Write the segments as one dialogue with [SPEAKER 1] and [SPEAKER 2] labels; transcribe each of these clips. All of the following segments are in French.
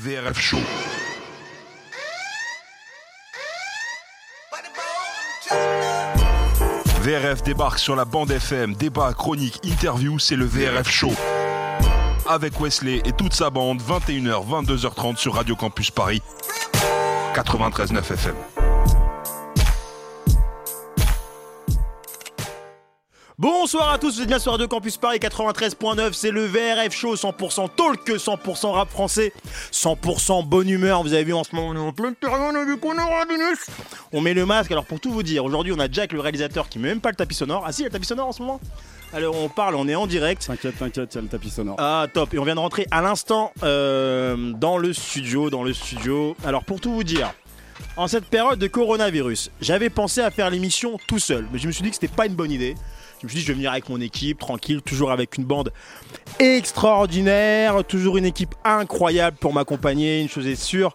[SPEAKER 1] VRF Show. VRF débarque sur la bande FM, débat, chronique, interview, c'est le VRF Show. Avec Wesley et toute sa bande, 21h, 22h30 sur Radio Campus Paris, 93.9 FM.
[SPEAKER 2] Bonsoir à tous, vous êtes bien sur Radio Campus Paris 93.9, c'est le VRF Show 100% talk, 100% rap français, 100% bonne humeur. Vous avez vu en ce moment, on est en plein terrain avec Honor Adonis. On met le masque, alors pour tout vous dire, aujourd'hui on a Jack le réalisateur qui met même pas le tapis sonore. Ah si, il y a le tapis sonore en ce moment Alors on parle, on est en direct.
[SPEAKER 3] T'inquiète, t'inquiète, il y a le tapis sonore.
[SPEAKER 2] Ah top, et on vient de rentrer à l'instant euh, dans le studio, dans le studio. Alors pour tout vous dire, en cette période de coronavirus, j'avais pensé à faire l'émission tout seul, mais je me suis dit que c'était pas une bonne idée. Je me suis dit, je vais venir avec mon équipe, tranquille, toujours avec une bande extraordinaire, toujours une équipe incroyable pour m'accompagner. Une chose est sûre,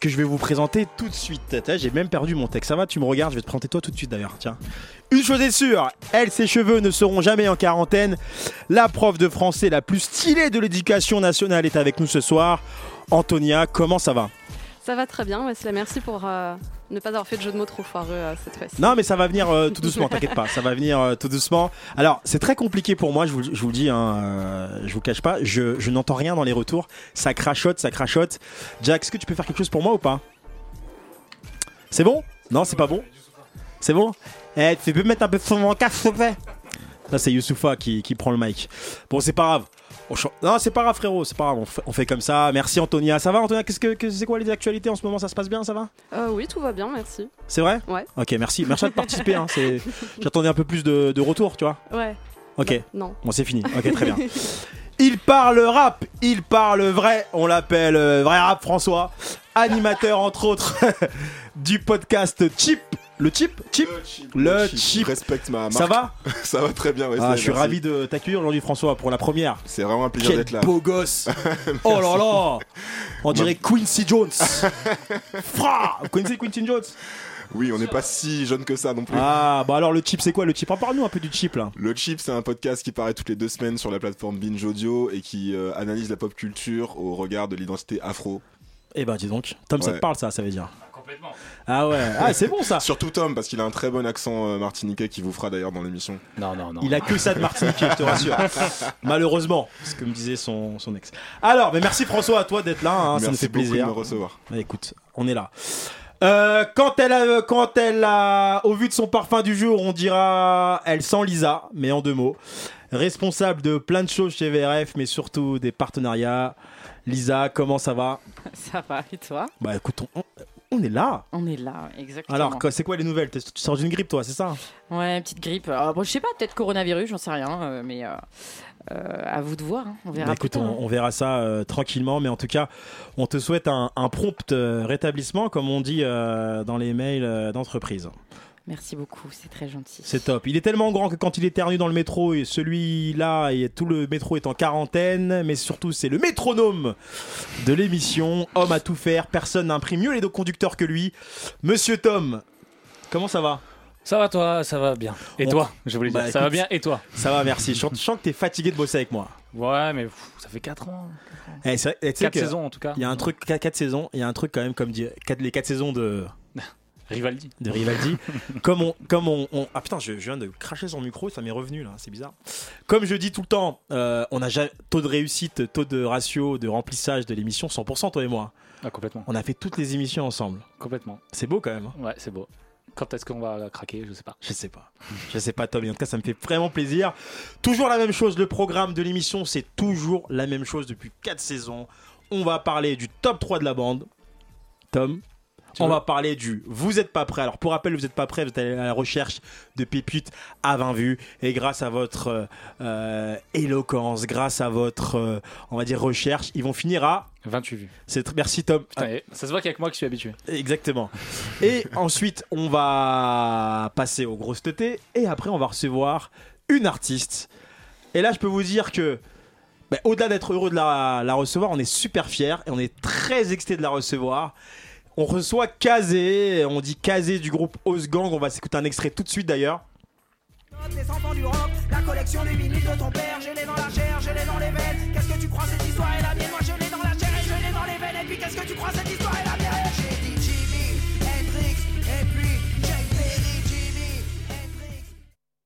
[SPEAKER 2] que je vais vous présenter tout de suite. T'as, J'ai même perdu mon texte. Ça va, tu me regardes, je vais te présenter toi tout de suite d'ailleurs. Tiens. Une chose est sûre, elle, ses cheveux ne seront jamais en quarantaine. La prof de français la plus stylée de l'éducation nationale est avec nous ce soir. Antonia, comment ça va
[SPEAKER 4] Ça va très bien, Wesley. Merci pour euh, ne pas avoir fait de jeu de mots trop foireux euh, cette fois-ci.
[SPEAKER 2] Non, mais ça va venir euh, tout doucement, t'inquiète pas, ça va venir euh, tout doucement. Alors, c'est très compliqué pour moi, je vous, je vous le dis, hein, euh, je vous le cache pas, je, je n'entends rien dans les retours, ça crachote, ça crachote. Jack, est-ce que tu peux faire quelque chose pour moi ou pas C'est bon Non, c'est pas bon C'est bon Eh, tu peux mettre un peu de son en casse, s'il te plaît Là, c'est Youssoufa qui, qui prend le mic. Bon, c'est pas grave. On chan- Non, c'est pas grave, frérot, c'est pas grave, on fait, on fait comme ça. Merci, Antonia. Ça va, Antonia Qu'est-ce que, que- c'est quoi les actualités en ce moment Ça se passe bien, ça va
[SPEAKER 4] Euh, oui, tout va bien, merci.
[SPEAKER 2] C'est vrai
[SPEAKER 4] Ouais.
[SPEAKER 2] Ok, merci. Merci de participer. hein, c'est- J'attendais un peu plus de, de retour, tu vois.
[SPEAKER 4] Ouais.
[SPEAKER 2] Ok,
[SPEAKER 4] Non.
[SPEAKER 2] bon, c'est fini. Ok, très bien. Il parle rap, il parle vrai. On l'appelle euh, Vrai Rap François, animateur entre autres du podcast Chip. Le Chip Chip Le chip.
[SPEAKER 3] Respecte ma marque.
[SPEAKER 2] Ça va
[SPEAKER 3] Ça va très bien, ouais,
[SPEAKER 2] Ah,
[SPEAKER 3] ça,
[SPEAKER 2] Je suis
[SPEAKER 3] merci.
[SPEAKER 2] ravi de t'accueillir aujourd'hui, François, pour la première.
[SPEAKER 3] C'est vraiment un plaisir
[SPEAKER 2] Quel
[SPEAKER 3] d'être là.
[SPEAKER 2] beau gosse Oh là là On dirait Quincy Jones Fra Quincy Quincy Jones
[SPEAKER 3] Oui, on n'est pas si jeune que ça non plus.
[SPEAKER 2] Ah, bah alors le chip, c'est quoi le chip Ah, Parle-nous un peu du chip là.
[SPEAKER 3] Le Chip, c'est un podcast qui paraît toutes les deux semaines sur la plateforme Binge Audio et qui euh, analyse la pop culture au regard de l'identité afro.
[SPEAKER 2] Eh ben dis donc, Tom, ça te
[SPEAKER 3] Ouais.
[SPEAKER 2] parle ça, ça veut dire Complètement. Ah ouais, ah, c'est bon ça.
[SPEAKER 3] Surtout Tom, parce qu'il a un très bon accent euh, martiniquais qui vous fera d'ailleurs dans l'émission.
[SPEAKER 5] Non, non, non.
[SPEAKER 2] Il a que ça de Martinique, je te rassure. Malheureusement, ce que me disait son, son ex. Alors, mais merci François à toi d'être là, hein, ça nous
[SPEAKER 3] Merci
[SPEAKER 2] fait
[SPEAKER 3] beaucoup
[SPEAKER 2] plaisir.
[SPEAKER 3] de me recevoir.
[SPEAKER 2] Bah, écoute, on est là. Euh, quand elle a, quand elle a, au vu de son parfum du jour, on dira, elle sent Lisa, mais en deux mots. Responsable de plein de choses chez VRF, mais surtout des partenariats. Lisa, comment ça va
[SPEAKER 6] Ça va, et toi
[SPEAKER 2] Bah écoute, on, on est là.
[SPEAKER 6] On est là, exactement.
[SPEAKER 2] Alors, quoi- c'est quoi les nouvelles T'es- Tu sors d'une grippe, toi, c'est ça
[SPEAKER 6] Ouais, petite grippe. Alors, bon, je sais pas, peut-être coronavirus, j'en sais rien, euh, mais euh, euh, à vous de voir, hein, on verra.
[SPEAKER 2] Bah,
[SPEAKER 6] plus
[SPEAKER 2] écoute,
[SPEAKER 6] tard, hein.
[SPEAKER 2] on, on verra ça euh, tranquillement, mais en tout cas, on te souhaite un, un prompt euh, rétablissement, comme on dit euh, dans les mails euh, d'entreprise.
[SPEAKER 6] Merci beaucoup, c'est très gentil.
[SPEAKER 2] C'est top. Il est tellement grand que quand il éternue dans le métro, et celui-là, et tout le métro est en quarantaine, mais surtout, c'est le métronome de l'émission. Homme à tout faire, personne n'imprime mieux les deux conducteurs que lui. Monsieur Tom, comment ça va
[SPEAKER 5] Ça va, toi Ça va bien. Et
[SPEAKER 2] On-
[SPEAKER 5] toi Je voulais dire.
[SPEAKER 2] Bah,
[SPEAKER 5] ça va
[SPEAKER 2] écoute-
[SPEAKER 5] bien. Et toi
[SPEAKER 2] Ça va, merci. Je sens- je sens que t'es fatigué de bosser avec moi.
[SPEAKER 5] Ouais, mais pff, ça fait 4 ans.
[SPEAKER 2] Eh, c'est vrai- eh, tu sais
[SPEAKER 5] 4
[SPEAKER 2] que
[SPEAKER 5] saisons en tout cas.
[SPEAKER 2] Il y a un truc, 4 saisons, il y a un truc quand même comme dit, quatre- les 4 saisons de,
[SPEAKER 5] Rivaldi.
[SPEAKER 2] de Rivaldi. comme on, comme on, on- ah putain, je, je viens de cracher son micro, ça m'est revenu là, c'est bizarre. Comme je dis tout le temps, euh, on a ja- taux de réussite, taux de ratio, de remplissage de l'émission 100% toi et moi.
[SPEAKER 5] Ah, complètement.
[SPEAKER 2] On a fait toutes les émissions ensemble.
[SPEAKER 5] Complètement.
[SPEAKER 2] C'est beau quand même. hein.
[SPEAKER 5] Ouais, c'est beau. Quand est-ce qu'on va craquer Je sais pas.
[SPEAKER 2] Je sais pas. Je sais pas, Tom. mais En tout cas, ça me fait vraiment plaisir. Toujours la même chose. Le programme de l'émission, c'est toujours la même chose depuis 4 saisons. On va parler du top 3 de la bande. Tom.
[SPEAKER 5] Tu
[SPEAKER 2] on
[SPEAKER 5] veux
[SPEAKER 2] va parler du Vous êtes pas prêt. Alors, pour rappel, vous êtes pas prêt. Vous êtes allé à la recherche de pépites à 20 vues. Et grâce à votre euh, euh, éloquence, grâce à votre, euh, on va dire, recherche, ils vont finir à.
[SPEAKER 5] 28 vues.
[SPEAKER 2] C'est tr- Merci, Tom.
[SPEAKER 5] Putain, et ça se voit qu'avec moi que je suis habitué.
[SPEAKER 2] Exactement. Et ensuite, on va passer aux grosses têtés et après, on va recevoir une artiste. Et là, je peux vous dire que, bah, au-delà d'être heureux de la, la recevoir, on est super fiers et on est très excités de la recevoir. On reçoit Kazé, on dit Kazé du groupe Osgang. On va s'écouter un extrait tout de suite d'ailleurs.
[SPEAKER 7] Les enfants du rock, la collection des vinyles de ton père, je l'ai dans la chair, je l'ai dans les veines. Qu'est-ce que tu crois cette histoire est la mienne Moi je l'ai dans la chair et je l'ai dans les veines. Et puis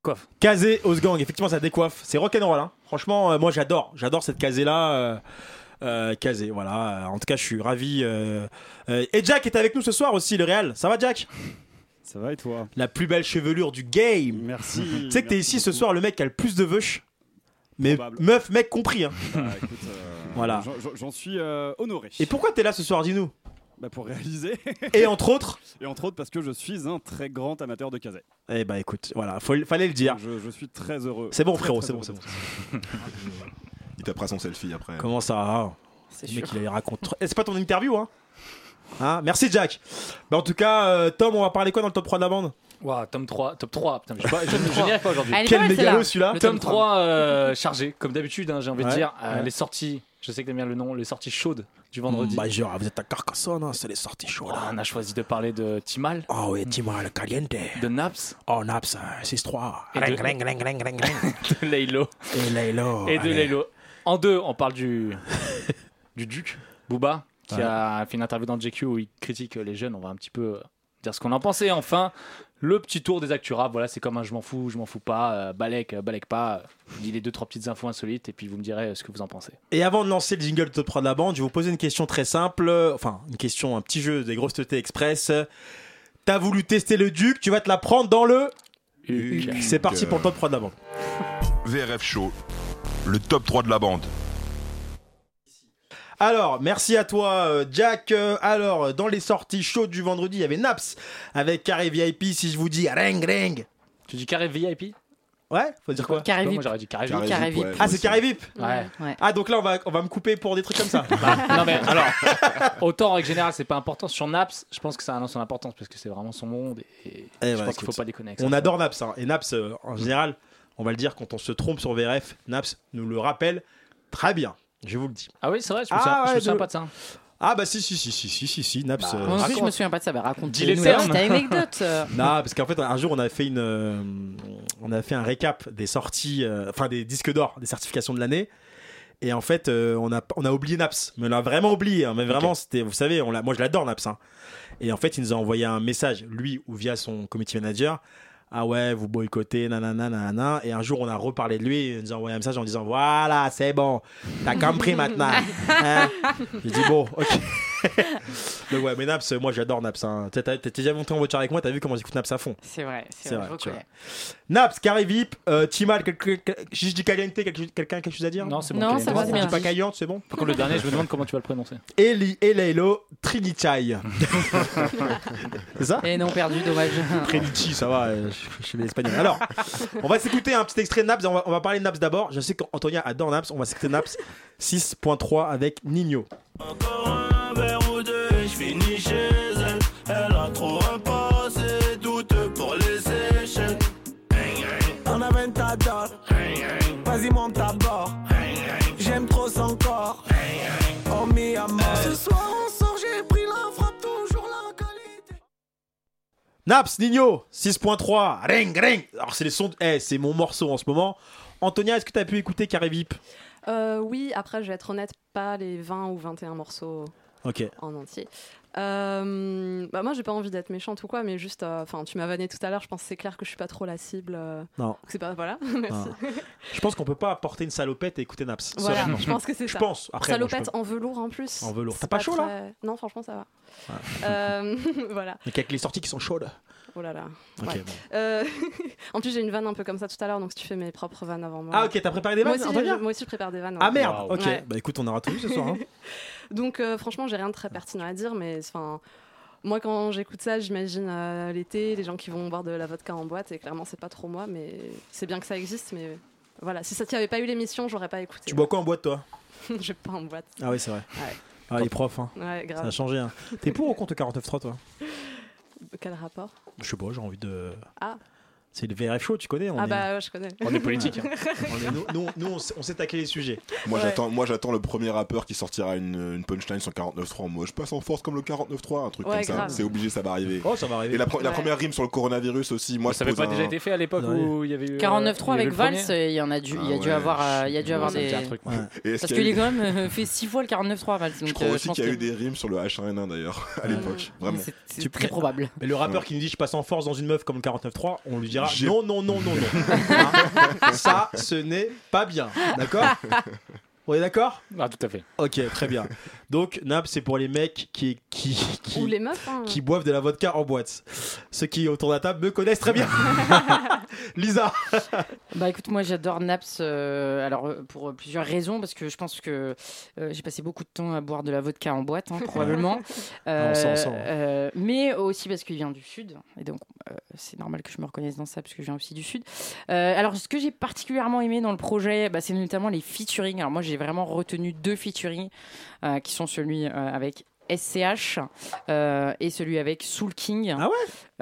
[SPEAKER 5] décoiffe.
[SPEAKER 2] Kazé, Osgang, effectivement ça décoiffe. C'est rock'n'roll. Hein. Franchement, euh, moi j'adore. J'adore cette Kazé là. Euh, euh, Kazé, voilà. Euh, En tout cas, je suis ravi. euh, euh, Et Jack est avec nous ce soir aussi, le Real. Ça va, Jack
[SPEAKER 8] Ça va et toi
[SPEAKER 2] La plus belle chevelure du game.
[SPEAKER 8] Merci.
[SPEAKER 2] Tu sais que t'es ici ce soir, le mec qui a le plus de veuches. Mais
[SPEAKER 8] Probable. Ah,
[SPEAKER 2] meuf, mec compris. Hein. Voilà.
[SPEAKER 8] voilà. Euh, J'en suis euh, honoré.
[SPEAKER 2] Et pourquoi t'es là ce soir, dis-nous
[SPEAKER 8] Bah, pour réaliser.
[SPEAKER 2] Et entre autres.
[SPEAKER 8] Et entre autres parce que je suis un très grand amateur de casette.
[SPEAKER 2] Eh bah écoute, voilà, faut- fallait le dire.
[SPEAKER 8] Je, je suis très heureux.
[SPEAKER 2] C'est bon,
[SPEAKER 8] Très,
[SPEAKER 2] frérot,
[SPEAKER 8] très
[SPEAKER 2] c'est bon,
[SPEAKER 8] heureux
[SPEAKER 2] c'est bon.
[SPEAKER 3] Il tapera son selfie après.
[SPEAKER 2] Comment ça ah.
[SPEAKER 6] C'est
[SPEAKER 2] Le mec,
[SPEAKER 6] sûr.
[SPEAKER 2] il raconte. Eh, c'est pas ton interview, hein Hein Merci, Jack. Bah, en tout cas, euh, Tom, on va parler quoi dans le top 3 de la bande
[SPEAKER 5] Waouh, tome 3, top 3, putain, mais je sais pas- je je n'y arrive pas aujourd'hui.
[SPEAKER 6] Elle est pas
[SPEAKER 2] Quel
[SPEAKER 6] mal, celle-là.
[SPEAKER 2] mégalo celui-là
[SPEAKER 6] Le
[SPEAKER 5] Tome
[SPEAKER 6] tome
[SPEAKER 5] 3 euh, chargé, comme d'habitude, hein, j'ai envie
[SPEAKER 2] Ouais,
[SPEAKER 5] de dire. Euh,
[SPEAKER 2] ouais.
[SPEAKER 5] Les sorties, je sais que t'aimes bien le nom, les sorties chaudes du vendredi.
[SPEAKER 2] Bah, genre, vous êtes à Carcassonne, hein, c'est les sorties chaudes.
[SPEAKER 5] Voilà,
[SPEAKER 2] hein.
[SPEAKER 5] on a choisi de parler de Timal,
[SPEAKER 2] Oh, oui, Tima, le caliente.
[SPEAKER 5] de Naps,
[SPEAKER 2] Oh, Naps, euh, 6-3.
[SPEAKER 5] Et de-
[SPEAKER 2] Ring, ring, ring, ring, ring, ring.
[SPEAKER 5] de Laylo
[SPEAKER 2] Et Laylo.
[SPEAKER 5] et de
[SPEAKER 2] allez.
[SPEAKER 5] Laylo. En deux, on parle du, du Duc, Booba, qui a fait une interview dans JQ où il critique les jeunes. On va un petit peu euh, dire ce qu'on en pensait. Enfin, le petit tour des actus rap. Voilà, c'est comme un je m'en fous, je m'en fous pas, euh, balèque, euh, balèque pas. Je vous dis les deux, trois petites infos insolites et puis vous me direz euh, ce que vous en pensez.
[SPEAKER 2] Et avant de lancer le jingle de top 3 de la bande, je vais vous poser une question très simple. euh, Enfin, une question, un petit jeu des grosses têtes express. T'as voulu tester le Duc, tu vas te la prendre dans le. C'est parti pour le top 3 de la bande.
[SPEAKER 1] VRF Show, le top 3 de la bande.
[SPEAKER 2] Alors, merci à toi, euh, Jack. Euh, Alors, euh, dans les sorties chaudes du vendredi, il y avait Naps avec Carré VIP. Si je vous dis Ring Ring,
[SPEAKER 5] Tu dis carré VIP
[SPEAKER 2] ouais, faut dire quoi
[SPEAKER 6] Carré
[SPEAKER 5] Toi,
[SPEAKER 6] VIP.
[SPEAKER 5] Moi j'aurais dit carré VIP.
[SPEAKER 3] Carré
[SPEAKER 6] Carré
[SPEAKER 3] VIP,
[SPEAKER 6] VIP.
[SPEAKER 3] ouais,
[SPEAKER 2] Ah,
[SPEAKER 3] moi
[SPEAKER 2] c'est
[SPEAKER 3] aussi.
[SPEAKER 2] Carré VIP.
[SPEAKER 5] Ouais.
[SPEAKER 6] Ouais.
[SPEAKER 2] Ah, donc là, on va, on va me couper pour des trucs comme ça.
[SPEAKER 5] Bah, non mais alors, autant en règle générale c'est pas important. Sur Naps, je pense que ça annonce son importance parce que c'est vraiment son monde et,
[SPEAKER 2] Eh
[SPEAKER 5] je
[SPEAKER 6] ben,
[SPEAKER 2] bah,
[SPEAKER 5] pense qu'il faut
[SPEAKER 2] écoute,
[SPEAKER 5] pas déconner. avec ça.
[SPEAKER 2] on adore Naps. hein. Et Naps, euh, en général, on va le dire quand on se trompe sur VRF, Naps nous le rappelle très bien. Je vous le dis.
[SPEAKER 5] Ah oui c'est vrai, je me
[SPEAKER 2] Ah
[SPEAKER 5] souviens, je me
[SPEAKER 2] ouais,
[SPEAKER 5] souviens
[SPEAKER 2] de-
[SPEAKER 5] pas de ça.
[SPEAKER 2] Ah, bah si, si, si, si, si, si, si Naps. euh,
[SPEAKER 6] Moi non plus,
[SPEAKER 2] raconte.
[SPEAKER 6] je me souviens pas de ça. Bah, raconte
[SPEAKER 5] Dis les
[SPEAKER 6] nous
[SPEAKER 5] termes.
[SPEAKER 6] cette anecdote. euh.
[SPEAKER 2] Non, parce qu'en fait, un jour, on a fait une, euh, on a fait un récap des sorties, euh, enfin des disques d'or, des certifications de l'année. Et en fait, euh, on a, on a oublié Naps, mais on l'a vraiment oublié. hein. mais vraiment, c'était, vous savez, on l'a- moi je l'adore Naps. hein. Et en fait, il nous a envoyé un message, lui ou via son committee manager. Ah ouais, vous boycottez, nanana, nanana. Et un jour, on a reparlé de lui, et il nous a envoyé un message en disant Voilà, c'est bon, t'as compris maintenant. Hein J'ai dit Bon, ok. Donc ouais, mais Naps, moi j'adore Naps. hein. T'as- T'as t'es déjà monté en voiture avec moi, t'as vu comment j'écoute Naps à fond.
[SPEAKER 6] C'est vrai, c'est
[SPEAKER 2] C'est
[SPEAKER 6] vrai, je
[SPEAKER 2] vrai, tu
[SPEAKER 6] reconnais.
[SPEAKER 2] Naps, Carré VIP, euh, Timal, quelque- quelque- si je dis Caliente, quelque- quelqu'un a quelque chose à dire
[SPEAKER 5] Non c'est bon.
[SPEAKER 6] Non,
[SPEAKER 5] Kylian.
[SPEAKER 6] ça
[SPEAKER 2] Non,
[SPEAKER 6] va,
[SPEAKER 2] on
[SPEAKER 6] c'est
[SPEAKER 2] dit
[SPEAKER 6] bien.
[SPEAKER 2] pas Caillante, c'est bon
[SPEAKER 5] Par contre le dernier je me demande comment tu vas le prononcer.
[SPEAKER 2] Eli, Eleilo, Trinichai. c'est ça
[SPEAKER 6] Et Eh non, perdu, dommage.
[SPEAKER 2] Trinichi, ça va, euh, je je suis l'espagnol. Alors, on va s'écouter un petit extrait de Naps, on va, on va parler de Naps d'abord. Je sais qu'Antonia adore Naps, on va s'écouter Naps 6.3 avec Nino.
[SPEAKER 9] Un verre ou deux et je finis chez elle. Elle a trop un passé douteux pour les échelles.
[SPEAKER 7] On amène ta dalle, vas-y monte à bord. J'aime trop son corps, oh mi amour. Ce soir on sort, j'ai pris la frappe, toujours la qualité.
[SPEAKER 2] Naps, Nino, 6.3, ring, ring. Alors, c'est les sons, de- eh, c'est mon morceau en ce moment. Antonia, est-ce que t'as pu écouter Carré VIP
[SPEAKER 4] Euh, oui, après, je vais être honnête, pas les 20 ou 21 morceaux
[SPEAKER 2] Ok.
[SPEAKER 4] en entier. Euh, bah moi, j'ai pas envie d'être méchante ou quoi, mais juste, euh, enfin, tu m'as vanné tout à l'heure. Je pense que c'est clair que je suis pas trop la cible. euh,
[SPEAKER 2] Non. Ah.
[SPEAKER 4] que C'est pas voilà. Merci.
[SPEAKER 2] Je pense qu'on peut pas porter une salopette et écouter Naps.
[SPEAKER 4] Voilà,
[SPEAKER 2] sereinement.
[SPEAKER 4] je pense que c'est
[SPEAKER 2] Je
[SPEAKER 4] ça.
[SPEAKER 2] pense. Après, bon, je
[SPEAKER 4] Salopette
[SPEAKER 2] peux-
[SPEAKER 4] en velours en plus.
[SPEAKER 2] En velours.
[SPEAKER 4] C'est
[SPEAKER 2] T'as pas chaud, là
[SPEAKER 4] très- Non, franchement, ça va. Euh, voilà.
[SPEAKER 2] Mais qu'avec les sorties qui sont chaudes.
[SPEAKER 4] Oh là là.
[SPEAKER 2] Ok,
[SPEAKER 4] Ouais.
[SPEAKER 2] bon.
[SPEAKER 4] Euh, en plus, j'ai une vanne un peu comme ça tout à l'heure, donc si tu fais mes propres vannes avant moi.
[SPEAKER 2] Ah ok, t'as préparé des
[SPEAKER 4] moi,
[SPEAKER 2] vannes,
[SPEAKER 4] aussi,
[SPEAKER 2] Antonia
[SPEAKER 4] je- moi aussi, je prépare des vannes.
[SPEAKER 2] Ah
[SPEAKER 4] ouais.
[SPEAKER 2] merde,
[SPEAKER 5] Wow.
[SPEAKER 2] ok.
[SPEAKER 4] Ouais.
[SPEAKER 2] Bah écoute, on aura tout vu ce soir. hein.
[SPEAKER 4] Donc euh, franchement, j'ai rien de très pertinent à dire, mais enfin, moi quand j'écoute ça, j'imagine euh, l'été, les gens qui vont boire de la vodka en boîte, et clairement c'est pas trop moi, mais c'est bien que ça existe, mais voilà, si ça n'y avait pas eu l'émission, j'aurais pas écouté.
[SPEAKER 2] Tu bois quoi en boîte, toi
[SPEAKER 4] Je vais pas en boîte.
[SPEAKER 2] Ah oui, c'est vrai.
[SPEAKER 4] Ouais.
[SPEAKER 2] Ah les profs, hein.
[SPEAKER 4] Ouais,
[SPEAKER 2] ça a
[SPEAKER 4] grave.
[SPEAKER 2] changé. Hein. T'es pour ou contre 49.3, toi
[SPEAKER 4] Quel rapport
[SPEAKER 2] Je sais pas, j'ai envie de...
[SPEAKER 4] Ah.
[SPEAKER 2] C'est le VRF show, tu connais on
[SPEAKER 4] Ah
[SPEAKER 2] est-
[SPEAKER 4] bah ouais, je connais.
[SPEAKER 5] On est politique. hein.
[SPEAKER 2] on est- nous, nous- nous, on s- on sait tacler les sujets.
[SPEAKER 3] Moi
[SPEAKER 4] Ouais.
[SPEAKER 3] j'attends, moi j'attends le premier rappeur qui sortira une, une punchline sur 49.3. Moi je passe en force comme le 49.3, un truc
[SPEAKER 4] Ouais,
[SPEAKER 3] comme ça.
[SPEAKER 4] grave.
[SPEAKER 3] C'est obligé, ça va arriver.
[SPEAKER 2] Oh, ça va
[SPEAKER 3] Et
[SPEAKER 2] arriver.
[SPEAKER 3] la, pre- la
[SPEAKER 4] Ouais.
[SPEAKER 3] première rime sur le coronavirus aussi. Moi,
[SPEAKER 5] Moi,
[SPEAKER 3] je
[SPEAKER 5] ça avait
[SPEAKER 3] pose
[SPEAKER 5] pas
[SPEAKER 3] un-
[SPEAKER 5] déjà été fait à l'époque
[SPEAKER 2] Ouais.
[SPEAKER 5] où il y avait eu. euh,
[SPEAKER 6] 49.3
[SPEAKER 5] il y avait
[SPEAKER 6] avec
[SPEAKER 5] le
[SPEAKER 6] Valls,
[SPEAKER 5] premier
[SPEAKER 6] euh, il y en a dû, il y a
[SPEAKER 3] Ah
[SPEAKER 6] dû
[SPEAKER 3] ouais,
[SPEAKER 6] avoir, euh, il y a
[SPEAKER 5] Ouais,
[SPEAKER 6] dû avoir
[SPEAKER 5] ça me dit un
[SPEAKER 6] des.
[SPEAKER 5] truc.
[SPEAKER 2] Ouais.
[SPEAKER 3] Et est-ce
[SPEAKER 6] Parce
[SPEAKER 3] qu'il y
[SPEAKER 6] qu'il
[SPEAKER 3] a eu-
[SPEAKER 6] est quand même euh, fait 6 fois le 49.3 Valls.
[SPEAKER 3] Je
[SPEAKER 6] donc,
[SPEAKER 3] crois
[SPEAKER 6] euh,
[SPEAKER 3] aussi
[SPEAKER 6] pense
[SPEAKER 3] qu'il y a eu
[SPEAKER 6] que-
[SPEAKER 3] des rimes sur le H1N1 d'ailleurs à l'époque. Vraiment.
[SPEAKER 6] C'est-
[SPEAKER 2] Tu-
[SPEAKER 6] C'est très probable.
[SPEAKER 2] Mais le rappeur qui nous dit je passe en force dans une meuf comme le 49.3, on lui dira etc.
[SPEAKER 3] J'ai-
[SPEAKER 2] Non, non, non, non, non. Hein Ça, ce n'est pas bien. D'accord On est d'accord
[SPEAKER 5] Ah, tout à fait.
[SPEAKER 2] Ok, très bien. Donc, Nap, c'est pour les mecs qui, qui, qui,
[SPEAKER 4] Ou les meufs. hein.
[SPEAKER 2] qui boivent de la vodka en boîte. Ceux qui autour de la table me connaissent très bien. Lisa
[SPEAKER 6] Bah écoute, moi j'adore Naps, euh, alors euh, pour euh, plusieurs raisons, parce que je pense que euh, j'ai passé beaucoup de temps à boire de la vodka en boîte, hein, probablement. Euh,
[SPEAKER 2] on sent, on sent.
[SPEAKER 6] euh, mais aussi parce qu'il vient du Sud, et donc euh, c'est normal que je me reconnaisse dans ça, parce que je viens aussi du Sud. Euh, alors ce que j'ai particulièrement aimé dans le projet, bah, c'est notamment les featuring. Alors moi j'ai vraiment retenu deux featuring, euh, qui sont celui euh, avec... SCH euh, et celui avec Soul King.
[SPEAKER 2] Ah ouais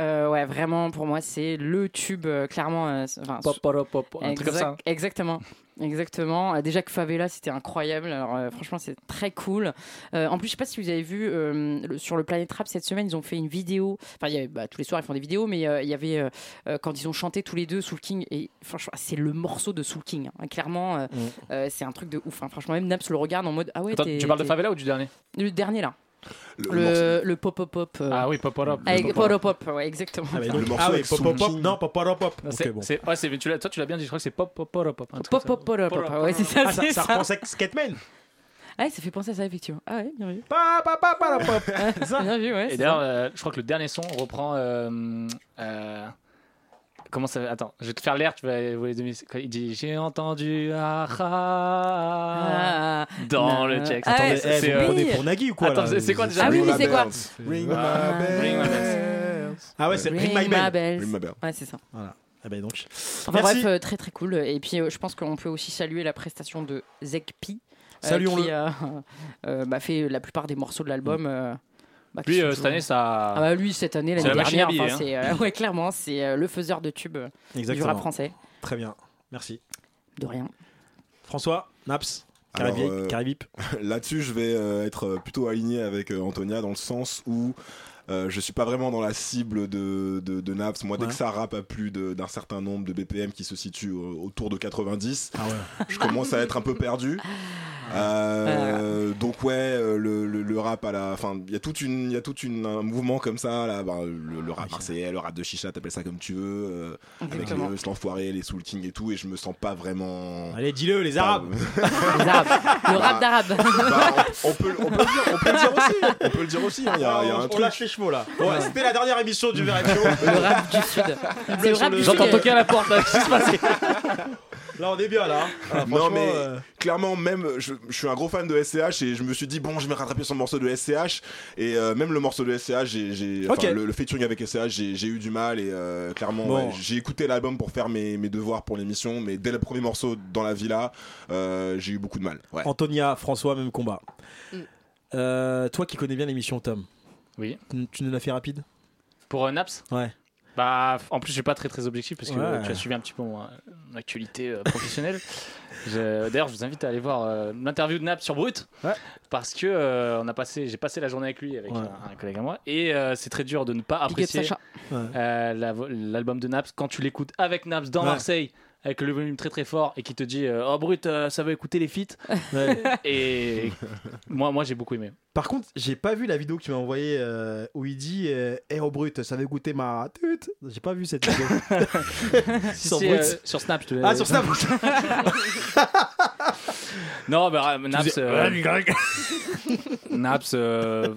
[SPEAKER 6] Euh, ouais, vraiment pour moi c'est le tube euh, clairement. euh, enfin,
[SPEAKER 5] un truc comme ça.
[SPEAKER 6] Exact- Exactement. Exactement. Euh, Déjà que Favela, c'était incroyable. Alors, euh, franchement, c'est très cool. Euh, en plus, je sais pas si vous avez vu euh, le- sur le Planet Rap cette semaine, ils ont fait une vidéo. Enfin, il y avait, bah, tous les soirs, ils font des vidéos, mais euh, il y avait euh, euh, quand ils ont chanté tous les deux Soul King. Et franchement, c'est le morceau de Soul King. hein. Clairement, euh,
[SPEAKER 2] Mm.
[SPEAKER 6] euh, c'est un truc de ouf. hein. Franchement, même Naps le regarde en mode Ah ouais,
[SPEAKER 5] Attends,
[SPEAKER 6] t'es-
[SPEAKER 5] tu parles de
[SPEAKER 6] t'es-
[SPEAKER 5] Favela ou du dernier
[SPEAKER 6] Le dernier là.
[SPEAKER 3] morceau-
[SPEAKER 6] Le, le pop pop pop. euh,
[SPEAKER 5] Ah oui, Pop Pop.
[SPEAKER 6] Avec pop pop, ouais, exactement.
[SPEAKER 2] Ah, mais
[SPEAKER 3] Le
[SPEAKER 2] donc-
[SPEAKER 3] morceau
[SPEAKER 2] ah ouais,
[SPEAKER 3] avec
[SPEAKER 2] pop,
[SPEAKER 3] Soul
[SPEAKER 2] pop, pop.
[SPEAKER 3] King.
[SPEAKER 2] Non, pop, pop, pop.
[SPEAKER 5] C'est-
[SPEAKER 2] Ok, bon.
[SPEAKER 5] c'est- ouais, c'est- tu l'as- toi, tu l'as bien dit, je crois que c'est Pop Pop Pop. un truc
[SPEAKER 6] Pop
[SPEAKER 5] comme ça.
[SPEAKER 6] pop pop pop.
[SPEAKER 5] Pop, pop,
[SPEAKER 6] Ouais, c'est ça,
[SPEAKER 2] Ah, ça,
[SPEAKER 6] c'est
[SPEAKER 2] ça
[SPEAKER 6] ça.
[SPEAKER 2] repense à Skatman.
[SPEAKER 6] Ouais, ça fait penser à ça, effectivement. Ah ouais, bien vu.
[SPEAKER 2] Pa, pa, pa, pa, la pop. C'est ça
[SPEAKER 6] Bien vu, ouais.
[SPEAKER 5] Et d'ailleurs, euh, je crois que le dernier son reprend. euh, euh, comment ça Attends, je vais te faire l'air, tu vas vous les deviner. Quand Il dit J'ai entendu ah, ah,
[SPEAKER 6] Ah,
[SPEAKER 5] dans
[SPEAKER 6] Ah.
[SPEAKER 5] le texte.
[SPEAKER 6] Ah,
[SPEAKER 5] Attendez,
[SPEAKER 2] Attendez, eh,
[SPEAKER 5] c'est,
[SPEAKER 2] vous
[SPEAKER 5] euh,
[SPEAKER 2] me prenez pour Nagui ou quoi
[SPEAKER 5] Attends,
[SPEAKER 2] là
[SPEAKER 5] c'est- c'est quoi déjà
[SPEAKER 6] Ah oui,
[SPEAKER 3] Ring
[SPEAKER 6] mais
[SPEAKER 3] my
[SPEAKER 6] c'est quoi
[SPEAKER 3] bells.
[SPEAKER 2] Ring
[SPEAKER 5] Ah,
[SPEAKER 3] my
[SPEAKER 5] Ring my
[SPEAKER 3] bells.
[SPEAKER 2] Ah ouais, c'est Ring My Bell.
[SPEAKER 3] Ring my bells.
[SPEAKER 6] Ouais, c'est ça.
[SPEAKER 2] Ah bah donc.
[SPEAKER 6] Enfin,
[SPEAKER 2] Merci.
[SPEAKER 6] bref, euh, très très cool. Et puis, euh, je pense qu'on peut aussi saluer la prestation de Zekpi. euh,
[SPEAKER 2] Saluons-le.
[SPEAKER 6] Qui a euh, bah, fait la plupart des morceaux de l'album. euh, bah, qui
[SPEAKER 5] Lui,
[SPEAKER 6] sont
[SPEAKER 5] euh, cette
[SPEAKER 6] toujours-
[SPEAKER 5] année, ça.
[SPEAKER 6] Ah bah, lui, cette année,
[SPEAKER 5] C'est
[SPEAKER 6] l'année
[SPEAKER 5] la machine à
[SPEAKER 6] dernière. enfin,
[SPEAKER 5] billets,
[SPEAKER 6] c'est, euh, ouais, clairement, c'est euh, le faiseur de tubes euh, du rap
[SPEAKER 2] Exactement.
[SPEAKER 6] français.
[SPEAKER 2] Très bien. Merci.
[SPEAKER 6] De rien.
[SPEAKER 2] François, Naps,
[SPEAKER 3] Alors,
[SPEAKER 2] Caribie-
[SPEAKER 3] euh,
[SPEAKER 2] Caribip.
[SPEAKER 3] Là-dessus, je vais euh, être euh, plutôt aligné avec euh, Antonia dans le sens où euh, je suis pas vraiment dans la cible de, de, de Naps. Moi, dès
[SPEAKER 2] Ouais.
[SPEAKER 3] que ça rappe à plus de- d'un certain nombre de BPM qui se situe au- autour de 90,
[SPEAKER 2] Ah ouais.
[SPEAKER 3] je commence à être un peu perdu. Euh, donc ouais, euh, le, le- le rap à la, enfin, il y a toute une, il y a toute une un mouvement comme ça là, ben, le, le
[SPEAKER 2] Ah,
[SPEAKER 3] rap marseillais, le rap de chicha, t'appelles ça comme tu veux, euh, avec
[SPEAKER 6] Exactement.
[SPEAKER 3] le- l'enfoiré, les Soul King et tout, et je me sens pas vraiment.
[SPEAKER 2] Allez, dis-le, les Arabes.
[SPEAKER 6] Les Arabes. Le rap d'arabe.
[SPEAKER 3] Bah, on, on peut, on peut le dire, on peut le dire aussi. On peut le dire aussi. hein, Il y a, il y a
[SPEAKER 2] Ah, on
[SPEAKER 3] un
[SPEAKER 2] on
[SPEAKER 3] truc.
[SPEAKER 2] lâche les chevaux là. Ouais, C'était la dernière émission du Verre
[SPEAKER 6] le rap du Sud. C'est le
[SPEAKER 2] sur
[SPEAKER 6] rap
[SPEAKER 2] le-
[SPEAKER 6] du Sud.
[SPEAKER 5] J'entends
[SPEAKER 2] euh,
[SPEAKER 5] toquer à la porte, là, qu'est-ce qui se passe
[SPEAKER 2] Là, on est bien là. hein. Ah,
[SPEAKER 3] Non,
[SPEAKER 2] franchement,
[SPEAKER 3] mais-
[SPEAKER 2] euh,
[SPEAKER 3] Clairement, même, je, je suis un gros fan de SCH et je me suis dit, bon, je vais rattraper sur le morceau de SCH. Et euh, même le morceau de SCH, j'ai, j'ai- enfin,
[SPEAKER 2] Ok.
[SPEAKER 3] le, le featuring avec SCH, j'ai, j'ai eu du mal. Et euh, clairement,
[SPEAKER 2] Bon.
[SPEAKER 3] ouais, j'ai écouté l'album pour faire mes, mes devoirs pour l'émission. Mais dès le premier morceau dans la villa, euh, j'ai eu beaucoup de mal. Ouais.
[SPEAKER 2] Antonia, François, même combat.
[SPEAKER 4] Mm.
[SPEAKER 2] Euh, toi qui connais bien l'émission, Tom.
[SPEAKER 5] Oui.
[SPEAKER 2] Tu- Tu nous l'as fait rapide
[SPEAKER 5] Pour euh, Naps
[SPEAKER 2] Ouais.
[SPEAKER 5] Bah, en plus, je suis pas très très objectif parce que
[SPEAKER 2] Ouais.
[SPEAKER 5] euh, tu as suivi un petit peu mon, euh, mon actualité euh, professionnelle. Je- D'ailleurs, je vous invite à aller voir euh, l'interview de Naps sur Brut
[SPEAKER 2] Ouais.
[SPEAKER 5] parce que euh, on a passé, j'ai passé la journée avec lui, avec
[SPEAKER 2] Ouais.
[SPEAKER 5] un, un collègue à moi, et euh, c'est très dur de ne pas
[SPEAKER 6] Big up
[SPEAKER 5] apprécier
[SPEAKER 6] Sacha.
[SPEAKER 5] euh, la vo- l'album de Naps quand tu l'écoutes avec Naps dans
[SPEAKER 2] Ouais.
[SPEAKER 5] Marseille. Avec le volume très très fort et qui te dit euh, Oh Brut, euh, ça veut écouter les feats.
[SPEAKER 2] Ouais.
[SPEAKER 5] Et moi, moi j'ai beaucoup aimé.
[SPEAKER 2] Par contre, j'ai pas vu la vidéo que tu m'as envoyée euh, où il dit euh, Eh oh brut, ça avait goûter ma tute. J'ai pas vu cette vidéo.
[SPEAKER 5] Si
[SPEAKER 2] Sur
[SPEAKER 5] c'est,
[SPEAKER 2] Brut.
[SPEAKER 5] euh, sur Snap, je te l'ai-
[SPEAKER 2] ah, sur Snap
[SPEAKER 5] Non, bah, euh, Naps. euh, Naps, euh,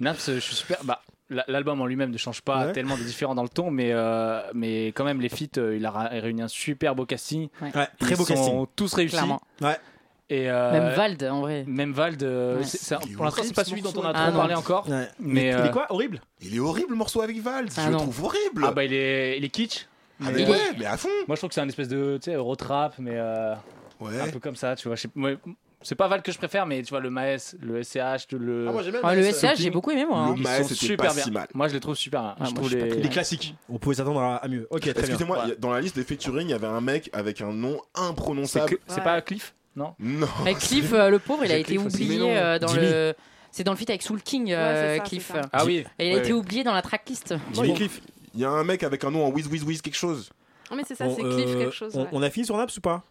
[SPEAKER 5] Naps, euh, je suis super. Bah, la- L'album en lui-même ne change pas
[SPEAKER 2] Ouais.
[SPEAKER 5] tellement de différent dans le ton, mais, euh, mais quand même, les feats, euh, il a ra- réuni un super beau casting.
[SPEAKER 2] Ouais, très
[SPEAKER 5] Ils
[SPEAKER 2] beau
[SPEAKER 5] sont
[SPEAKER 2] casting.
[SPEAKER 5] tous réussis.
[SPEAKER 6] Clairement.
[SPEAKER 5] Et, euh,
[SPEAKER 6] Même Vald, en vrai.
[SPEAKER 5] Même Vald, euh,
[SPEAKER 6] Ouais.
[SPEAKER 5] c'est- c'est un-
[SPEAKER 3] Il est
[SPEAKER 5] pour l'instant,
[SPEAKER 3] horrible,
[SPEAKER 5] c'est pas
[SPEAKER 3] ce
[SPEAKER 5] celui dont
[SPEAKER 3] morceau,
[SPEAKER 5] on a
[SPEAKER 6] là.
[SPEAKER 5] trop
[SPEAKER 6] Ah,
[SPEAKER 5] parlé
[SPEAKER 6] non.
[SPEAKER 5] encore.
[SPEAKER 2] Ouais.
[SPEAKER 5] Mais,
[SPEAKER 2] il, est- il
[SPEAKER 5] euh,
[SPEAKER 2] est quoi Horrible
[SPEAKER 3] Il est horrible le morceau avec Vald.
[SPEAKER 6] Ah
[SPEAKER 3] je le
[SPEAKER 6] non.
[SPEAKER 3] trouve horrible.
[SPEAKER 5] Ah, bah, il est, il est kitsch.
[SPEAKER 3] Ah,
[SPEAKER 5] mais-
[SPEAKER 3] mais ouais, mais à fond.
[SPEAKER 5] Moi, je trouve que c'est un espèce de tu sais, road trap, mais euh, un
[SPEAKER 3] Ouais.
[SPEAKER 5] peu comme ça, tu vois. je sais- moi, C'est pas Vald que je préfère, mais tu vois, le Maes, le SCH, le.
[SPEAKER 2] Ah, j'aime bien
[SPEAKER 6] Ouais, Ah, le SCH, j'ai beaucoup aimé, moi. hein.
[SPEAKER 3] Le
[SPEAKER 5] Ils
[SPEAKER 3] Maes,
[SPEAKER 5] sont
[SPEAKER 3] c'était
[SPEAKER 5] super
[SPEAKER 3] pas
[SPEAKER 5] bien.
[SPEAKER 3] si mal.
[SPEAKER 5] Moi, je les trouve super bien. je
[SPEAKER 6] Ah, moi,
[SPEAKER 5] trouve
[SPEAKER 6] je suis pas
[SPEAKER 5] les-
[SPEAKER 6] très
[SPEAKER 2] Les classiques. On pouvait s'attendre à, à mieux. Ok, très bien.
[SPEAKER 3] Excusez-moi,
[SPEAKER 5] Ouais.
[SPEAKER 3] il y a- dans la liste des featuring, il y avait un mec avec un nom
[SPEAKER 5] C'est
[SPEAKER 3] imprononçable.
[SPEAKER 5] que- c'est pas Cliff Non
[SPEAKER 3] Non.
[SPEAKER 6] Mais Cliff, euh, le pauvre, il a
[SPEAKER 3] J'ai
[SPEAKER 6] été
[SPEAKER 3] Cliff aussi.
[SPEAKER 6] oublié
[SPEAKER 3] Mais non,
[SPEAKER 6] euh, dans
[SPEAKER 2] Jimmy.
[SPEAKER 6] le. C'est dans le feat avec Soul King, euh,
[SPEAKER 4] Ouais, c'est ça,
[SPEAKER 6] Cliff.
[SPEAKER 4] c'est ça.
[SPEAKER 5] Ah oui.
[SPEAKER 6] Et il a été oublié dans la tracklist.
[SPEAKER 2] Non, il cliff.
[SPEAKER 3] Il y a un mec avec un nom en whiz whiz whiz quelque chose.
[SPEAKER 4] Non, mais c'est ça,
[SPEAKER 2] On,
[SPEAKER 4] c'est Cliff
[SPEAKER 2] euh,
[SPEAKER 4] quelque chose.
[SPEAKER 2] on,
[SPEAKER 4] ouais.
[SPEAKER 2] on a fini sur Naps ou pas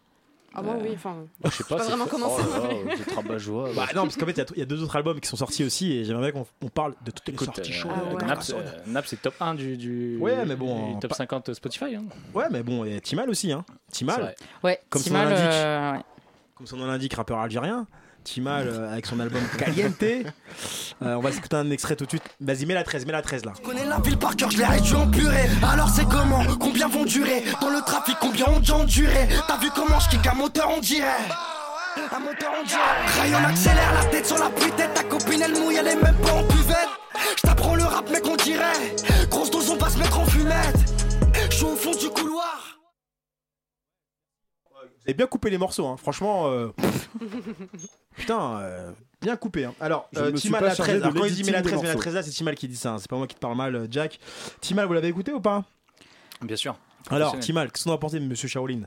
[SPEAKER 4] Ah, moi, oui, enfin.
[SPEAKER 5] Je sais pas,
[SPEAKER 4] pas
[SPEAKER 5] c'est-
[SPEAKER 4] vraiment comment
[SPEAKER 5] oh
[SPEAKER 4] ça
[SPEAKER 5] là là,
[SPEAKER 4] s'appelle.
[SPEAKER 5] vous êtes rabat-joie.
[SPEAKER 2] Bah non, parce qu'en fait, il y a t- il y, a deux autres albums qui sont sortis aussi et j'aimerais bien qu'on on parle de toutes les
[SPEAKER 5] Écoute,
[SPEAKER 2] sorties
[SPEAKER 5] euh,
[SPEAKER 2] chaudes.
[SPEAKER 4] Ah ouais.
[SPEAKER 5] Naps, euh, Naps, c'est top 1 du, du-
[SPEAKER 2] Ouais, mais bon,
[SPEAKER 5] du top
[SPEAKER 2] pas-
[SPEAKER 5] 50 Spotify. hein.
[SPEAKER 2] Ouais, mais bon, et Timal aussi, hein.
[SPEAKER 5] C'est
[SPEAKER 2] Timal,
[SPEAKER 5] vrai.
[SPEAKER 6] Ouais,
[SPEAKER 2] Comme son
[SPEAKER 6] Timal,
[SPEAKER 2] nom l'indique.
[SPEAKER 6] euh, ouais.
[SPEAKER 2] comme son nom l'indique, rappeur algérien. Timal euh, avec son album Caliente. Euh, on va écouter un extrait tout de suite. Vas-y, mets la 13, mets la 13 là.
[SPEAKER 7] Je connais la ville par cœur, je l'ai réduit en purée. Alors c'est comment Combien vont durer Dans le trafic, combien ont dû endurer T'as vu comment je kick un moteur, on dirait un moteur en dirait Rayon accélère, la tête sur la tête Ta copine elle mouille, elle est même pas en cuvette Je t'apprends le rap mec on dirait Grosse dose on va se mettre en fumette Je suis au fond du couloir
[SPEAKER 2] Vous avez bien coupé les morceaux, hein. franchement. euh, Putain, euh, bien coupé. hein. Alors,
[SPEAKER 8] Je ne
[SPEAKER 2] euh,
[SPEAKER 8] me suis
[SPEAKER 2] Timal
[SPEAKER 8] pas
[SPEAKER 2] la
[SPEAKER 8] chargé
[SPEAKER 2] 13,
[SPEAKER 8] de
[SPEAKER 2] alors quand il dit
[SPEAKER 8] l'editing
[SPEAKER 2] mais la
[SPEAKER 8] des
[SPEAKER 2] 13, mais la
[SPEAKER 8] morceaux.
[SPEAKER 2] 13 là, c'est Timal qui dit ça, hein. c'est pas moi qui te parle mal, euh, Jack. Timal, vous l'avez écouté ou pas
[SPEAKER 5] Bien sûr.
[SPEAKER 2] Alors,
[SPEAKER 5] Professionnel.
[SPEAKER 2] Timal, qu'est-ce qu'on a pensé de Monsieur Shaolin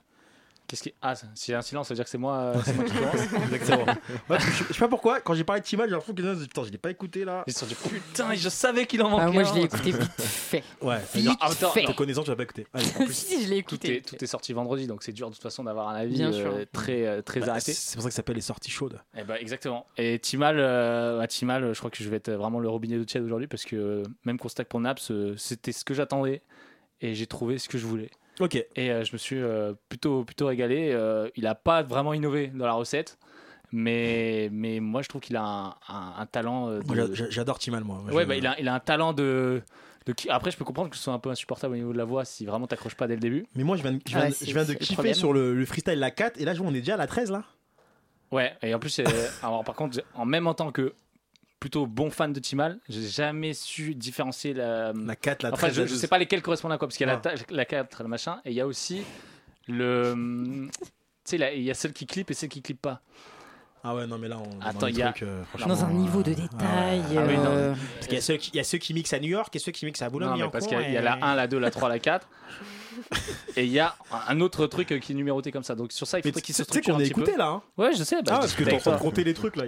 [SPEAKER 5] Qu'est-ce qui. Ah, s'il y a un silence, ça veut dire que c'est moi, euh, c'est moi qui commence.
[SPEAKER 2] Exactement. je, je sais pas pourquoi, quand j'ai parlé de Timal, j'ai l'impression que quelqu'un dit putain, je l'ai pas écouté là.
[SPEAKER 5] Ils se sont dit putain, je savais qu'il en manquait.
[SPEAKER 6] Ah, moi, je l'ai
[SPEAKER 5] un.
[SPEAKER 6] écouté vite fait.
[SPEAKER 2] Ouais,
[SPEAKER 6] Vite
[SPEAKER 2] c'est-à-dire,
[SPEAKER 5] attends,
[SPEAKER 6] fait.
[SPEAKER 2] te connaissant, tu l'as pas écouté. Allez, en plus.
[SPEAKER 6] si, je l'ai
[SPEAKER 5] Tout
[SPEAKER 6] écouté.
[SPEAKER 5] est, tout est sorti vendredi, donc c'est dur de toute façon d'avoir un avis
[SPEAKER 6] Bien
[SPEAKER 5] euh,
[SPEAKER 6] sûr.
[SPEAKER 5] très, euh, très
[SPEAKER 2] Bah,
[SPEAKER 5] arrêté.
[SPEAKER 2] c'est c'est pour ça que ça s'appelle les sorties chaudes.
[SPEAKER 5] Eh ben, exactement. Et Timal, euh, bah, Timal, euh, je crois que je vais être vraiment le robinet de tiède aujourd'hui parce que euh, même constat que pour Naps, euh, c'était ce que j'attendais et j'ai trouvé ce que je voulais.
[SPEAKER 2] Ok.
[SPEAKER 5] Et euh, je me suis euh, plutôt, plutôt régalé. Euh, il n'a pas vraiment innové dans la recette, mais, mais moi je trouve qu'il a un, un- un talent. euh, de-
[SPEAKER 2] Moi, j'a- j'a- J'adore Timal, moi. Moi,
[SPEAKER 5] Ouais,
[SPEAKER 2] je-
[SPEAKER 5] bah, il, a, il a un talent de. de qui- Après, je peux comprendre que ce soit un peu insupportable au niveau de la voix si vraiment t'accroches pas dès le début.
[SPEAKER 2] Mais moi, je viens de, je viens
[SPEAKER 6] Ouais,
[SPEAKER 2] de-
[SPEAKER 6] c'est-
[SPEAKER 2] je viens de
[SPEAKER 6] c'est le
[SPEAKER 2] kiffer
[SPEAKER 6] problème.
[SPEAKER 2] sur le, le freestyle la 4, et là, je vois, on est déjà à la 13 là.
[SPEAKER 5] Ouais, et en plus, euh, alors par contre, en même en tant que plutôt bon fan de Timal, j'ai jamais su différencier la.
[SPEAKER 2] La 4, la 13.
[SPEAKER 5] enfin, je,
[SPEAKER 2] la
[SPEAKER 5] je
[SPEAKER 2] 12.
[SPEAKER 5] sais pas lesquels correspondent à quoi, parce qu'il y a
[SPEAKER 2] Ah.
[SPEAKER 5] la, ta- la 4, le machin, et il y a aussi le. hum, Tu sais, là, il y a celle qui clip et celle qui clip pas.
[SPEAKER 2] Ah ouais, non, mais là, on est
[SPEAKER 5] Attends,
[SPEAKER 2] dans des
[SPEAKER 5] il y a-
[SPEAKER 2] trucs, euh, franchement,
[SPEAKER 6] Dans un
[SPEAKER 2] euh,
[SPEAKER 6] niveau de
[SPEAKER 2] ouais.
[SPEAKER 6] détail.
[SPEAKER 5] Ah oui, non.
[SPEAKER 6] euh,
[SPEAKER 2] Parce qu'il y a ceux qui- il y, a ceux qui mixent à New York et ceux qui mixent à
[SPEAKER 5] Non,
[SPEAKER 2] Boulogne.
[SPEAKER 5] mais parce qu'il y, a- il y a la 1, la 2, la 3, la 4. Et il y a un autre truc euh, qui est numéroté comme ça. Donc sur ça, il
[SPEAKER 2] Mais
[SPEAKER 5] faudrait
[SPEAKER 2] tu
[SPEAKER 5] qu'il se
[SPEAKER 2] sais tu sais
[SPEAKER 5] structure
[SPEAKER 2] qu'on
[SPEAKER 5] un
[SPEAKER 2] est
[SPEAKER 5] petit
[SPEAKER 2] écouté là. hein.
[SPEAKER 5] peu. Ouais, je sais. bah,
[SPEAKER 2] Ah,
[SPEAKER 5] je
[SPEAKER 2] parce que
[SPEAKER 5] discute
[SPEAKER 2] t'es en
[SPEAKER 5] avec
[SPEAKER 2] train de
[SPEAKER 5] toi.
[SPEAKER 2] compter les trucs là.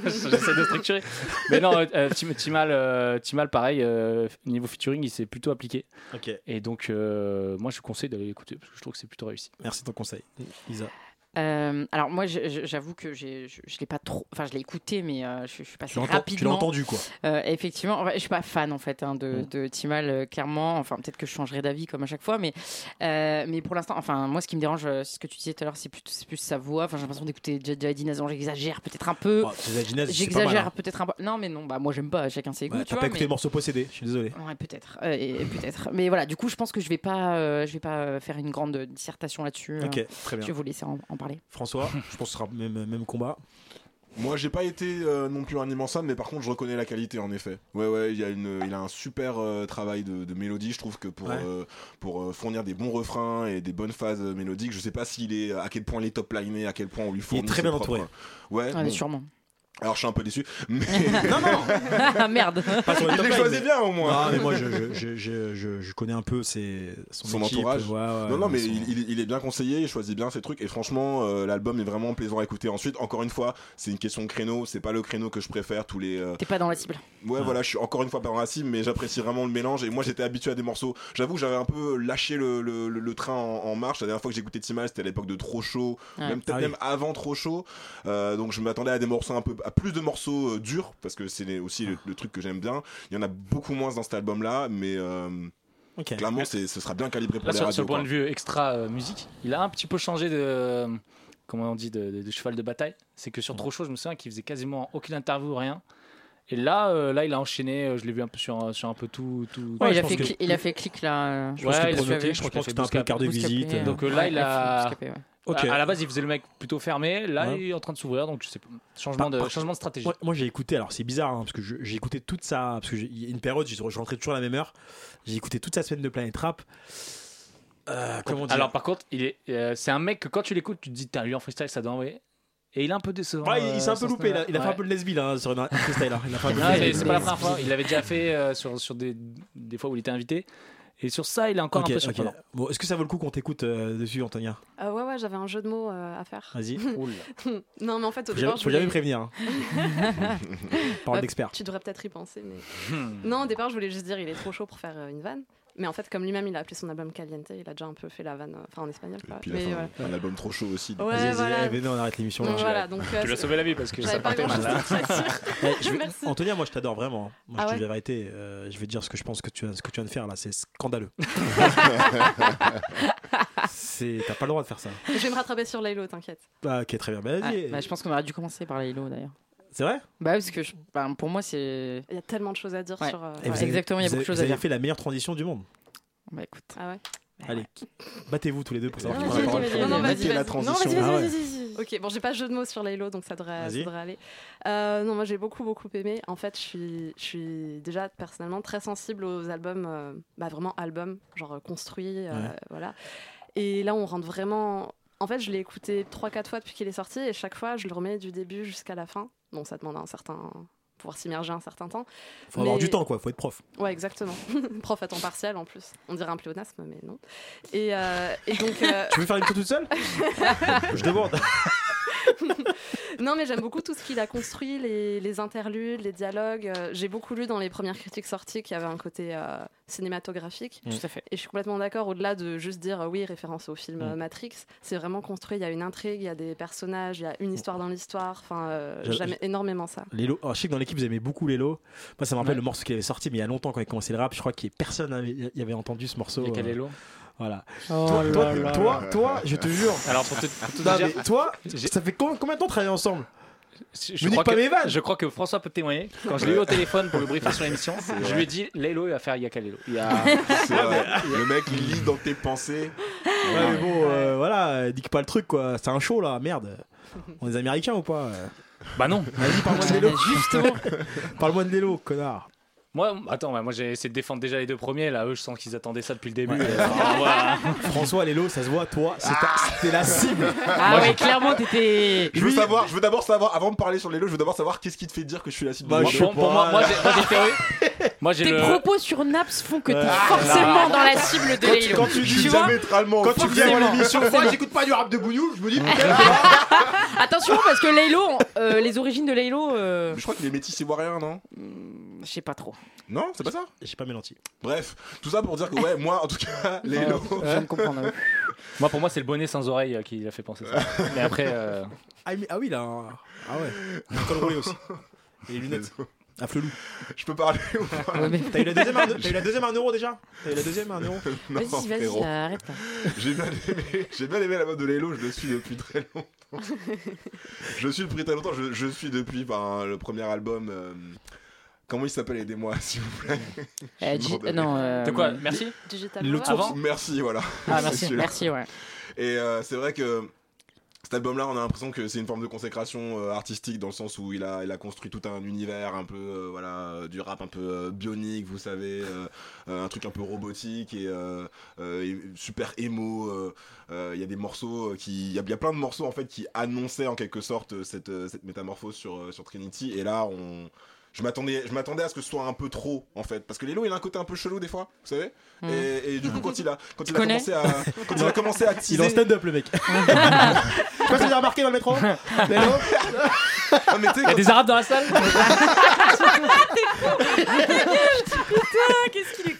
[SPEAKER 5] J'essaie de structurer. Mais non, euh, euh, Tim- Timal, euh, Timal, pareil, euh, niveau featuring, il s'est plutôt appliqué.
[SPEAKER 2] Ok,
[SPEAKER 5] Et donc, euh, moi, je vous conseille d'aller l'écouter parce que je trouve que c'est plutôt réussi.
[SPEAKER 2] merci de ton conseil, Isa.
[SPEAKER 6] euh, alors, moi, je- je- j'avoue que j'ai- je, je l'ai pas trop. Enfin, je l'ai écouté, mais euh, je, je suis
[SPEAKER 2] Tu
[SPEAKER 6] passé
[SPEAKER 2] l'entends- tu l'as
[SPEAKER 6] rapidement.
[SPEAKER 2] entendu quoi. Mm.
[SPEAKER 6] Euh, effectivement, en fait, je suis pas fan en fait hein, de, de Timal euh, clairement. Enfin, peut-être que je changerai d'avis comme à chaque fois, mais euh, mais pour l'instant, enfin moi, ce qui me dérange, euh, ce que tu disais tout à l'heure, c'est plus, c'est plus sa voix. Enfin, j'ai l'impression d'écouter Jadi Nazan. J'exagère peut-être un peu.
[SPEAKER 2] Oh, c'est la Ginez, c'est pas mal,
[SPEAKER 6] J'exagère
[SPEAKER 2] hein.
[SPEAKER 6] peut-être un peu. Non, mais non, bah moi j'aime pas. Chacun ses goûts.
[SPEAKER 2] Ouais,
[SPEAKER 6] tu
[SPEAKER 2] T'as pas
[SPEAKER 6] vois,
[SPEAKER 2] écouté
[SPEAKER 6] mais-
[SPEAKER 2] le morceau possédé, je suis désolé.
[SPEAKER 6] Ouais, peut-être. Euh, et- et peut-être. Mais voilà, du coup, je pense que je vais pas, euh, je vais pas euh, faire une grande dissertation là-dessus. euh,
[SPEAKER 2] Ok, très
[SPEAKER 6] Je
[SPEAKER 2] bien.
[SPEAKER 6] vais vous laisser en, en parler.
[SPEAKER 2] François, je pense que ce sera même, même combat.
[SPEAKER 3] Moi, j'ai pas été euh, non plus un immense fan, mais par contre, je reconnais la qualité en effet. Ouais, ouais, il, y a une, il a un super euh, travail de, de mélodie. Je trouve que pour,
[SPEAKER 2] Ouais.
[SPEAKER 3] euh, pour euh, fournir des bons refrains et des bonnes phases euh, mélodiques, je sais pas s'il est à quel point il est top liné, à quel point on lui fournit.
[SPEAKER 2] très
[SPEAKER 3] ses
[SPEAKER 2] bien
[SPEAKER 3] propres-
[SPEAKER 2] entouré.
[SPEAKER 3] Ouais,
[SPEAKER 6] Ah, mais
[SPEAKER 3] bon.
[SPEAKER 6] sûrement.
[SPEAKER 3] alors je suis un peu déçu, mais
[SPEAKER 2] Non, non,
[SPEAKER 6] ah merde.
[SPEAKER 2] pas sur les
[SPEAKER 3] il
[SPEAKER 2] top
[SPEAKER 3] les
[SPEAKER 2] lines,
[SPEAKER 3] choisit
[SPEAKER 2] mais-
[SPEAKER 3] bien au moins.
[SPEAKER 2] Non, mais moi je, je, je, je, je- je connais un peu ses, son,
[SPEAKER 3] Son
[SPEAKER 2] équipe,
[SPEAKER 3] entourage.
[SPEAKER 2] ouais, ouais,
[SPEAKER 3] Non, non, mais
[SPEAKER 2] son-
[SPEAKER 3] il, il- il est bien conseillé, il choisit bien ses trucs, et franchement, euh, l'album est vraiment plaisant à écouter. Ensuite, encore une fois, c'est une question de créneau, c'est pas le créneau que je préfère. Tous les. euh,
[SPEAKER 6] T'es pas dans la cible.
[SPEAKER 4] Ah.
[SPEAKER 3] Ouais, voilà, je suis encore une fois pas dans la cible, mais j'apprécie vraiment le mélange. Et moi, j'étais habitué à des morceaux. J'avoue, j'avais un peu lâché le, le- le- le train en, en marche. La dernière fois que j'écoutais Timal, c'était à l'époque de Trop Chaud,
[SPEAKER 6] Ouais.
[SPEAKER 3] même peut-être
[SPEAKER 2] Ah oui.
[SPEAKER 3] même avant Trop Chaud. Euh, donc, je m'attendais à des morceaux un peu, à plus de morceaux euh, durs, parce que c'est les- aussi le, le truc que j'aime bien. Il y en a beaucoup moins dans cet album-là, mais euh,
[SPEAKER 2] Ok.
[SPEAKER 3] clairement, c'est, ce sera bien calibré pour
[SPEAKER 5] Là,
[SPEAKER 3] les
[SPEAKER 5] sur, sur
[SPEAKER 3] radios.
[SPEAKER 5] le point
[SPEAKER 3] quoi.
[SPEAKER 5] de vue extra euh, musique, il a un petit peu changé de. euh, Comment on dit De, de- de cheval de bataille. C'est que sur Trop Chaud, je me souviens qu'il faisait quasiment aucune interview, rien. Et là, euh, là, il a enchaîné. euh, Je l'ai vu un peu sur, un- sur un peu tout. tout-
[SPEAKER 2] Ouais,
[SPEAKER 6] Ouais, il,
[SPEAKER 2] je
[SPEAKER 6] a
[SPEAKER 2] pense
[SPEAKER 6] fait
[SPEAKER 2] que-
[SPEAKER 6] cli- il a fait clic là. euh,
[SPEAKER 2] Je pense
[SPEAKER 5] Ouais,
[SPEAKER 2] qu'il
[SPEAKER 5] il
[SPEAKER 2] prenait-
[SPEAKER 5] avait- je
[SPEAKER 2] je pense
[SPEAKER 5] pense
[SPEAKER 2] que c'était un peu
[SPEAKER 5] qu'il
[SPEAKER 2] le quart de
[SPEAKER 6] Bouscapé,
[SPEAKER 2] visite.
[SPEAKER 6] euh,
[SPEAKER 5] Donc, euh, là, il a-
[SPEAKER 6] Bouscapé, ouais.
[SPEAKER 2] Ok.
[SPEAKER 5] À, à la base, il faisait le mec plutôt fermé. Là,
[SPEAKER 2] Ouais.
[SPEAKER 5] il est en train de s'ouvrir. Donc, je sais pas. Changement,
[SPEAKER 2] Par-
[SPEAKER 5] de,
[SPEAKER 2] par-
[SPEAKER 5] changement de stratégie.
[SPEAKER 2] Moi, moi, j'ai écouté, alors c'est bizarre, hein, parce que je- j'ai écouté toute sa. Parce que j'ai- il y a une période, j'ai- je rentrais toujours à la même heure. J'ai écouté toute sa semaine de Planète Rap. Euh, comment dire
[SPEAKER 5] Alors, par contre, il est, euh, c'est un mec que quand tu l'écoutes, tu te dis, Tain, lui en freestyle, ça doit envoyer. Et il est un peu décevant.
[SPEAKER 2] Ouais, il, il s'est
[SPEAKER 5] euh,
[SPEAKER 2] un peu
[SPEAKER 5] sur ce
[SPEAKER 2] loupé, il a, il a fait
[SPEAKER 5] ouais.
[SPEAKER 2] un peu de lesbile hein, sur une un freestyle. hein. Il a fait un peu
[SPEAKER 5] Ah,
[SPEAKER 2] de
[SPEAKER 5] mais
[SPEAKER 2] lesbile.
[SPEAKER 5] c'est pas la première fois. Il l'avait déjà fait euh, sur, sur des, des fois où il était invité. Et sur ça, il est encore
[SPEAKER 2] Ok,
[SPEAKER 5] un peu
[SPEAKER 2] ok.
[SPEAKER 5] surprenant.
[SPEAKER 2] Bon, est-ce que ça vaut le coup qu'on t'écoute euh, dessus, Antonia
[SPEAKER 4] Euh, ouais, ouais, j'avais un jeu de mots euh, à faire.
[SPEAKER 2] Vas-y.
[SPEAKER 5] Oula.
[SPEAKER 4] non, mais en fait, au
[SPEAKER 2] Faut
[SPEAKER 4] départ,
[SPEAKER 2] jamais,
[SPEAKER 4] je
[SPEAKER 2] faut
[SPEAKER 4] voulais-
[SPEAKER 2] jamais
[SPEAKER 4] Bah,
[SPEAKER 2] prévenir. hein. Parole
[SPEAKER 4] Ouais,
[SPEAKER 2] d'expert.
[SPEAKER 4] Tu devrais peut-être y penser. Mais... non, au départ, je voulais juste dire il est trop chaud pour faire euh, une vanne. Mais en fait, comme lui-même, il a appelé son album Caliente, il a déjà un peu fait la vanne, euh, enfin en espagnol. Quoi.
[SPEAKER 3] Puis il a
[SPEAKER 4] Mais
[SPEAKER 3] fait
[SPEAKER 4] voilà.
[SPEAKER 3] un, un album trop chaud aussi. donc.
[SPEAKER 4] Ouais,
[SPEAKER 2] Vas-y, vas-y,
[SPEAKER 4] voilà.
[SPEAKER 2] allez, venez, on arrête l'émission là.
[SPEAKER 4] Donc, voilà, donc, euh,
[SPEAKER 5] Tu l'as sauvé la vie parce que ça
[SPEAKER 4] j'avais pas
[SPEAKER 5] partait mal.
[SPEAKER 4] grand-chose
[SPEAKER 5] là.
[SPEAKER 4] à te dire.
[SPEAKER 2] Eh, je vais-
[SPEAKER 4] Merci.
[SPEAKER 2] Antonia, moi je t'adore vraiment.
[SPEAKER 4] Ah
[SPEAKER 2] Moi je te
[SPEAKER 4] ouais
[SPEAKER 2] dis la vérité. euh, je vais te dire ce que je pense que tu, ce que tu viens de faire là. C'est scandaleux. C'est- T'as pas le droit de faire ça.
[SPEAKER 4] Je vais me rattraper sur Laylo, t'inquiète.
[SPEAKER 2] Bah, ok, très bien. Bah,
[SPEAKER 6] Ah,
[SPEAKER 2] vas-y.
[SPEAKER 6] bah, je pense qu'on aurait dû commencer par les Hello d'ailleurs.
[SPEAKER 2] C'est vrai
[SPEAKER 6] Bah, parce que je- bah, pour moi, c'est.
[SPEAKER 4] Il y a tellement de choses à dire
[SPEAKER 6] Ouais.
[SPEAKER 4] sur. euh,
[SPEAKER 2] Et vous
[SPEAKER 4] ouais.
[SPEAKER 2] avez-
[SPEAKER 6] Exactement, il y a
[SPEAKER 2] vous
[SPEAKER 6] beaucoup
[SPEAKER 2] avez-
[SPEAKER 6] de choses
[SPEAKER 2] vous
[SPEAKER 6] à
[SPEAKER 2] avez
[SPEAKER 6] dire.
[SPEAKER 2] fait la meilleure transition du monde.
[SPEAKER 6] Bah, écoute.
[SPEAKER 4] Ah ouais.
[SPEAKER 2] Allez, battez-vous tous les deux pour savoir
[SPEAKER 4] Non,
[SPEAKER 2] qui
[SPEAKER 4] vas-y,
[SPEAKER 2] prend la
[SPEAKER 4] vas-y,
[SPEAKER 2] parole.
[SPEAKER 4] vas-y, non, non, vas-y,
[SPEAKER 3] Quelle est la
[SPEAKER 4] vas-y.
[SPEAKER 3] transition
[SPEAKER 4] Non, vas-y,
[SPEAKER 2] Ah
[SPEAKER 4] vas-y,
[SPEAKER 2] ouais.
[SPEAKER 4] vas-y, vas-y. Ok, bon, j'ai pas de jeu de mots sur Laylo, donc ça devrait,
[SPEAKER 2] Vas-y.
[SPEAKER 4] ça devrait aller. Euh, non, moi j'ai beaucoup, beaucoup aimé. En fait, je suis, je suis déjà personnellement très sensible aux albums, euh, bah, vraiment albums, genre euh, construits, euh,
[SPEAKER 2] Ouais.
[SPEAKER 4] voilà. Et là, on rentre vraiment. En fait, je l'ai écouté 3-4 fois depuis qu'il est sorti, et chaque fois, je le remets du début jusqu'à la fin. Bon, ça demande un certain. pouvoir s'immerger un certain temps.
[SPEAKER 2] Faut avoir
[SPEAKER 4] Mais-
[SPEAKER 2] du temps quoi. Faut être prof.
[SPEAKER 4] Ouais, exactement. Prof à temps partiel en plus. On dirait un pléonasme, mais non. Et, euh, et donc. euh,
[SPEAKER 2] Tu veux faire une toute seule Je demande.
[SPEAKER 4] Non, mais j'aime beaucoup tout ce qu'il a construit, les, les interludes, les dialogues. Euh, J'ai beaucoup lu dans les premières critiques sorties qu'il y avait un côté euh, cinématographique.
[SPEAKER 6] Tout à fait.
[SPEAKER 4] Et je suis complètement d'accord, au-delà de juste dire euh, oui, référence au film euh,
[SPEAKER 2] Mm.
[SPEAKER 4] Matrix, c'est vraiment construit. Il y a une intrigue, il y a des personnages, il y a une histoire dans l'histoire. Enfin, euh,
[SPEAKER 2] Je-
[SPEAKER 4] j'aime énormément ça.
[SPEAKER 2] Lélo, alors, je sais que dans l'équipe vous aimez beaucoup Lélo. Moi ça me rappelle
[SPEAKER 5] Ouais.
[SPEAKER 2] le morceau qu'il avait sorti mais il y a longtemps quand il commençait le rap. Je crois que personne n'avait- y avait entendu ce morceau.
[SPEAKER 5] Il y a quel
[SPEAKER 2] euh,
[SPEAKER 5] Hello
[SPEAKER 2] Voilà. toi, toi, toi, toi, je te jure.
[SPEAKER 5] Alors, pour te, pour te
[SPEAKER 2] Non,
[SPEAKER 5] dire,
[SPEAKER 2] mais toi,
[SPEAKER 5] j'ai-
[SPEAKER 2] ça fait com- combien de temps de travailler ensemble
[SPEAKER 5] je,
[SPEAKER 2] me
[SPEAKER 5] crois
[SPEAKER 2] nique pas
[SPEAKER 5] que,
[SPEAKER 2] mes vannes.
[SPEAKER 5] je crois que François peut témoigner. Quand je l'ai eu au téléphone pour le briefer sur l'émission, je
[SPEAKER 3] vrai.
[SPEAKER 5] lui ai dit Lélo, il va faire Yakalelo. Il y a...
[SPEAKER 3] C'est vrai. Le mec, il lit dans tes pensées.
[SPEAKER 2] Ouais, mais bon, euh, voilà, euh, dis que pas le truc quoi. C'est un show là, merde. On est américains ou pas euh
[SPEAKER 5] Bah non.
[SPEAKER 2] Vas-y, parle-moi de Lélo. Justement. parle-moi de Lélo, connard.
[SPEAKER 5] Moi, attends, bah, moi j'ai essayé de défendre déjà les deux premiers. Là, eux, je sens qu'ils attendaient ça depuis le début. Euh, au revoir.
[SPEAKER 2] François, Lélo, ça se voit, toi, c'est ta- c'était la cible.
[SPEAKER 6] Ah, ouais, clairement, t'étais.
[SPEAKER 3] Je veux savoir, je veux d'abord savoir, avant de parler sur les lots, je veux d'abord savoir qu'est-ce qui te fait dire que je suis la cible.
[SPEAKER 2] Bah,
[SPEAKER 3] de
[SPEAKER 5] Moi,
[SPEAKER 2] je-
[SPEAKER 3] Matrix.
[SPEAKER 5] pour,
[SPEAKER 2] sais
[SPEAKER 5] pour moi,
[SPEAKER 2] pas.
[SPEAKER 5] moi, j'ai- moi, j'ai théorie. Moi, j'ai
[SPEAKER 6] Tes
[SPEAKER 3] Euh,
[SPEAKER 5] le.
[SPEAKER 6] propos sur Naps font que t'es
[SPEAKER 2] Ouais.
[SPEAKER 6] forcément dans la cible de Hello.
[SPEAKER 3] Quand tu dis
[SPEAKER 6] tu vois
[SPEAKER 3] diamétralement,
[SPEAKER 2] Quand tu viens à
[SPEAKER 3] forcément.
[SPEAKER 2] l'émission,
[SPEAKER 3] moi j'écoute pas du rap de Bouillou, je me dis.
[SPEAKER 6] Attention, parce que Laylo, euh, les origines de Laylo, euh,
[SPEAKER 3] Je crois qu'il est métis ivoirien, non
[SPEAKER 6] hmm, je sais pas trop.
[SPEAKER 3] Non, c'est pas ça
[SPEAKER 2] j'ai pas mélangé.
[SPEAKER 3] Bref, tout ça pour dire que, ouais, moi en tout cas, les
[SPEAKER 6] Euh,
[SPEAKER 3] lots.
[SPEAKER 6] je viens de comprendre. ouais.
[SPEAKER 5] Moi, pour moi, c'est le bonnet sans oreille euh, qui l'a fait penser ça. Mais après, euh,
[SPEAKER 2] Ah, mais- ah oui, là. un- Ah ouais. Un col roulé aussi. Et les lunettes. Un flelou.
[SPEAKER 3] Je peux parler ou pas
[SPEAKER 6] Ouais, mais-
[SPEAKER 2] T'as eu la deuxième à un- t'as eu la deuxième à un euro déjà T'as eu la deuxième à un euro
[SPEAKER 3] Non,
[SPEAKER 6] Vas-y, vas-y,
[SPEAKER 3] frérot.
[SPEAKER 6] là, arrête. là.
[SPEAKER 3] J'ai bien aimé, j'ai bien aimé la mode de Lélo, je le suis depuis très longtemps. je suis depuis très longtemps, je, je suis depuis par le premier album. euh, comment il s'appelle Aidez-moi, s'il vous plaît.
[SPEAKER 6] Euh,
[SPEAKER 3] Je
[SPEAKER 6] J-
[SPEAKER 3] suis mort de
[SPEAKER 6] euh, non, euh,
[SPEAKER 5] de quoi Merci.
[SPEAKER 4] Digital
[SPEAKER 2] Le
[SPEAKER 4] Power.
[SPEAKER 5] tour- Avant
[SPEAKER 3] Merci, voilà.
[SPEAKER 6] Ah,
[SPEAKER 3] C'est
[SPEAKER 6] merci,
[SPEAKER 3] celui-là.
[SPEAKER 6] merci, ouais.
[SPEAKER 3] Et euh, c'est vrai que cet album-là, on a l'impression que c'est une forme de consécration euh, artistique dans le sens où il a, il a construit tout un univers un peu euh, voilà euh, du rap un peu euh, bionique, vous savez, euh, euh, un truc un peu robotique et euh, euh, et super émo. euh, euh, Il y a des morceaux euh, qui, il y, a- il y a plein de morceaux en fait qui annonçaient en quelque sorte euh, cette, euh, cette métamorphose sur euh, sur Trinity. Et là, on je m'attendais, je m'attendais à ce que ce soit un peu trop en fait, parce que Lelo il a un côté un peu chelou des fois, vous savez.
[SPEAKER 6] Mm.
[SPEAKER 3] Et, et du coup quand il a, quand il a
[SPEAKER 6] connais
[SPEAKER 3] commencé à, quand il a commencé à
[SPEAKER 2] Il est en
[SPEAKER 3] teaser-
[SPEAKER 2] stand-up le mec. Je sais pas si vous avez remarqué dans le métro. Lélo,
[SPEAKER 3] Ah, mais tu sais,
[SPEAKER 5] Il y a des Arabes dans la salle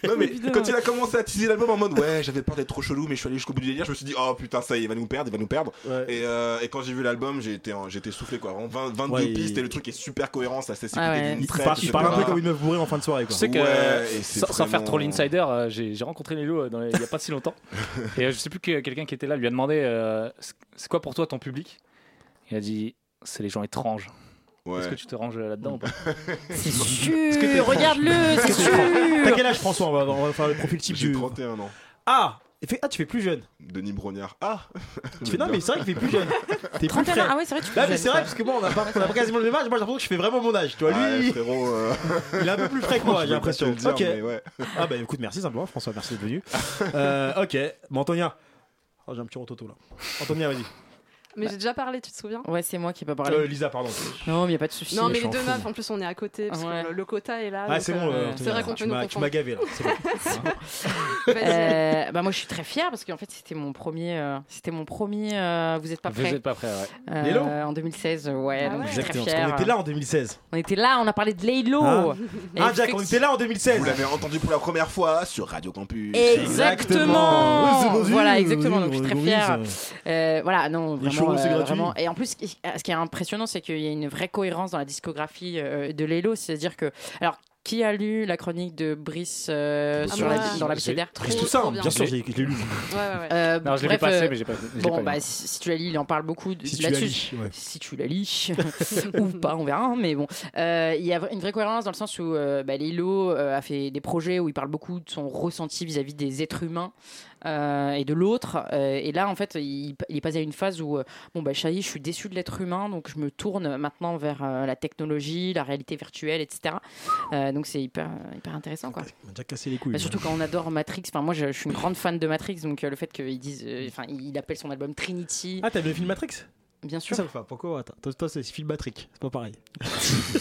[SPEAKER 3] Non, mais quand il a commencé à teaser l'album en mode ouais j'avais peur d'être trop chelou mais je suis allé jusqu'au bout du délire je me suis dit oh putain ça y est il va nous perdre il va nous perdre
[SPEAKER 2] Ouais.
[SPEAKER 3] et, euh, et quand j'ai vu l'album j'ai été en- j'ai été soufflé quoi vraiment 20 22
[SPEAKER 2] Ouais, il-
[SPEAKER 3] pistes et le truc est super cohérent ça s'est
[SPEAKER 6] Ah ouais.
[SPEAKER 2] Il parle, il parle un peu comme une meuf bourrée en fin de soirée.
[SPEAKER 5] Tu
[SPEAKER 2] Quoi.
[SPEAKER 5] sais que,
[SPEAKER 3] Ouais,
[SPEAKER 5] euh,
[SPEAKER 3] et c'est
[SPEAKER 5] sans, sans faire
[SPEAKER 3] vraiment-
[SPEAKER 5] trop l'insider, euh, j'ai j'ai rencontré Lélo euh, dans les- il n'y a pas si longtemps. Et euh, je sais plus que quelqu'un qui était là lui a demandé euh, C'est c'est quoi pour toi ton public Il a dit C'est les gens étranges.
[SPEAKER 3] ouais.
[SPEAKER 5] Est-ce que tu te ranges euh, là-dedans ou pas
[SPEAKER 6] C'est
[SPEAKER 2] que t'es
[SPEAKER 6] sûr,
[SPEAKER 2] franche
[SPEAKER 6] regarde-le, c'est
[SPEAKER 2] Est-ce que t'es franche T'as
[SPEAKER 6] sûr.
[SPEAKER 2] quel âge François on va, on va faire le profil type
[SPEAKER 3] j'ai
[SPEAKER 2] du.
[SPEAKER 3] 31 ans
[SPEAKER 2] Ah Il fait- Ah, tu fais plus jeune.
[SPEAKER 3] Denis Brognard ah
[SPEAKER 2] Tu fais non, mais c'est vrai qu'il fait plus jeune. T'es plus
[SPEAKER 6] 31
[SPEAKER 2] frère.
[SPEAKER 6] ah ouais, c'est vrai, tu
[SPEAKER 2] Là,
[SPEAKER 6] peux
[SPEAKER 2] mais c'est vrai, parce que moi, on a pas, on a pas quasiment le même âge. Moi, j'ai l'impression que je fais vraiment mon âge. Tu vois,
[SPEAKER 3] Ah,
[SPEAKER 2] lui,
[SPEAKER 3] frérot euh,
[SPEAKER 2] il est un peu plus frais que moi,
[SPEAKER 3] je
[SPEAKER 2] j'ai
[SPEAKER 3] vais pas te
[SPEAKER 2] l'impression.
[SPEAKER 3] le dire,
[SPEAKER 2] Ok.
[SPEAKER 3] mais ouais.
[SPEAKER 2] Ah, bah écoute, merci simplement, François, merci d'être venu. Euh, ok, bon, Antonia. Oh, j'ai un petit rototo là. Antonia, vas-y.
[SPEAKER 4] Mais j'ai déjà parlé, tu te souviens
[SPEAKER 6] Ouais, c'est moi qui ai pas parlé.
[SPEAKER 2] Euh, Lisa, pardon.
[SPEAKER 6] Non, mais y a pas de souci.
[SPEAKER 4] Non, mais
[SPEAKER 6] je
[SPEAKER 4] les
[SPEAKER 6] m'en
[SPEAKER 4] deux
[SPEAKER 6] fous.
[SPEAKER 4] meufs, en plus, on est à côté, parce
[SPEAKER 6] Ouais.
[SPEAKER 4] que le, le quota est là.
[SPEAKER 2] Ah,
[SPEAKER 4] donc,
[SPEAKER 2] c'est
[SPEAKER 4] euh,
[SPEAKER 2] bon. euh,
[SPEAKER 4] c'est
[SPEAKER 2] Antonia,
[SPEAKER 4] vrai qu'on
[SPEAKER 2] tu
[SPEAKER 4] peut nous
[SPEAKER 2] m'as- Tu m'as
[SPEAKER 4] confondre.
[SPEAKER 2] gavé là. c'est bon.
[SPEAKER 4] Vas-y.
[SPEAKER 6] Euh, bah moi je suis très fière parce qu'en fait c'était mon premier euh, c'était mon premier euh, vous êtes pas
[SPEAKER 5] Vous
[SPEAKER 6] prêts
[SPEAKER 5] êtes pas prêts, ouais.
[SPEAKER 6] euh,
[SPEAKER 2] Lélo
[SPEAKER 6] en 2016 ouais
[SPEAKER 4] Ah
[SPEAKER 6] donc
[SPEAKER 4] ouais.
[SPEAKER 6] je suis très
[SPEAKER 2] Exactement.
[SPEAKER 6] fière
[SPEAKER 2] Parce qu'on était là en 2016.
[SPEAKER 6] on était là on a parlé de Lélo
[SPEAKER 2] Ah.
[SPEAKER 6] Et
[SPEAKER 2] Ah, Jack, on était là en
[SPEAKER 3] Vous
[SPEAKER 2] 2016.
[SPEAKER 3] l'avez entendu pour la première fois sur Radio Campus.
[SPEAKER 6] Exactement.
[SPEAKER 2] Ouais, c'est bon, c'est
[SPEAKER 6] Voilà,
[SPEAKER 2] bon,
[SPEAKER 6] exactement.
[SPEAKER 2] c'est
[SPEAKER 6] Donc je suis très
[SPEAKER 2] bon,
[SPEAKER 6] fière.
[SPEAKER 2] oui,
[SPEAKER 6] Euh, voilà, non,
[SPEAKER 2] Les
[SPEAKER 6] vraiment,
[SPEAKER 2] chevaux, c'est
[SPEAKER 6] euh,
[SPEAKER 2] gratuit.
[SPEAKER 6] vraiment. Et en plus, ce qui euh, ce qui est impressionnant, c'est qu'il y a une vraie cohérence dans la discographie euh, de Lélo. C'est-à-dire que. Alors, qui a lu la chronique de Brice euh,
[SPEAKER 4] Ah,
[SPEAKER 6] sur
[SPEAKER 4] moi.
[SPEAKER 6] la- dans l'abécédaire
[SPEAKER 4] Trop,
[SPEAKER 2] C'est tout ça,
[SPEAKER 4] trop
[SPEAKER 2] bien sûr, j'ai- je l'ai lu.
[SPEAKER 4] Ouais, ouais, ouais.
[SPEAKER 6] Euh,
[SPEAKER 5] Non, je l'ai vu
[SPEAKER 6] bref,
[SPEAKER 5] passer,
[SPEAKER 6] euh,
[SPEAKER 5] mais j'ai pas je l'ai pas
[SPEAKER 6] Bon,
[SPEAKER 5] lu.
[SPEAKER 6] bah, si, si tu la lis, il en parle beaucoup de-
[SPEAKER 2] Si tu
[SPEAKER 6] là-dessus.
[SPEAKER 2] as lu, ouais.
[SPEAKER 6] si tu la lis ou pas, on verra. hein, mais bon, Euh, il y a une vraie cohérence dans le sens où euh, bah, Lilo euh, a fait des projets où il parle beaucoup de son ressenti vis-à-vis des êtres humains euh, et de l'autre. Euh, et là, en fait, il, il est passé à une phase où euh, bon bah ça y est, je suis déçu de l'être humain, donc je me tourne maintenant vers euh, la technologie, la réalité virtuelle, etc. Euh, donc c'est hyper hyper intéressant quoi.
[SPEAKER 2] Il m'a déjà cassé les couilles.
[SPEAKER 6] Bah, surtout quand on adore Matrix. Enfin moi, je, je suis une grande fan de Matrix, donc euh, le fait qu'ils disent, euh, enfin il appelle son album Trinity,
[SPEAKER 2] Ah, t'as vu le film Matrix
[SPEAKER 6] bien sûr.
[SPEAKER 2] Ça me fait pourquoi Attends, toi, toi, c'est film Matrix, c'est pas pareil.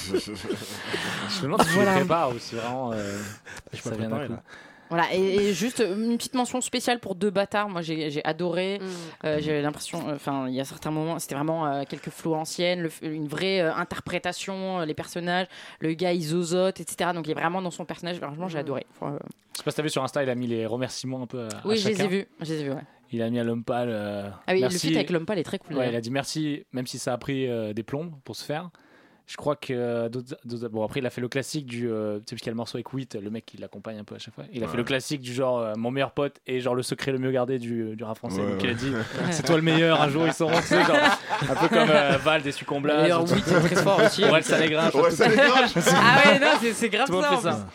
[SPEAKER 5] Je me demande si je
[SPEAKER 6] Voilà.
[SPEAKER 5] le prépare ou si vraiment. euh,
[SPEAKER 2] Je suis
[SPEAKER 5] Ça
[SPEAKER 2] pas
[SPEAKER 5] vient d'un
[SPEAKER 2] préparé
[SPEAKER 5] coup.
[SPEAKER 2] là.
[SPEAKER 6] Voilà, et, et juste euh, une petite mention spéciale pour deux bâtards. Moi, j'ai j'ai adoré.
[SPEAKER 4] Mm.
[SPEAKER 6] Euh, j'ai l'impression, euh, enfin, il y a certains moments, c'était vraiment euh, quelques flots anciennes, le f- une vraie euh, interprétation, euh, les personnages, le gars il zozote, etc. Donc il est vraiment dans son personnage. Franchement, j'ai
[SPEAKER 4] Mm.
[SPEAKER 6] adoré. Enfin, euh,
[SPEAKER 5] Je sais pas si t'as vu sur Insta, il a mis les remerciements un peu. à- à
[SPEAKER 6] oui, je les
[SPEAKER 5] chacun.
[SPEAKER 6] ai vus. Je les ai vus. ouais.
[SPEAKER 5] Il a mis à l'homme pâle. euh,
[SPEAKER 6] Ah oui, le
[SPEAKER 5] merci.
[SPEAKER 6] feat avec l'homme pâle est très cool.
[SPEAKER 5] Ouais, il
[SPEAKER 6] d'ailleurs.
[SPEAKER 5] a dit merci, même si ça a pris euh, des plombes pour se faire. Je crois que euh, d'autres. d'autres- Bon, après, il a fait le classique du. euh, tu sais, puisqu'il y a le morceau avec Wheat, le mec qui l'accompagne un peu à chaque fois. Il a fait le classique du genre euh, mon meilleur pote et genre le secret le mieux gardé du, du rap français.
[SPEAKER 3] Ouais,
[SPEAKER 5] donc
[SPEAKER 3] ouais.
[SPEAKER 5] il a dit c'est toi le meilleur, un jour ils seront. tu sais, genre, un peu comme euh, Val des Succomblas.
[SPEAKER 6] D'ailleurs, oui, il est très fort aussi. hein.
[SPEAKER 5] Aurel Sanégrin,
[SPEAKER 3] Ouais, ça décroche.
[SPEAKER 6] ah ouais, non, c'est- c'est grave
[SPEAKER 5] Tout le monde
[SPEAKER 6] ça. en
[SPEAKER 5] fait ça.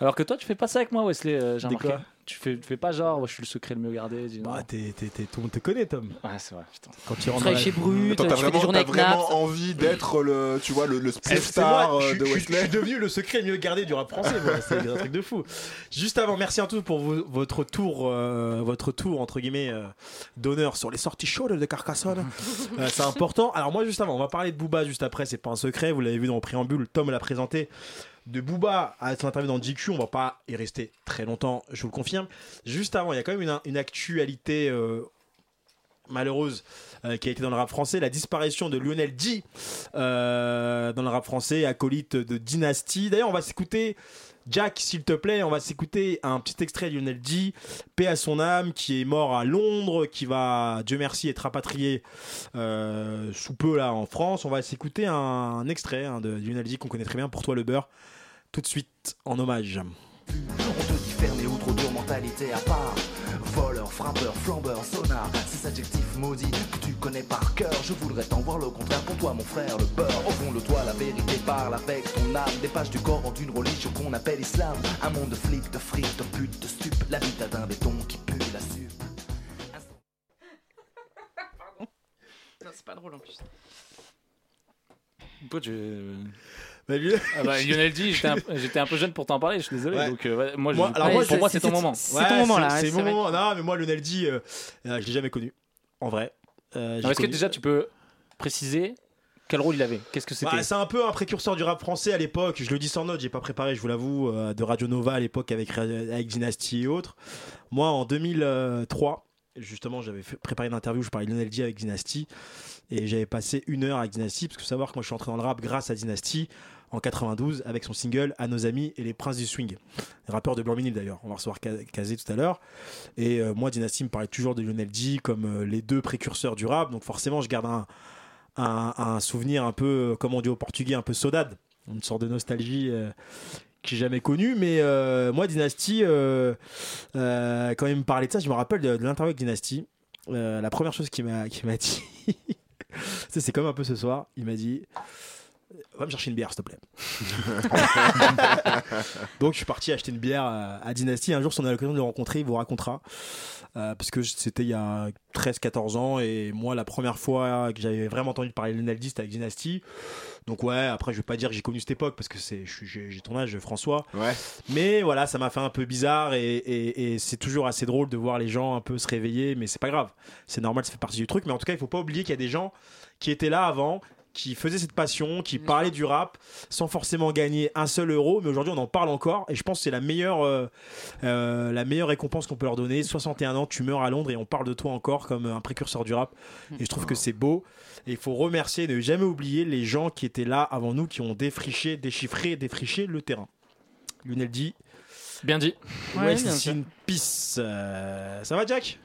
[SPEAKER 5] Alors que toi, tu fais pas ça avec moi, Wesley. euh, j'ai
[SPEAKER 2] Des
[SPEAKER 5] remarqué.
[SPEAKER 2] quoi
[SPEAKER 5] Tu fais, tu fais pas genre, ouais, je suis le secret le mieux gardé. dis non.
[SPEAKER 2] Bah, t'es, t'es, t'es, tout le monde te connaît, Tom.
[SPEAKER 5] Ouais, c'est vrai, putain.
[SPEAKER 2] Quand tu
[SPEAKER 6] plus. Tu
[SPEAKER 2] rentres dans la-
[SPEAKER 6] travailles chez Brut,
[SPEAKER 3] Attends,
[SPEAKER 6] tu
[SPEAKER 3] t'as
[SPEAKER 6] fais des
[SPEAKER 3] vraiment,
[SPEAKER 6] journées
[SPEAKER 3] t'as
[SPEAKER 6] avec Naps.
[SPEAKER 3] vraiment envie d'être le, tu vois, le, le
[SPEAKER 2] Eh, C'est-
[SPEAKER 3] split
[SPEAKER 2] c'est
[SPEAKER 3] star
[SPEAKER 2] moi, je
[SPEAKER 3] euh,
[SPEAKER 2] suis-
[SPEAKER 3] de
[SPEAKER 2] je suis- Je
[SPEAKER 3] Wesley.
[SPEAKER 2] suis devenu le secret mieux gardé du rap français. moi, c'est un truc de fou. Juste avant, merci à tous pour vo- votre tour, euh, votre tour entre guillemets euh, d'honneur sur les sorties chaudes de Carcassonne. Euh, c'est important. Alors moi, juste avant, on va parler de Booba juste après. C'est pas un secret. Vous l'avez vu dans le préambule. Tom l'a présenté. De Booba à son interview dans GQ, on va pas y rester très longtemps, je vous le confirme. Juste avant, il y a quand même une, une actualité euh, malheureuse euh, qui a été dans le rap français, la disparition de Lionel D euh, dans le rap français, acolyte de Dynasty. D'ailleurs, on va s'écouter, Jack, s'il te plaît, on va s'écouter un petit extrait de Lionel D, paix à son âme, qui est mort à Londres, qui va, Dieu merci, être rapatrié euh, sous peu là en France. On va s'écouter un, un extrait hein, de Lionel D qu'on connaît très bien, pour toi le beurre, tout de suite en hommage.
[SPEAKER 10] On te dit fermé ou trop dur, mentalité à part. Voleur, frappeur, flambeur, sonar, ces adjectifs maudits que tu connais par cœur. Je voudrais t'en voir le contraire pour toi, mon frère, le beurre. Au fond de toi, la vérité parle avec ton âme. Des pages du Coran d'une religion qu'on appelle islam. Un monde de flics, de fric, de putes, de stupes. L'habitat d'un béton qui pue la sup.
[SPEAKER 6] Non, C'est pas drôle en plus.
[SPEAKER 5] Pourquoi tu-
[SPEAKER 2] Bah, lui-
[SPEAKER 5] Ah bah, Lionel dit, j'étais un, j'étais un peu jeune pour t'en parler, je suis désolé.
[SPEAKER 2] Ouais.
[SPEAKER 5] Donc, euh, ouais, moi, je-
[SPEAKER 2] Moi, alors
[SPEAKER 5] pour
[SPEAKER 2] moi,
[SPEAKER 5] pour
[SPEAKER 2] je-
[SPEAKER 5] moi, c'est ton moment.
[SPEAKER 6] C'est ton moment là. ouais,
[SPEAKER 2] C'est mon
[SPEAKER 6] vrai.
[SPEAKER 2] moment. Non, mais moi, Lionel D, euh, euh, je l'ai jamais connu, en vrai. Euh, j'ai
[SPEAKER 5] Non, Est-ce que
[SPEAKER 2] connu-
[SPEAKER 5] déjà tu peux préciser quel rôle il avait Qu'est-ce que c'était
[SPEAKER 2] Bah, c'est un peu un précurseur du rap français à l'époque. Je le dis sans note, j'ai pas préparé, je vous l'avoue, euh, de Radio Nova à l'époque avec, Ra- avec Dynasty et autres. Moi, en 2003, justement, j'avais fait- préparé une interview où je parlais de Lionel D avec Dynasty et j'avais passé une heure avec Dynasty parce que faut savoir que moi, je suis entré dans le rap grâce à Dynasty en 92 avec son single À nos amis et les princes du swing. Rappeur de Blanc-Minil d'ailleurs, on va recevoir Ka- Kazé tout à l'heure. Et euh, moi, Dynasty me parlait toujours de Lionel D comme euh, les deux précurseurs du rap, donc forcément, je garde un un, un souvenir un peu, euh, comme on dit au portugais, un peu sodade. Une sorte de nostalgie euh, que j'ai jamais connue. Mais euh, moi, Dynasty, euh, euh, quand il me parlait de ça, je me rappelle de, de l'interview avec Dynasty. Euh, la première chose qu'il m'a, qu'il m'a dit, Tu sais, c'est comme un peu ce soir, il m'a dit va me chercher une bière, s'il te plaît. Donc, je suis parti acheter une bière à, à Dynasty. Un jour, si on a l'occasion de le rencontrer, il vous racontera. Euh, parce que c'était il y a 13-14 ans. Et moi, la première fois que j'avais vraiment entendu parler de Lunaldi, c'était avec Dynasty. Donc, ouais, après, je vais pas dire que j'ai connu cette époque parce que c'est, je suis- j'ai j'ai ton âge, François.
[SPEAKER 3] Ouais.
[SPEAKER 2] Mais voilà, ça m'a fait un peu bizarre. Et, et- et c'est toujours assez drôle de voir les gens un peu se réveiller. Mais c'est pas grave. C'est normal, ça fait partie du truc. Mais en tout cas, il faut pas oublier qu'il y a des gens qui étaient là avant qui faisaient cette passion, qui parlaient du rap sans forcément gagner un seul euro, mais aujourd'hui on en parle encore et je pense que c'est la meilleure, euh, euh, la meilleure récompense qu'on peut leur donner. 61 ans, tu meurs à Londres et on parle de toi encore comme euh, un précurseur du rap et je trouve que c'est beau et il faut remercier, ne jamais oublier les gens qui étaient là avant nous, qui ont défriché, déchiffré, défriché le terrain. Lionel dit,
[SPEAKER 5] Bien dit.
[SPEAKER 6] Ouais,
[SPEAKER 2] West
[SPEAKER 6] bien sûr.
[SPEAKER 2] in Peace. Euh, ça va, Jack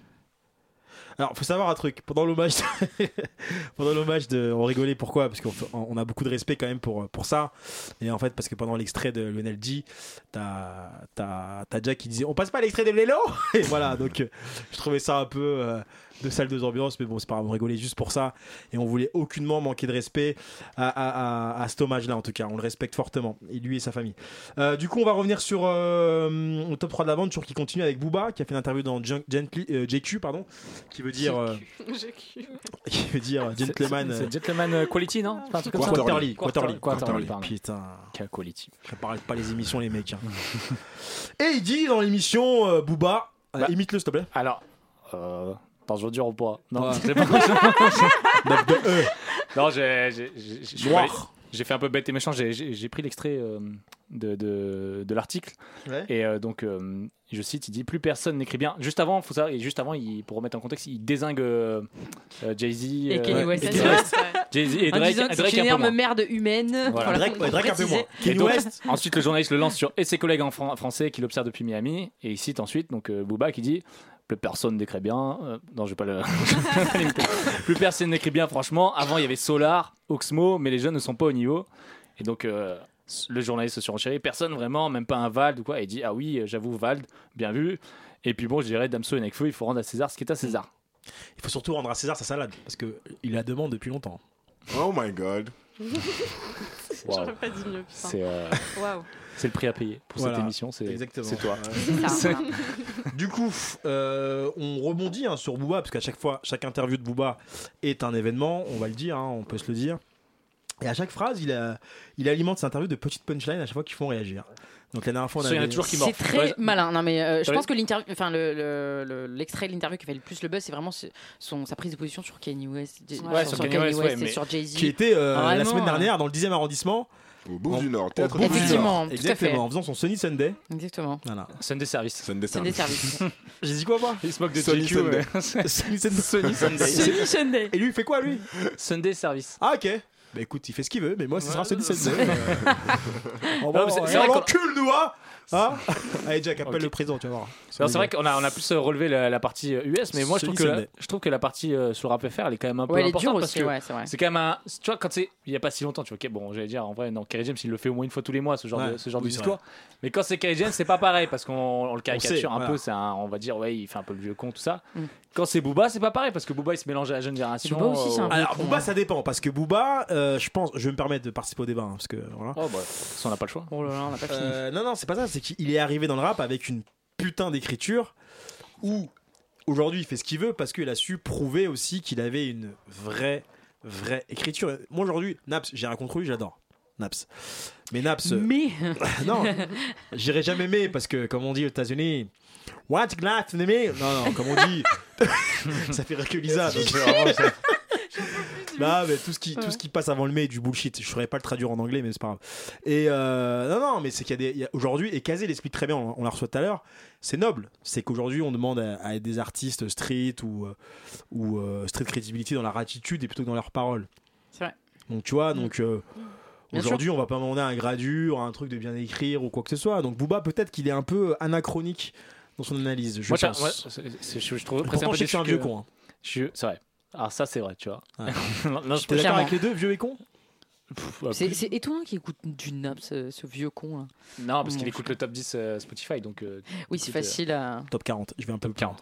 [SPEAKER 2] Alors, faut savoir un truc. Pendant l'hommage, de- pendant l'hommage de, on rigolait. Pourquoi Parce qu'on f- on a beaucoup de respect quand même pour pour ça. Et en fait, parce que pendant l'extrait de Lionel D, t'as t'as t'as Jack qui disait, on passe pas à l'extrait de Lélo. Et voilà. Donc, euh, je trouvais ça un peu euh, de salle de ambiance, mais bon, c'est pas grave. On rigolait juste pour ça. Et on voulait aucunement manquer de respect à, à- à- à cet hommage-là, en tout cas. On le respecte fortement. Et lui et sa famille. Euh, du coup, on va revenir sur euh, le top 3 de la bande, sur qui continue avec Booba, qui a fait une interview dans Junk- Gently- euh, JQ, pardon, qui veut dire, euh,
[SPEAKER 4] J'ai cru.
[SPEAKER 2] qui veut dire Gentleman.
[SPEAKER 5] C'est
[SPEAKER 2] euh,
[SPEAKER 5] c'est Gentleman euh, Quality, non C'est pas un truc comme ça
[SPEAKER 2] Quarterly, Quarterly,
[SPEAKER 5] Quarterly, Quarterly, pardon.
[SPEAKER 2] Putain,
[SPEAKER 5] Quel Quality.
[SPEAKER 2] je prépare pas les émissions, les mecs. hein. Et il dit dans l'émission euh, Booba, euh,
[SPEAKER 5] Bah.
[SPEAKER 2] imite-le s'il te plaît.
[SPEAKER 5] Alors, euh, pas aujourd'hui au poids.
[SPEAKER 2] Ouais.
[SPEAKER 5] Non, c'est pas. Non, j'ai- j'ai- j'ai- je suis pas allé-
[SPEAKER 2] Noir.
[SPEAKER 5] J'ai fait un peu bête et méchant. J'ai- J'ai j'ai pris l'extrait euh, de, de, de l'article.
[SPEAKER 2] Ouais.
[SPEAKER 5] Et euh, donc, euh, je cite, il dit plus personne n'écrit bien. Juste avant, faut ça, et juste avant, il, pour remettre en contexte, il désingue euh, euh, Jay-Z.
[SPEAKER 6] Et
[SPEAKER 5] euh,
[SPEAKER 6] Kenny West.
[SPEAKER 5] et
[SPEAKER 6] ça,
[SPEAKER 5] Drake.
[SPEAKER 6] c'est vrai.
[SPEAKER 5] Jay-Z et
[SPEAKER 6] En
[SPEAKER 5] Drake,
[SPEAKER 6] disant que c'est
[SPEAKER 5] Drake un
[SPEAKER 6] une
[SPEAKER 5] peu moins.
[SPEAKER 6] énorme merde humaine.
[SPEAKER 5] Voilà.
[SPEAKER 6] Voilà,
[SPEAKER 2] Drake,
[SPEAKER 6] pour
[SPEAKER 2] ouais, Drake un peu
[SPEAKER 6] préciser.
[SPEAKER 2] moins. Kenny
[SPEAKER 5] donc-
[SPEAKER 2] West.
[SPEAKER 5] Ensuite, le journaliste le lance sur et ses collègues en fran- français qui l'observent depuis Miami. Et il cite ensuite donc euh, Booba qui dit plus personne n'écrit bien. Euh, non, je vais pas le. plus personne n'écrit bien. Franchement, avant il y avait Solar, Oxmo, mais les jeunes ne sont pas au niveau. Et donc euh, le journaliste se surenchérit. Personne vraiment, même pas un Vald ou quoi. Et il dit ah oui, euh, j'avoue Vald, bien vu. Et puis bon, je dirais Damso et Nekfeu, il faut rendre à César ce qui est à César.
[SPEAKER 2] Il faut surtout rendre à César sa salade, parce que il la demande depuis longtemps.
[SPEAKER 3] Oh my god.
[SPEAKER 4] Euh,
[SPEAKER 5] Waouh.
[SPEAKER 4] J'aurais pas dit mieux, putain.
[SPEAKER 5] C'est euh,
[SPEAKER 4] Waouh.
[SPEAKER 5] c'est le prix à payer pour
[SPEAKER 2] Voilà.
[SPEAKER 5] cette émission. C'est
[SPEAKER 2] Exactement.
[SPEAKER 5] c'est toi.
[SPEAKER 6] C'est ça.
[SPEAKER 2] Du coup, euh, on rebondit hein, sur Booba, parce qu'à chaque fois, chaque interview de Booba est un événement, on va le dire, hein, on peut se le dire. Et à chaque phrase, il, a- il alimente ses interviews de petites punchlines à chaque fois qu'ils font réagir. Donc la dernière fois, on
[SPEAKER 5] Ça, il y en a
[SPEAKER 2] avait-
[SPEAKER 5] toujours qui
[SPEAKER 6] C'est
[SPEAKER 5] mordent.
[SPEAKER 6] très malin. Non, mais euh, je
[SPEAKER 5] Ouais.
[SPEAKER 6] pense que l'interview, enfin le- le- le- l'extrait de l'interview qui fait le plus le buzz, c'est vraiment ce- son, sa prise de position sur Kanye West, Jay-
[SPEAKER 4] Ouais,
[SPEAKER 5] sur Kanye West, ouais,
[SPEAKER 6] et
[SPEAKER 5] mais-
[SPEAKER 6] sur Jay Z.
[SPEAKER 2] qui était euh,
[SPEAKER 6] Ah,
[SPEAKER 2] la
[SPEAKER 6] vraiment,
[SPEAKER 2] semaine
[SPEAKER 6] hein.
[SPEAKER 2] dernière dans le 10e arrondissement,
[SPEAKER 3] Au bout
[SPEAKER 2] Bon.
[SPEAKER 3] du Nord.
[SPEAKER 2] au
[SPEAKER 3] théâtre
[SPEAKER 2] Bourg du
[SPEAKER 6] Effectivement,
[SPEAKER 2] Nord.
[SPEAKER 6] tout à fait.
[SPEAKER 2] Exactement, en faisant son Sunny Sunday.
[SPEAKER 6] Exactement.
[SPEAKER 2] Voilà.
[SPEAKER 5] Sunday Service.
[SPEAKER 3] Sunday
[SPEAKER 6] C'est des services.
[SPEAKER 2] J'ai dit quoi moi
[SPEAKER 5] Il se moque de
[SPEAKER 3] Sunny
[SPEAKER 5] JQ,
[SPEAKER 3] Sunday.
[SPEAKER 5] ouais.
[SPEAKER 2] Sunny Sunday.
[SPEAKER 6] Sunny Sunday.
[SPEAKER 2] Et lui, il fait quoi lui
[SPEAKER 5] Sunday Service.
[SPEAKER 2] Ah ok. Bah écoute, il fait ce qu'il veut, mais moi, ce sera Sunny Sunday. On
[SPEAKER 5] Non, mais c'est- c'est
[SPEAKER 2] on
[SPEAKER 5] vrai qu'on-
[SPEAKER 2] l'encule, nous, hein Hein Allez, Jack, appelle
[SPEAKER 5] Ok.
[SPEAKER 2] le président, tu vas voir.
[SPEAKER 5] Non, C'est vrai qu'on a, on a plus euh, relevé la, la partie euh, US, mais moi je trouve, que
[SPEAKER 2] Sunny
[SPEAKER 5] la,
[SPEAKER 2] Sunday.
[SPEAKER 5] je trouve que la partie euh, sur le rap FR elle est quand même un peu
[SPEAKER 6] Ouais, elle est
[SPEAKER 5] importante
[SPEAKER 6] dure
[SPEAKER 5] parce
[SPEAKER 6] aussi.
[SPEAKER 5] que
[SPEAKER 6] Ouais, c'est vrai.
[SPEAKER 5] c'est quand même un. Tu vois, quand c'est. Il n'y a pas si longtemps, tu vois, ok, bon, j'allais dire en vrai, non, Kerry James il le fait au moins une fois tous les mois ce genre,
[SPEAKER 2] Ouais,
[SPEAKER 5] de, ce genre
[SPEAKER 2] oui,
[SPEAKER 5] de
[SPEAKER 2] c'est
[SPEAKER 5] discours. Mais quand c'est Kerry James, c'est pas pareil parce qu'on on le caricature
[SPEAKER 2] sait,
[SPEAKER 5] un
[SPEAKER 2] voilà.
[SPEAKER 5] peu, c'est un- on va dire, ouais, il fait un peu le vieux con, tout ça.
[SPEAKER 6] Mm.
[SPEAKER 5] Quand c'est Booba, c'est pas pareil parce que Booba il se mélange à la jeune génération. euh,
[SPEAKER 6] Booba aussi, c'est un- hein.
[SPEAKER 2] Alors
[SPEAKER 6] Pour
[SPEAKER 2] Booba
[SPEAKER 6] moi.
[SPEAKER 2] ça dépend parce que Booba euh, je pense je vais me permettre de participer au débat hein, parce que voilà.
[SPEAKER 5] Oh, bah, ça, on n'a pas le choix.
[SPEAKER 6] Oh là là, on n'a pas fini.
[SPEAKER 2] Euh, non non c'est pas ça c'est qu'il est arrivé dans le rap avec une putain d'écriture où aujourd'hui il fait ce qu'il veut parce qu'il a su prouver aussi qu'il avait une vraie vraie écriture. Moi aujourd'hui Naps j'ai rien contre lui j'adore Naps mais Naps euh,
[SPEAKER 6] Mais
[SPEAKER 2] non j'irai jamais mais parce que comme on dit aux États-Unis What glass enemy Non non comme on dit ça fait rire que Lisa donc vraiment, ça- Non, mais tout ce, qui, tout ce qui passe avant le mai est du bullshit. Je ne saurais pas le traduire en anglais, mais c'est pas grave. Et euh, non, non, mais c'est qu'il y a des. il y a- Aujourd'hui, et Kazé l'explique très bien, on, on la reçoit tout à l'heure, c'est noble. C'est qu'aujourd'hui, on demande à, à des artistes street ou, euh, ou euh, street crédibilité dans leur attitude et plutôt que dans leurs paroles.
[SPEAKER 6] C'est vrai. Mm.
[SPEAKER 2] Donc, tu vois, donc. euh,
[SPEAKER 6] Bien
[SPEAKER 2] Aujourd'hui, on va pas demander un gradure, un truc de bien écrire ou quoi que ce soit. Donc, Booba, peut-être qu'il est un peu anachronique dans son analyse. Je
[SPEAKER 5] moi, je-
[SPEAKER 2] pense.
[SPEAKER 5] moi, c'est- c'est- je, je trouve après, c'est
[SPEAKER 2] Pourtant, je sais que je suis un
[SPEAKER 5] déçu
[SPEAKER 2] vieux
[SPEAKER 5] que-
[SPEAKER 2] con. hein.
[SPEAKER 5] je suis- C'est vrai. Ah, ça, c'est vrai, tu vois.
[SPEAKER 2] Ouais.
[SPEAKER 5] non, non, je
[SPEAKER 2] T'es
[SPEAKER 5] peux
[SPEAKER 2] d'accord
[SPEAKER 6] Clairement.
[SPEAKER 2] avec les deux, vieux et con
[SPEAKER 5] Pff, ouais,
[SPEAKER 6] C'est
[SPEAKER 5] plus-
[SPEAKER 6] c'est étonnant qu'il écoute du Naps, ce, ce vieux con. là.
[SPEAKER 5] Non, parce
[SPEAKER 6] Mon
[SPEAKER 5] qu'il écoute le top 10 euh, Spotify, donc. euh,
[SPEAKER 6] Oui, c'est
[SPEAKER 5] écoute, euh,
[SPEAKER 6] facile à.
[SPEAKER 2] Top 40, je vais un peu
[SPEAKER 5] Top 40.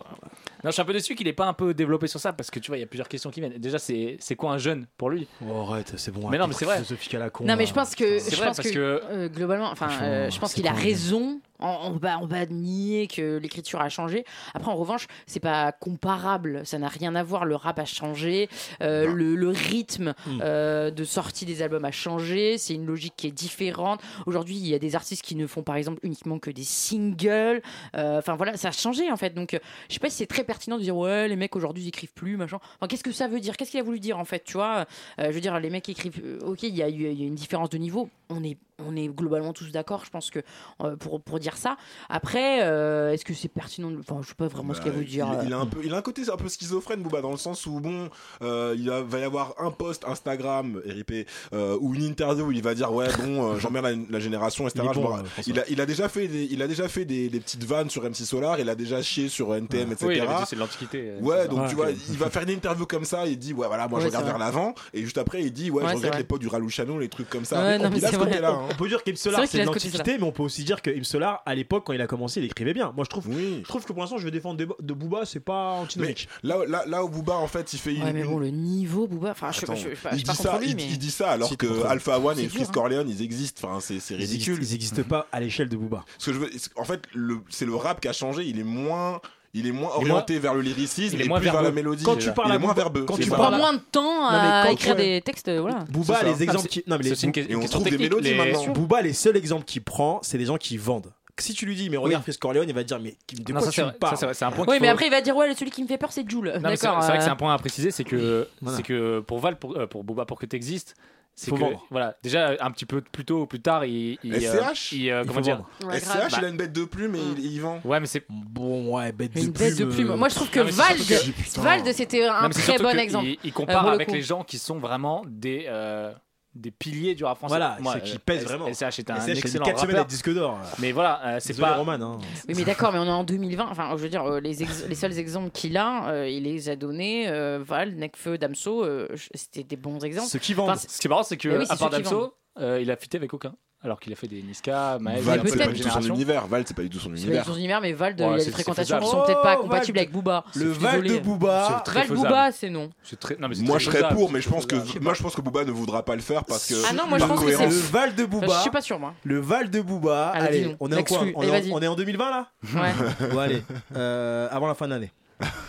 [SPEAKER 5] Non, je suis un peu déçu qu'il n'ait pas un peu développé sur ça parce que tu vois, il y a plusieurs questions qui viennent. Déjà, c'est c'est quoi un jeune pour lui
[SPEAKER 2] Oh, arrête, c'est bon.
[SPEAKER 5] Mais non,
[SPEAKER 2] arrête,
[SPEAKER 5] mais c'est vrai.
[SPEAKER 2] philosophique à la con.
[SPEAKER 6] Non, mais je pense que.
[SPEAKER 5] C'est
[SPEAKER 6] je
[SPEAKER 5] vrai
[SPEAKER 6] pense
[SPEAKER 5] parce
[SPEAKER 6] que,
[SPEAKER 5] que-
[SPEAKER 6] euh, globalement, enfin,
[SPEAKER 2] Franchement,
[SPEAKER 6] euh, je pense
[SPEAKER 2] c'est
[SPEAKER 6] qu'il a
[SPEAKER 2] pas-
[SPEAKER 6] raison. On, on va, on va nier que l'écriture a changé. Après, en revanche, c'est pas comparable. Ça n'a rien à voir. Le rap a changé. euh,
[SPEAKER 2] Bah.
[SPEAKER 6] le, le rythme
[SPEAKER 2] Mm.
[SPEAKER 6] euh, de sortie des albums a changé. C'est une logique qui est différente. Aujourd'hui, il y a des artistes qui ne font, par exemple, uniquement que des singles. Euh, Enfin, voilà, ça a changé, en fait. Donc, euh, je sais pas si c'est très pertinent de dire, ouais, les mecs aujourd'hui, ils écrivent plus, machin. Enfin, qu'est-ce que ça veut dire Qu'est-ce qu'il a voulu dire, en fait, tu vois euh, je veux dire, les mecs écrivent. euh, Ok, il y, a eu- il y a une différence de niveau. On est, on est globalement tous d'accord, je pense que euh, pour, pour dire ça. Après, euh, est-ce que c'est pertinent de- Enfin, je sais pas vraiment ce qu'il y a à
[SPEAKER 3] Bah,
[SPEAKER 6] vous dire.
[SPEAKER 3] il-
[SPEAKER 6] euh.
[SPEAKER 3] Il, a un peu, il a un côté un peu schizophrène, Booba, dans le sens où bon, euh, il va- va y avoir un post Instagram, RIP, euh, ou une interview où il va dire ouais bon, euh, j'emmerde la, la génération, etc.
[SPEAKER 2] Il est
[SPEAKER 3] Je me
[SPEAKER 2] bon,
[SPEAKER 3] ra-
[SPEAKER 2] euh, François.
[SPEAKER 3] il, a, il a déjà fait, des, il a déjà fait des, des petites vannes sur MC Solar, il a déjà chié sur NTM, etc.
[SPEAKER 5] Oui, il avait dit, c'est de l'antiquité. euh,
[SPEAKER 3] Ouais,
[SPEAKER 5] c'est
[SPEAKER 3] donc
[SPEAKER 5] ça.
[SPEAKER 3] tu vois, il va faire une interview comme ça, il dit ouais voilà, moi je
[SPEAKER 6] Ah, Ouais,
[SPEAKER 3] regarde
[SPEAKER 6] c'est
[SPEAKER 3] vers
[SPEAKER 6] vrai.
[SPEAKER 3] l'avant, et juste après il dit ouais,
[SPEAKER 6] Ouais,
[SPEAKER 3] je
[SPEAKER 6] c'est
[SPEAKER 3] regarde
[SPEAKER 6] vrai.
[SPEAKER 3] les potes du Ralouchanon, les trucs comme ça.
[SPEAKER 6] Ouais,
[SPEAKER 3] Donc,
[SPEAKER 6] non, mais
[SPEAKER 3] il a
[SPEAKER 6] c'est
[SPEAKER 3] ce
[SPEAKER 6] vrai.
[SPEAKER 3] côté-là. hein.
[SPEAKER 2] On peut dire qu'Im
[SPEAKER 6] C'est
[SPEAKER 2] Solar,
[SPEAKER 6] vrai qu'il
[SPEAKER 2] c'est
[SPEAKER 6] a
[SPEAKER 2] une
[SPEAKER 6] ce côté
[SPEAKER 2] antiquité, mais on peut aussi dire que Im Solar, à l'époque, quand il a commencé, il écrivait bien. Moi, je trouve,
[SPEAKER 3] Oui.
[SPEAKER 2] je trouve que pour l'instant, je vais défendre des- de Booba, c'est pas
[SPEAKER 3] Mais
[SPEAKER 2] antinomique.
[SPEAKER 3] là, là, là où Booba en fait, il fait
[SPEAKER 6] Ouais,
[SPEAKER 3] une-
[SPEAKER 6] mais
[SPEAKER 3] une-
[SPEAKER 6] bon, le niveau, Booba. Enfin, Ah, je sais pas,
[SPEAKER 3] Attends,
[SPEAKER 6] je- je sais pas, je
[SPEAKER 3] il
[SPEAKER 6] suis pas
[SPEAKER 3] dit ça,
[SPEAKER 6] contre lui,
[SPEAKER 3] il,
[SPEAKER 6] mais.
[SPEAKER 3] il dit ça alors
[SPEAKER 2] Si,
[SPEAKER 3] que
[SPEAKER 2] t'es contre lui.
[SPEAKER 3] Alpha One et
[SPEAKER 6] C'est dur,
[SPEAKER 3] Frisk
[SPEAKER 6] hein.
[SPEAKER 3] Corleone ils existent. Enfin, c'est c'est
[SPEAKER 2] Ils
[SPEAKER 3] ridicule.
[SPEAKER 2] existent- Ils existent pas à l'échelle de Booba.
[SPEAKER 3] Ce que je veux, en fait, le- c'est le rap qui a changé. Il est moins, il est moins
[SPEAKER 5] Il est
[SPEAKER 3] orienté vers le lyricisme
[SPEAKER 5] il est
[SPEAKER 3] et
[SPEAKER 5] moins
[SPEAKER 3] plus vers la
[SPEAKER 5] verbeux.
[SPEAKER 3] mélodie.
[SPEAKER 2] Quand tu
[SPEAKER 3] il
[SPEAKER 2] parles
[SPEAKER 3] est
[SPEAKER 2] à
[SPEAKER 3] moins
[SPEAKER 2] Booba-
[SPEAKER 3] verbeux.
[SPEAKER 2] quand
[SPEAKER 3] C'est
[SPEAKER 2] tu
[SPEAKER 6] Tu
[SPEAKER 3] pas-
[SPEAKER 6] prends
[SPEAKER 2] parles à-
[SPEAKER 6] moins de temps
[SPEAKER 2] Non, mais
[SPEAKER 6] à
[SPEAKER 2] quand-
[SPEAKER 6] écrire
[SPEAKER 2] ouais.
[SPEAKER 6] des textes, voilà.
[SPEAKER 2] Booba,
[SPEAKER 3] C'est ça.
[SPEAKER 2] les exemples qui. Non, mais
[SPEAKER 5] C'est
[SPEAKER 2] les-
[SPEAKER 5] aussi une que-
[SPEAKER 3] Et on
[SPEAKER 5] question
[SPEAKER 3] trouve des
[SPEAKER 5] technique,
[SPEAKER 3] mélodies
[SPEAKER 5] les-
[SPEAKER 3] maintenant.
[SPEAKER 2] Booba, les seuls exemples qu'il prend, c'est les gens qui vendent. Si tu lui dis, mais regarde Frisk Corleone, il va te dire, mais de
[SPEAKER 5] Non,
[SPEAKER 2] quoi
[SPEAKER 5] ça,
[SPEAKER 2] tu
[SPEAKER 5] c'est
[SPEAKER 2] me
[SPEAKER 5] vrai, ça,
[SPEAKER 2] parles
[SPEAKER 5] c'est vrai, c'est un point
[SPEAKER 6] Oui,
[SPEAKER 5] qu'il
[SPEAKER 6] mais
[SPEAKER 5] faut-
[SPEAKER 6] après, il va dire, ouais, le- celui qui me fait peur, c'est Jules.
[SPEAKER 5] Non, mais c'est
[SPEAKER 6] D'accord.
[SPEAKER 5] c'est vrai que c'est
[SPEAKER 6] euh,
[SPEAKER 5] un point à préciser, c'est que,
[SPEAKER 2] Voilà.
[SPEAKER 5] c'est que pour Val, pour, euh, pour Booba, pour que tu existes, c'est
[SPEAKER 2] Faut
[SPEAKER 5] que
[SPEAKER 2] vendre.
[SPEAKER 5] voilà, déjà un petit peu plus tôt ou plus tard, il, il,
[SPEAKER 3] SCH,
[SPEAKER 5] il, euh,
[SPEAKER 2] Il
[SPEAKER 5] comment
[SPEAKER 2] faut
[SPEAKER 5] dire
[SPEAKER 2] vendre.
[SPEAKER 4] Ouais, grave.
[SPEAKER 3] SCH, il a une bête de plume et il, il vend.
[SPEAKER 5] Ouais, mais c'est
[SPEAKER 2] Bon, ouais, bête
[SPEAKER 6] Une baisse de plume. Moi, je trouve que
[SPEAKER 5] Non, mais c'est
[SPEAKER 6] Vald,
[SPEAKER 5] surtout que-
[SPEAKER 6] Vald, c'était
[SPEAKER 5] non,
[SPEAKER 6] un
[SPEAKER 5] mais c'est
[SPEAKER 6] très
[SPEAKER 5] surtout
[SPEAKER 6] bon
[SPEAKER 5] que
[SPEAKER 6] exemple. Euh,
[SPEAKER 5] Il, il compare
[SPEAKER 6] pour le
[SPEAKER 5] avec
[SPEAKER 6] coup.
[SPEAKER 5] les gens qui sont vraiment des euh, des piliers du rap français.
[SPEAKER 2] Voilà, c'est qui pèse vraiment.
[SPEAKER 5] SCH est un
[SPEAKER 2] c'est
[SPEAKER 5] excellent
[SPEAKER 2] 4 semaines à
[SPEAKER 5] rappeur.
[SPEAKER 2] disque d'or.
[SPEAKER 5] Mais voilà, euh, c'est
[SPEAKER 2] Désolé,
[SPEAKER 5] pas
[SPEAKER 2] Roman. hein.
[SPEAKER 6] Oui, mais d'accord, mais on est en 2020. Enfin, je veux dire, euh, les, ex- les seuls exemples qu'il a, euh, il les a donnés. euh, Val, Necfeu, Damso, euh, je- c'était des bons exemples.
[SPEAKER 2] Ceux qui vendent.
[SPEAKER 6] Enfin,
[SPEAKER 5] Ce qui est marrant, c'est que
[SPEAKER 6] Mais oui, c'est
[SPEAKER 5] à part
[SPEAKER 6] ceux qui
[SPEAKER 5] Damso, euh, il a fité avec aucun. Alors qu'il a fait des Niska, Maël,
[SPEAKER 3] Val,
[SPEAKER 6] mais
[SPEAKER 3] c'est pas
[SPEAKER 6] peut-être-
[SPEAKER 3] du tout son
[SPEAKER 5] Génération.
[SPEAKER 3] univers. Val, c'est pas du tout son
[SPEAKER 6] C'est pas du
[SPEAKER 3] univers.
[SPEAKER 6] tout son univers, mais Val,
[SPEAKER 5] Ouais,
[SPEAKER 6] il a
[SPEAKER 5] c'est-
[SPEAKER 6] des
[SPEAKER 5] c'est
[SPEAKER 6] fréquentations
[SPEAKER 5] faisable.
[SPEAKER 6] qui sont peut-être pas
[SPEAKER 2] Oh,
[SPEAKER 6] compatibles
[SPEAKER 2] Val-
[SPEAKER 6] avec Booba.
[SPEAKER 2] Le
[SPEAKER 6] Je suis
[SPEAKER 2] Val de
[SPEAKER 6] désolée.
[SPEAKER 2] Booba.
[SPEAKER 5] très
[SPEAKER 6] Val
[SPEAKER 5] faisable.
[SPEAKER 6] Booba, c'est non.
[SPEAKER 5] C'est très- non, mais c'est
[SPEAKER 3] Moi,
[SPEAKER 5] très
[SPEAKER 3] je serais
[SPEAKER 5] faisable,
[SPEAKER 3] pour,
[SPEAKER 5] c'est
[SPEAKER 3] mais je
[SPEAKER 5] très
[SPEAKER 3] pense que
[SPEAKER 5] faisable.
[SPEAKER 3] moi, je pense que Booba ne voudra pas le faire parce que
[SPEAKER 6] Ah non, moi, je
[SPEAKER 3] par
[SPEAKER 6] pense que
[SPEAKER 2] Le
[SPEAKER 6] c'est-
[SPEAKER 3] cohérence.
[SPEAKER 2] Val de
[SPEAKER 6] Enfin, je
[SPEAKER 2] Booba.
[SPEAKER 6] suis pas sûre, moi.
[SPEAKER 2] Le Val de Booba.
[SPEAKER 6] Allez,
[SPEAKER 2] Allez,
[SPEAKER 6] dis-nous.
[SPEAKER 2] on est en quoi
[SPEAKER 6] L'exclu.
[SPEAKER 2] on
[SPEAKER 6] Allez,
[SPEAKER 2] est
[SPEAKER 6] vas-y.
[SPEAKER 2] en, on est en 2020 là
[SPEAKER 6] Ouais.
[SPEAKER 2] Bon, allez. Euh, avant la fin de l'année.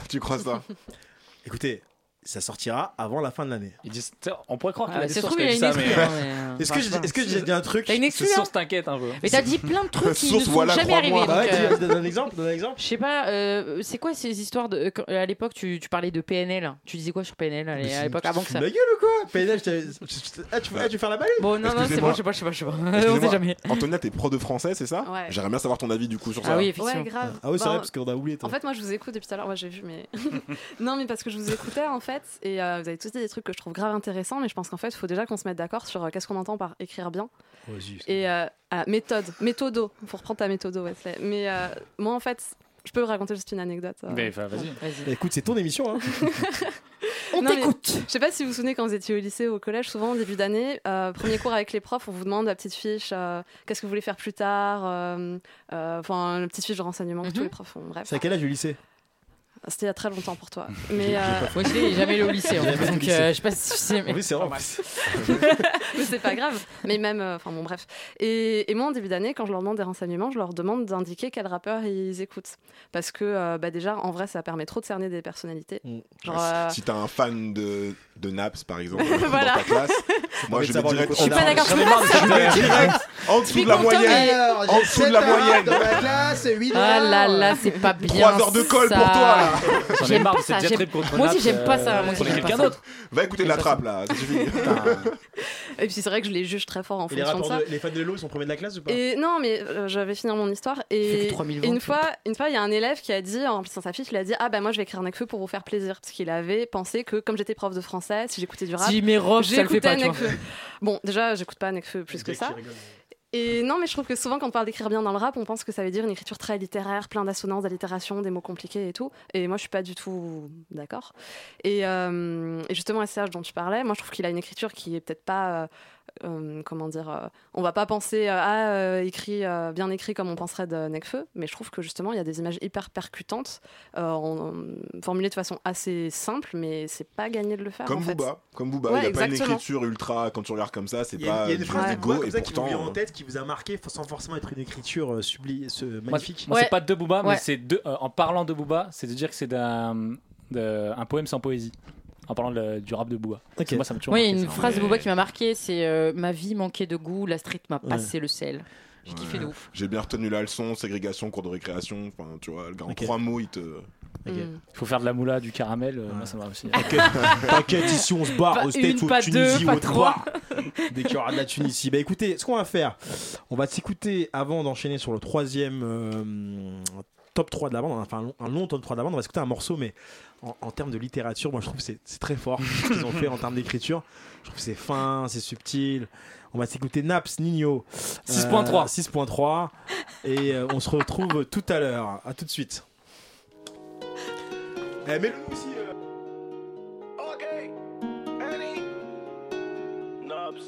[SPEAKER 3] tu crois ça
[SPEAKER 2] Écoutez, ça sortira avant la fin de l'année.
[SPEAKER 5] Ils disent- on pourrait croire qu'il a
[SPEAKER 6] Ah,
[SPEAKER 5] des
[SPEAKER 6] C'est
[SPEAKER 5] sources
[SPEAKER 6] trop,
[SPEAKER 5] qui
[SPEAKER 6] il a
[SPEAKER 5] disent
[SPEAKER 6] une
[SPEAKER 5] ça,
[SPEAKER 6] exclu.
[SPEAKER 5] mais euh,
[SPEAKER 6] hein, mais-
[SPEAKER 2] Est-ce que j'ai- est-ce que j'ai dit un truc
[SPEAKER 6] T'as une
[SPEAKER 5] ces
[SPEAKER 6] exclu, hein
[SPEAKER 5] sources t'inquiètent un peu.
[SPEAKER 6] Mais t'as dit plein de trucs qui ne
[SPEAKER 3] Source,
[SPEAKER 6] sont
[SPEAKER 3] voilà,
[SPEAKER 6] jamais
[SPEAKER 3] trois
[SPEAKER 6] arrivés.
[SPEAKER 3] mois.
[SPEAKER 6] donc,
[SPEAKER 2] Bah ouais,
[SPEAKER 6] euh,
[SPEAKER 2] dis- donne un exemple, donne un exemple.
[SPEAKER 6] Je sais pas, euh, c'est quoi ces histoires de. euh, quand- À l'époque, tu, tu parlais de PNL. Tu disais quoi sur PNL à
[SPEAKER 2] Mais c'est-
[SPEAKER 6] l'époque Avant que ça.
[SPEAKER 2] Tu me gueule ou quoi PNL, je t'avais- je- je- ah, tu, ah, tu veux faire la balai
[SPEAKER 6] Bon, non, non, c'est
[SPEAKER 3] Excusez-moi.
[SPEAKER 6] bon, je sais pas, je sais pas, je sais pas. On
[SPEAKER 3] Excusez-moi,
[SPEAKER 6] sait jamais.
[SPEAKER 3] Antonia, t'es pro de français, c'est ça
[SPEAKER 4] Ouais.
[SPEAKER 3] J'aimerais bien savoir ton avis du coup sur ça.
[SPEAKER 6] Ah oui,
[SPEAKER 4] Ouais,
[SPEAKER 6] effectivement.
[SPEAKER 4] grave.
[SPEAKER 2] Ah oui, c'est
[SPEAKER 4] Bah,
[SPEAKER 2] vrai, parce qu'on a oublié. toi.
[SPEAKER 4] En fait, moi, je vous écoute depuis tout à l'heure. Moi, j'ai vu, mais non, mais parce que je vous écoutais en fait, et euh, vous avez tous dit des trucs que je trouve grave intéressants, mais je pense qu'en fait, il faut déjà qu'on se mette d'accord sur euh, qu'est-ce qu'on entend par écrire bien et euh, ah, méthode, méthodo. Faut reprendre ta méthodo, Wesley. Mais euh, moi, en fait, je peux vous raconter juste une anecdote. euh.
[SPEAKER 5] Mais enfin, vas-y.
[SPEAKER 6] Vas-y.
[SPEAKER 2] Bah, écoute, c'est ton émission. Hein.
[SPEAKER 6] On
[SPEAKER 4] Non, mais-
[SPEAKER 6] t'écoute
[SPEAKER 4] Je sais pas si vous vous souvenez quand vous étiez au lycée ou au collège, souvent au début d'année, euh, premier cours avec les profs, on vous demande la petite fiche, euh, qu'est-ce que vous voulez faire plus tard, euh, euh, enfin la petite fiche de renseignement que
[SPEAKER 6] Mhm.
[SPEAKER 4] tous les profs font. Bref,
[SPEAKER 2] C'est à quel âge le lycée
[SPEAKER 4] c'était il y a très longtemps pour toi. Mais, euh,
[SPEAKER 6] Moi, je l'ai jamais allé au lycée. en
[SPEAKER 2] Il est
[SPEAKER 6] fait,
[SPEAKER 2] jamais au
[SPEAKER 6] Donc,
[SPEAKER 2] lycée.
[SPEAKER 6] euh, je sais pas si tu sais, mais.
[SPEAKER 2] Oui, c'est vrai.
[SPEAKER 4] mais c'est pas grave. Mais même, euh, enfin bon, bref. Et, et moi, en début d'année, quand je leur demande des renseignements, je leur demande d'indiquer quel rappeur ils écoutent. Parce que, euh, bah, déjà, en vrai, ça permet trop de cerner des personnalités.
[SPEAKER 2] Mm.
[SPEAKER 4] Genre,
[SPEAKER 6] Ah,
[SPEAKER 4] euh,
[SPEAKER 3] Bah, Si t'as un fan de, de Naps, par exemple,
[SPEAKER 4] Voilà.
[SPEAKER 3] dans ta classe, moi
[SPEAKER 2] envie
[SPEAKER 3] je
[SPEAKER 2] de
[SPEAKER 3] vais
[SPEAKER 2] savoir
[SPEAKER 3] direct
[SPEAKER 2] le coup.
[SPEAKER 3] en
[SPEAKER 2] Je suis pas
[SPEAKER 3] dessous-
[SPEAKER 6] d'accord,
[SPEAKER 5] J'en ai marre de cette
[SPEAKER 3] je vais direct en dessous de la moyenne.
[SPEAKER 10] Alors,
[SPEAKER 3] En dessous de la moyenne.
[SPEAKER 10] ma classe, 8
[SPEAKER 6] Ah là là, c'est pas bien.
[SPEAKER 3] Trois heures de colle
[SPEAKER 6] ça.
[SPEAKER 3] pour toi. là.
[SPEAKER 5] J'en ai
[SPEAKER 6] J'aime
[SPEAKER 5] marre
[SPEAKER 6] pas
[SPEAKER 5] de
[SPEAKER 6] ça,
[SPEAKER 5] cette diatribe contre
[SPEAKER 6] Moi aussi,
[SPEAKER 5] Naps,
[SPEAKER 6] j'aime pas
[SPEAKER 5] euh,
[SPEAKER 6] ça, moi aussi,
[SPEAKER 5] contre
[SPEAKER 6] j'aime
[SPEAKER 5] quelqu'un
[SPEAKER 6] pas ça.
[SPEAKER 5] d'autre.
[SPEAKER 3] Va écouter de la
[SPEAKER 6] Mais ça,
[SPEAKER 3] trappe là, ça suffit.
[SPEAKER 4] et puis, c'est vrai que je les juge très fort en
[SPEAKER 2] Et les,
[SPEAKER 4] fonction de ça.
[SPEAKER 2] rapports de- les fans de Lolo, ils sont premiers de la classe ou pas
[SPEAKER 4] Et non, mais euh, je vais finir mon histoire.
[SPEAKER 6] Fais que
[SPEAKER 4] Et,
[SPEAKER 6] 3000
[SPEAKER 4] et une
[SPEAKER 6] ventes.
[SPEAKER 4] fois, une fois, il y a un élève qui a dit, en remplissant sa fiche, il a dit Ah, bah moi, je vais écrire un Nekfeu pour vous faire plaisir. Parce qu'il avait pensé que, comme j'étais prof de français, si j'écoutais du rap,
[SPEAKER 6] Si mes robes, ça le fait
[SPEAKER 4] j'écoutais
[SPEAKER 6] pas, tu vois.
[SPEAKER 4] Nekfeu. Bon, déjà, j'écoute pas Nekfeu plus que ça. Et non, mais je trouve que souvent, quand on parle d'écrire bien dans le rap, on pense que ça veut dire une écriture très littéraire, plein d'assonances, d'allitérations, des mots compliqués et tout. Et moi, je suis pas du tout d'accord. Et, euh, et justement, SCH dont tu parlais, moi, je trouve qu'il a une écriture qui est peut-être pas euh, euh, comment dire, euh, on va pas penser euh, à euh, écrit, euh, bien écrit comme on penserait de Necfeu, mais je trouve que justement il y a des images hyper percutantes, euh, en- en- formulées de façon assez simple, mais c'est pas gagné de le faire.
[SPEAKER 3] Comme
[SPEAKER 4] en fait.
[SPEAKER 3] Booba, comme Booba,
[SPEAKER 4] Ouais,
[SPEAKER 3] il n'y a pas une
[SPEAKER 4] exactement.
[SPEAKER 3] écriture ultra quand tu regardes comme ça, c'est
[SPEAKER 2] Il y a
[SPEAKER 3] pas
[SPEAKER 2] il y a une
[SPEAKER 3] du
[SPEAKER 2] phrase de
[SPEAKER 3] Digo,
[SPEAKER 2] Booba comme
[SPEAKER 3] et
[SPEAKER 2] ça qui vous vient
[SPEAKER 3] pourtant,
[SPEAKER 2] en tête, qui vous a marqué faut- sans forcément être une écriture euh, subli- ce-
[SPEAKER 5] Moi,
[SPEAKER 2] magnifique.
[SPEAKER 5] moi,
[SPEAKER 6] Ouais.
[SPEAKER 5] c'est pas de Booba,
[SPEAKER 6] Ouais.
[SPEAKER 5] mais c'est de. euh, en parlant de Booba, c'est de dire que c'est d'un de- un poème sans poésie. En parlant de- du rap de Booba. Parce que Moi, ça me toujours
[SPEAKER 6] Oui, il y a
[SPEAKER 5] marqué,
[SPEAKER 6] une
[SPEAKER 5] ça.
[SPEAKER 6] phrase de Boba qui m'a marqué c'est euh, Ma vie manquait de goût, la street m'a
[SPEAKER 2] Ouais.
[SPEAKER 6] passé le sel. J'ai
[SPEAKER 3] Ouais.
[SPEAKER 6] kiffé de ouf.
[SPEAKER 3] j'ai bien retenu la leçon, ségrégation, cours de récréation, enfin tu vois, le gars en
[SPEAKER 2] Ok.
[SPEAKER 3] trois mots, il te.
[SPEAKER 2] Ok.
[SPEAKER 4] Mm.
[SPEAKER 5] Il faut faire de la moula, du caramel. euh, Moi, ça m'a aussi.
[SPEAKER 3] Eh,
[SPEAKER 2] T'inquiète, ici on se barre
[SPEAKER 6] Pas
[SPEAKER 2] au States,
[SPEAKER 6] une,
[SPEAKER 2] ou
[SPEAKER 6] pas
[SPEAKER 2] au
[SPEAKER 6] deux,
[SPEAKER 2] Tunisie, ou
[SPEAKER 6] pas
[SPEAKER 2] au trois. Dès qu'il y aura de la Tunisie. Bah écoutez, ce qu'on va faire, on va s'écouter avant d'enchaîner sur le troisième euh, top 3 de la bande. On a fait un long, un long top 3 de la bande. On va s'écouter un morceau, mais en, en termes de littérature, moi je trouve que c'est c'est très fort ce qu'ils ont fait en termes d'écriture. Je trouve que c'est fin, c'est subtil. On va s'écouter Naps, Nino. euh,
[SPEAKER 5] 6.3.
[SPEAKER 2] 6.3. Et euh, on se retrouve tout à l'heure. À tout de suite. Eh, mets-le nous aussi. euh.
[SPEAKER 9] Ok, Annie. Nobs.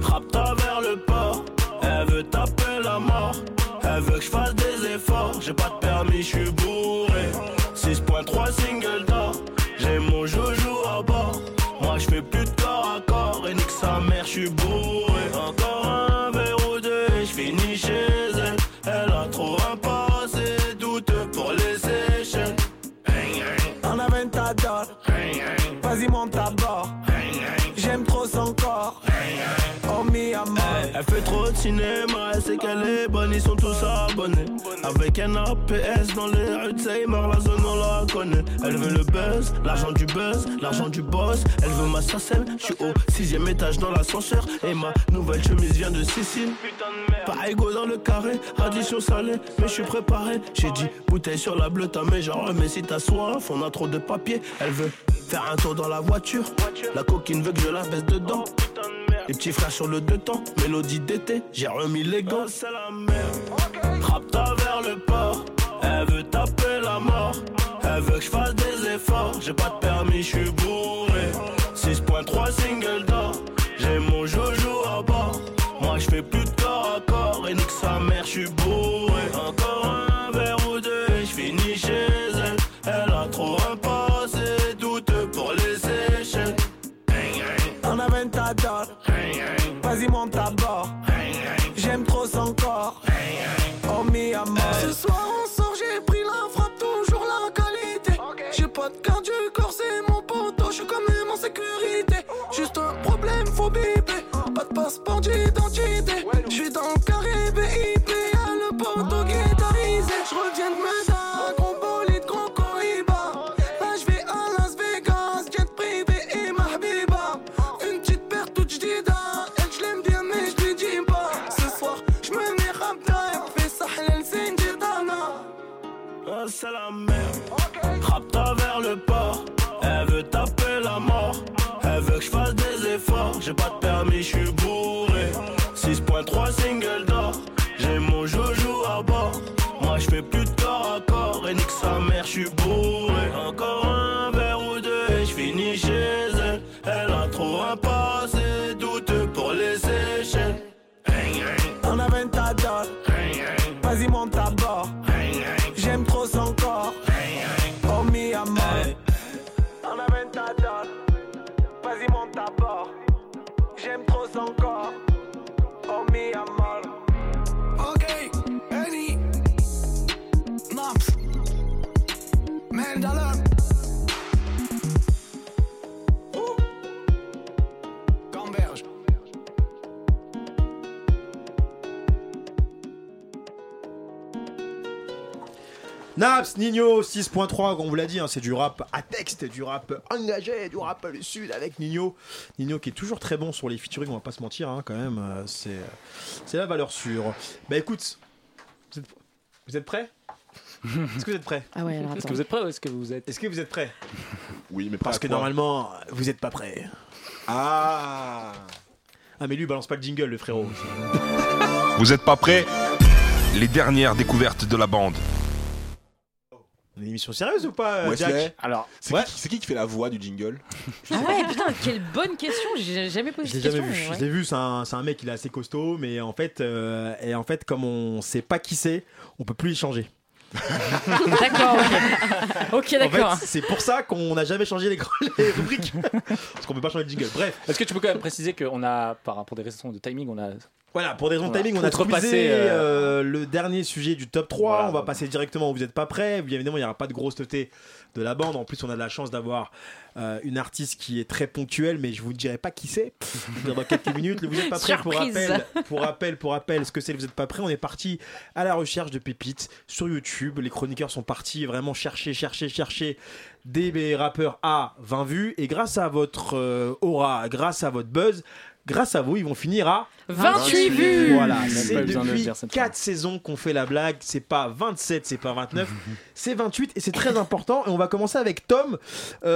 [SPEAKER 9] Frappe ta vers le port, elle veut taper la mort. Elle veut que je fasse des efforts, j'ai pas de permis, je suis bourré. 6.3 single d'or, j'ai mon joujou à bord. Moi je fais plus de corps à corps et nique sa mère, je suis bourré. Encore un verre ou deux et je finis chez elle. Elle a trop un passé douteux pour les Seychelles. Hey, hey,
[SPEAKER 7] En aventador,
[SPEAKER 9] hey, hey,
[SPEAKER 7] vas-y monte à bord.
[SPEAKER 9] hey, hey.
[SPEAKER 7] J'aime trop son corps, oh mi amor.
[SPEAKER 9] Elle fait trop de cinéma, elle sait qu'elle est bonne, ils sont tous abonnés. Avec un APS dans les rues de Seymour, la zone on la connaît. Elle veut le buzz, l'argent du buzz, l'argent du boss. Elle veut ma sacelle, je suis au sixième étage dans l'ascenseur. Et ma nouvelle chemise vient de Sicile. Pas égo dans le carré, addition salée, mais je suis préparé. J'ai dit bouteille sur la bleue, t'as mais genre, mais si t'as soif, on a trop de papier. Elle veut faire un tour dans la voiture. La coquine veut que je la baisse dedans. Les petits frères sur le deux temps, mélodie d'été, j'ai remis les gants. Ah, c'est la merde. Frappe ta vers le port, elle veut taper la mort. Elle veut que je fasse des efforts, j'ai pas de permis, je suis bourré. 6.3 single d'or, j'ai mon jojo à bord. Moi je fais plus de corps à corps et nique sa mère, je suis bourré. Encore un verre ou deux et je finis chez elle. Elle a trop un passé douteux pour les Seychelles. Hey, hey,
[SPEAKER 7] En aventador,
[SPEAKER 9] hey, hey.
[SPEAKER 7] vas-y monte à bord. J'aime trop son corps, oh mi amor. Ce soir on sort, j'ai pris la frappe, toujours la qualité. J'ai pas de carte du corps, c'est mon poteau, je suis quand même en sécurité. Juste un problème, faut biper. Pas de passeport d'identité. Je suis dans le carré BIP, y'a le poteau guitarisé. Je reviens de Meda, gros bolide, gros cohiba. Là je vais à Las Vegas, jet privé et ma habiba. Une petite perte toute jdida, elle je l'aime bien mais je lui dis pas. Ce soir, je me mets rabda, et fais ça, halal, c'est une jidana.
[SPEAKER 9] Ah, c'est la merde. Rapta vers le port, elle veut taper la mort. Elle veut que je fasse des efforts, j'ai pas de permis, je suis bourré. 6.3 single d'or, j'ai mon joujou à bord. Moi je fais plus de corps à corps et nique sa mère, je suis bourré. Encore un verre ou deux et je finis chez elle. Elle a trop un passé douteux pour les Seychelles. Hey, hey,
[SPEAKER 7] En aventador,
[SPEAKER 9] hey, hey,
[SPEAKER 7] vas-y monte à bord.
[SPEAKER 9] hey, hey,
[SPEAKER 7] J'aime trop son corps,
[SPEAKER 9] hey, hey.
[SPEAKER 7] oh mi amor. En aventador, vas-y monte à bord. J'aime trop son corps, oh mi amor.
[SPEAKER 9] Ok, Annie. Naps. Mandalore. Ouh. Gamberge.
[SPEAKER 2] Naps, Nino 6.3, on vous l'a dit, hein, c'est du rap à texte, du rap engagé, du rap du sud avec Nino. Nino qui est toujours très bon sur les featuring, on va pas se mentir hein, quand même, euh, c'est euh, c'est la valeur sûre. Bah écoute, vous êtes, vous êtes prêts Est-ce que vous êtes prêts
[SPEAKER 6] Ah ouais, alors
[SPEAKER 5] Est-ce
[SPEAKER 6] attends.
[SPEAKER 5] que vous êtes prêts ou est-ce que vous êtes.
[SPEAKER 2] Est-ce que vous êtes prêts
[SPEAKER 3] Oui, mais
[SPEAKER 2] Parce que normalement, vous êtes pas prêts.
[SPEAKER 3] Ah
[SPEAKER 2] Ah mais lui, il balance pas le jingle, le frérot.
[SPEAKER 1] Vous êtes pas prêts Les dernières découvertes de la bande.
[SPEAKER 2] Une émission sérieuse ou pas, euh,
[SPEAKER 3] Wesley,
[SPEAKER 2] Jack
[SPEAKER 5] Alors,
[SPEAKER 3] c'est
[SPEAKER 2] Ouais.
[SPEAKER 3] qui- c'est qui qui fait la voix du jingle
[SPEAKER 6] Ah ouais, putain, quelle bonne question. J'ai jamais posé
[SPEAKER 2] Je l'ai
[SPEAKER 6] cette
[SPEAKER 2] jamais
[SPEAKER 6] question.
[SPEAKER 2] vu.
[SPEAKER 6] mais ouais.
[SPEAKER 2] Je l'ai vu, c'est un, c'est un mec, il est assez costaud, mais en fait, euh, et en fait, comme on sait pas qui c'est, on peut plus y changer.
[SPEAKER 6] D'accord, ok. Ok,
[SPEAKER 2] En
[SPEAKER 6] d'accord.
[SPEAKER 2] fait, c'est pour ça qu'on n'a jamais changé les, gr- les rubriques. Parce qu'on peut pas changer de jingle. Bref,
[SPEAKER 5] est-ce que tu peux quand même préciser qu'on a, par pour des raisons de timing, on a.
[SPEAKER 2] voilà, pour des raisons de
[SPEAKER 5] Voilà.
[SPEAKER 2] timing, on a
[SPEAKER 5] Faut
[SPEAKER 2] repassé
[SPEAKER 5] repasser, euh,
[SPEAKER 2] le dernier sujet du top 3.
[SPEAKER 5] Voilà.
[SPEAKER 2] On va passer directement où vous n'êtes pas prêts. Bien évidemment, il n'y aura pas de grosseté de la bande. En plus, on a de la chance d'avoir euh, une artiste qui est très ponctuelle, mais je vous dirai pas qui c'est. Dans quelques minutes, le vous n'êtes pas prêts pour
[SPEAKER 6] Surprise.
[SPEAKER 2] rappel. Pour rappel, pour rappel, ce que c'est, le vous n'êtes pas prêts. On est parti à la recherche de pépites sur YouTube. Les chroniqueurs sont partis vraiment chercher, chercher, chercher des des rappeurs à 20 vues. Et grâce à votre euh, aura, grâce à votre buzz, grâce à vous, ils vont finir à
[SPEAKER 6] 28 vues.
[SPEAKER 2] Voilà,
[SPEAKER 5] Même pas
[SPEAKER 2] c'est
[SPEAKER 5] besoin de le
[SPEAKER 2] depuis
[SPEAKER 5] dire cette
[SPEAKER 2] 4 saisons qu'on fait la blague. C'est pas 27, c'est pas 29, c'est 28 et c'est très important. Et on va commencer avec Tom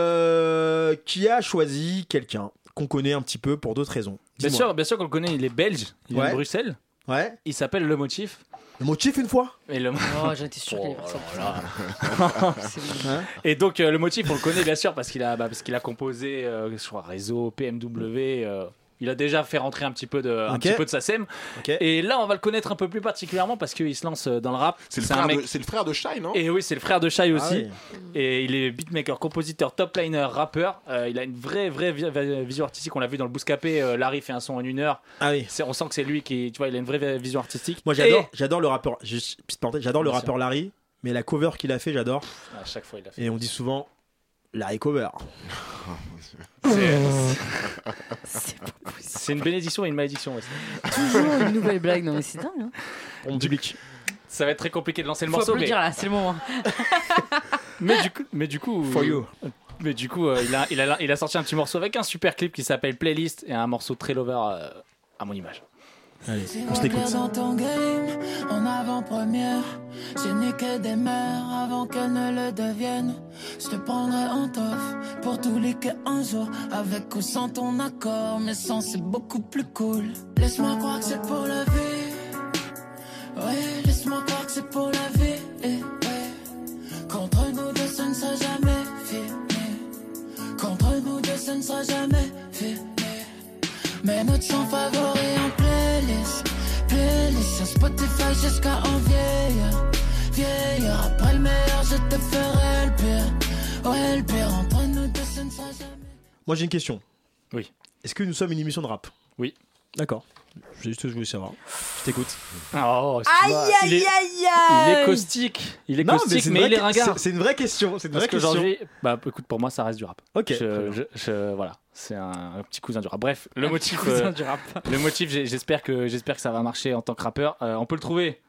[SPEAKER 2] euh, qui a choisi quelqu'un qu'on connaît un petit peu pour d'autres raisons.
[SPEAKER 5] Bien
[SPEAKER 2] Dis-moi.
[SPEAKER 5] sûr, bien sûr qu'on le connaît, il est belge, il vient
[SPEAKER 2] Ouais.
[SPEAKER 5] de Bruxelles,
[SPEAKER 2] Ouais.
[SPEAKER 5] il s'appelle Le Motif.
[SPEAKER 2] Le motif une fois.
[SPEAKER 5] Et, le...
[SPEAKER 6] Oh, j'étais sûr qu'elle allait faire ça. C'est bon.
[SPEAKER 2] Hein
[SPEAKER 5] et donc, euh, Le Motif, on le connaît bien sûr parce qu'il a, bah, parce qu'il a composé, euh, je crois, Réseau, PMW. euh, il a déjà fait rentrer un petit peu de, un
[SPEAKER 2] Ok.
[SPEAKER 5] petit peu de sa sème.
[SPEAKER 2] Ok.
[SPEAKER 5] Et là, on va le connaître un peu plus particulièrement parce qu'il se lance euh, dans le rap.
[SPEAKER 3] C'est le,
[SPEAKER 5] un
[SPEAKER 3] frère
[SPEAKER 5] mec.
[SPEAKER 3] de- c'est le frère de Shine, non
[SPEAKER 5] Et oui, c'est le frère de Shai aussi.
[SPEAKER 2] Ah oui.
[SPEAKER 5] Et il est beatmaker, compositeur, topliner, rappeur. Euh, il a une vraie, vraie vi- vi- vision artistique. On l'a vu dans le Bouscapé. euh, Larry fait un son en une heure.
[SPEAKER 2] Ah oui.
[SPEAKER 5] C'est- on sent que c'est lui qui, tu vois, il a une vraie, vraie vision artistique.
[SPEAKER 2] Moi j'adore, j'adore le rappeur. juste petite parenthèse, J'adore le
[SPEAKER 5] Bien sûr.
[SPEAKER 2] rappeur Larry, mais la cover qu'il a fait, j'adore.
[SPEAKER 5] Et- à chaque fois, il a fait.
[SPEAKER 2] Et on dit souvent Larry cover.
[SPEAKER 6] C'est pas possible.
[SPEAKER 5] C'est une bénédiction et une malédiction. ouais.
[SPEAKER 6] Toujours une nouvelle blague. Non, mais c'est dingue. Hein.
[SPEAKER 2] Pour mon public.
[SPEAKER 5] Ça va être très compliqué de lancer le
[SPEAKER 6] Faut
[SPEAKER 5] morceau, mais,
[SPEAKER 6] applaudir là, c'est le moment.
[SPEAKER 5] mais du coup, mais du coup, mais du coup, euh, il, a, il, a, il a sorti un petit morceau avec un super clip qui s'appelle Playlist et un morceau très lover euh, à mon image.
[SPEAKER 2] Allez, on se l'écoute.
[SPEAKER 11] dans ton game, en avant-première. J'ai n'ai que des mères avant qu'elles ne le deviennent. Je te prendrai en toffe pour tous les que un jour. Avec ou sans ton accord, mais sans c'est beaucoup plus cool. Laisse-moi croire que c'est pour la vie. Ouais, laisse-moi croire que c'est pour la vie. eh, ouais. Contre nous deux, ce ne sera jamais fini. Contre nous deux, ce ne sera jamais fini. Mais notre son favori en playlist Playlist sur Spotify jusqu'à en vieillir Vieillir après le meilleur je te ferai le pire Ouais le pire entre nous deux ce ne sera jamais
[SPEAKER 2] Moi j'ai une question.
[SPEAKER 5] Oui.
[SPEAKER 2] Est-ce que nous sommes une émission de rap
[SPEAKER 5] Oui.
[SPEAKER 2] D'accord. C'est juste ce que je voulais savoir. Je t'écoute.
[SPEAKER 5] Oh, excuse-moi. il, est,
[SPEAKER 6] aïe
[SPEAKER 5] il est caustique, il est caustique, mais, il est ringard.
[SPEAKER 2] C'est une vraie question. C'est une
[SPEAKER 5] Parce
[SPEAKER 2] vraie question.
[SPEAKER 5] qu'aujourd'hui, bah écoute, pour moi, ça reste du rap.
[SPEAKER 2] Ok.
[SPEAKER 5] Je, je- je- voilà, c'est un, un petit cousin du rap. Bref, le motif, euh,
[SPEAKER 6] du rap.
[SPEAKER 5] le motif, j'ai- j'espère que j'espère que ça va marcher en tant que rappeur. Euh, on peut le trouver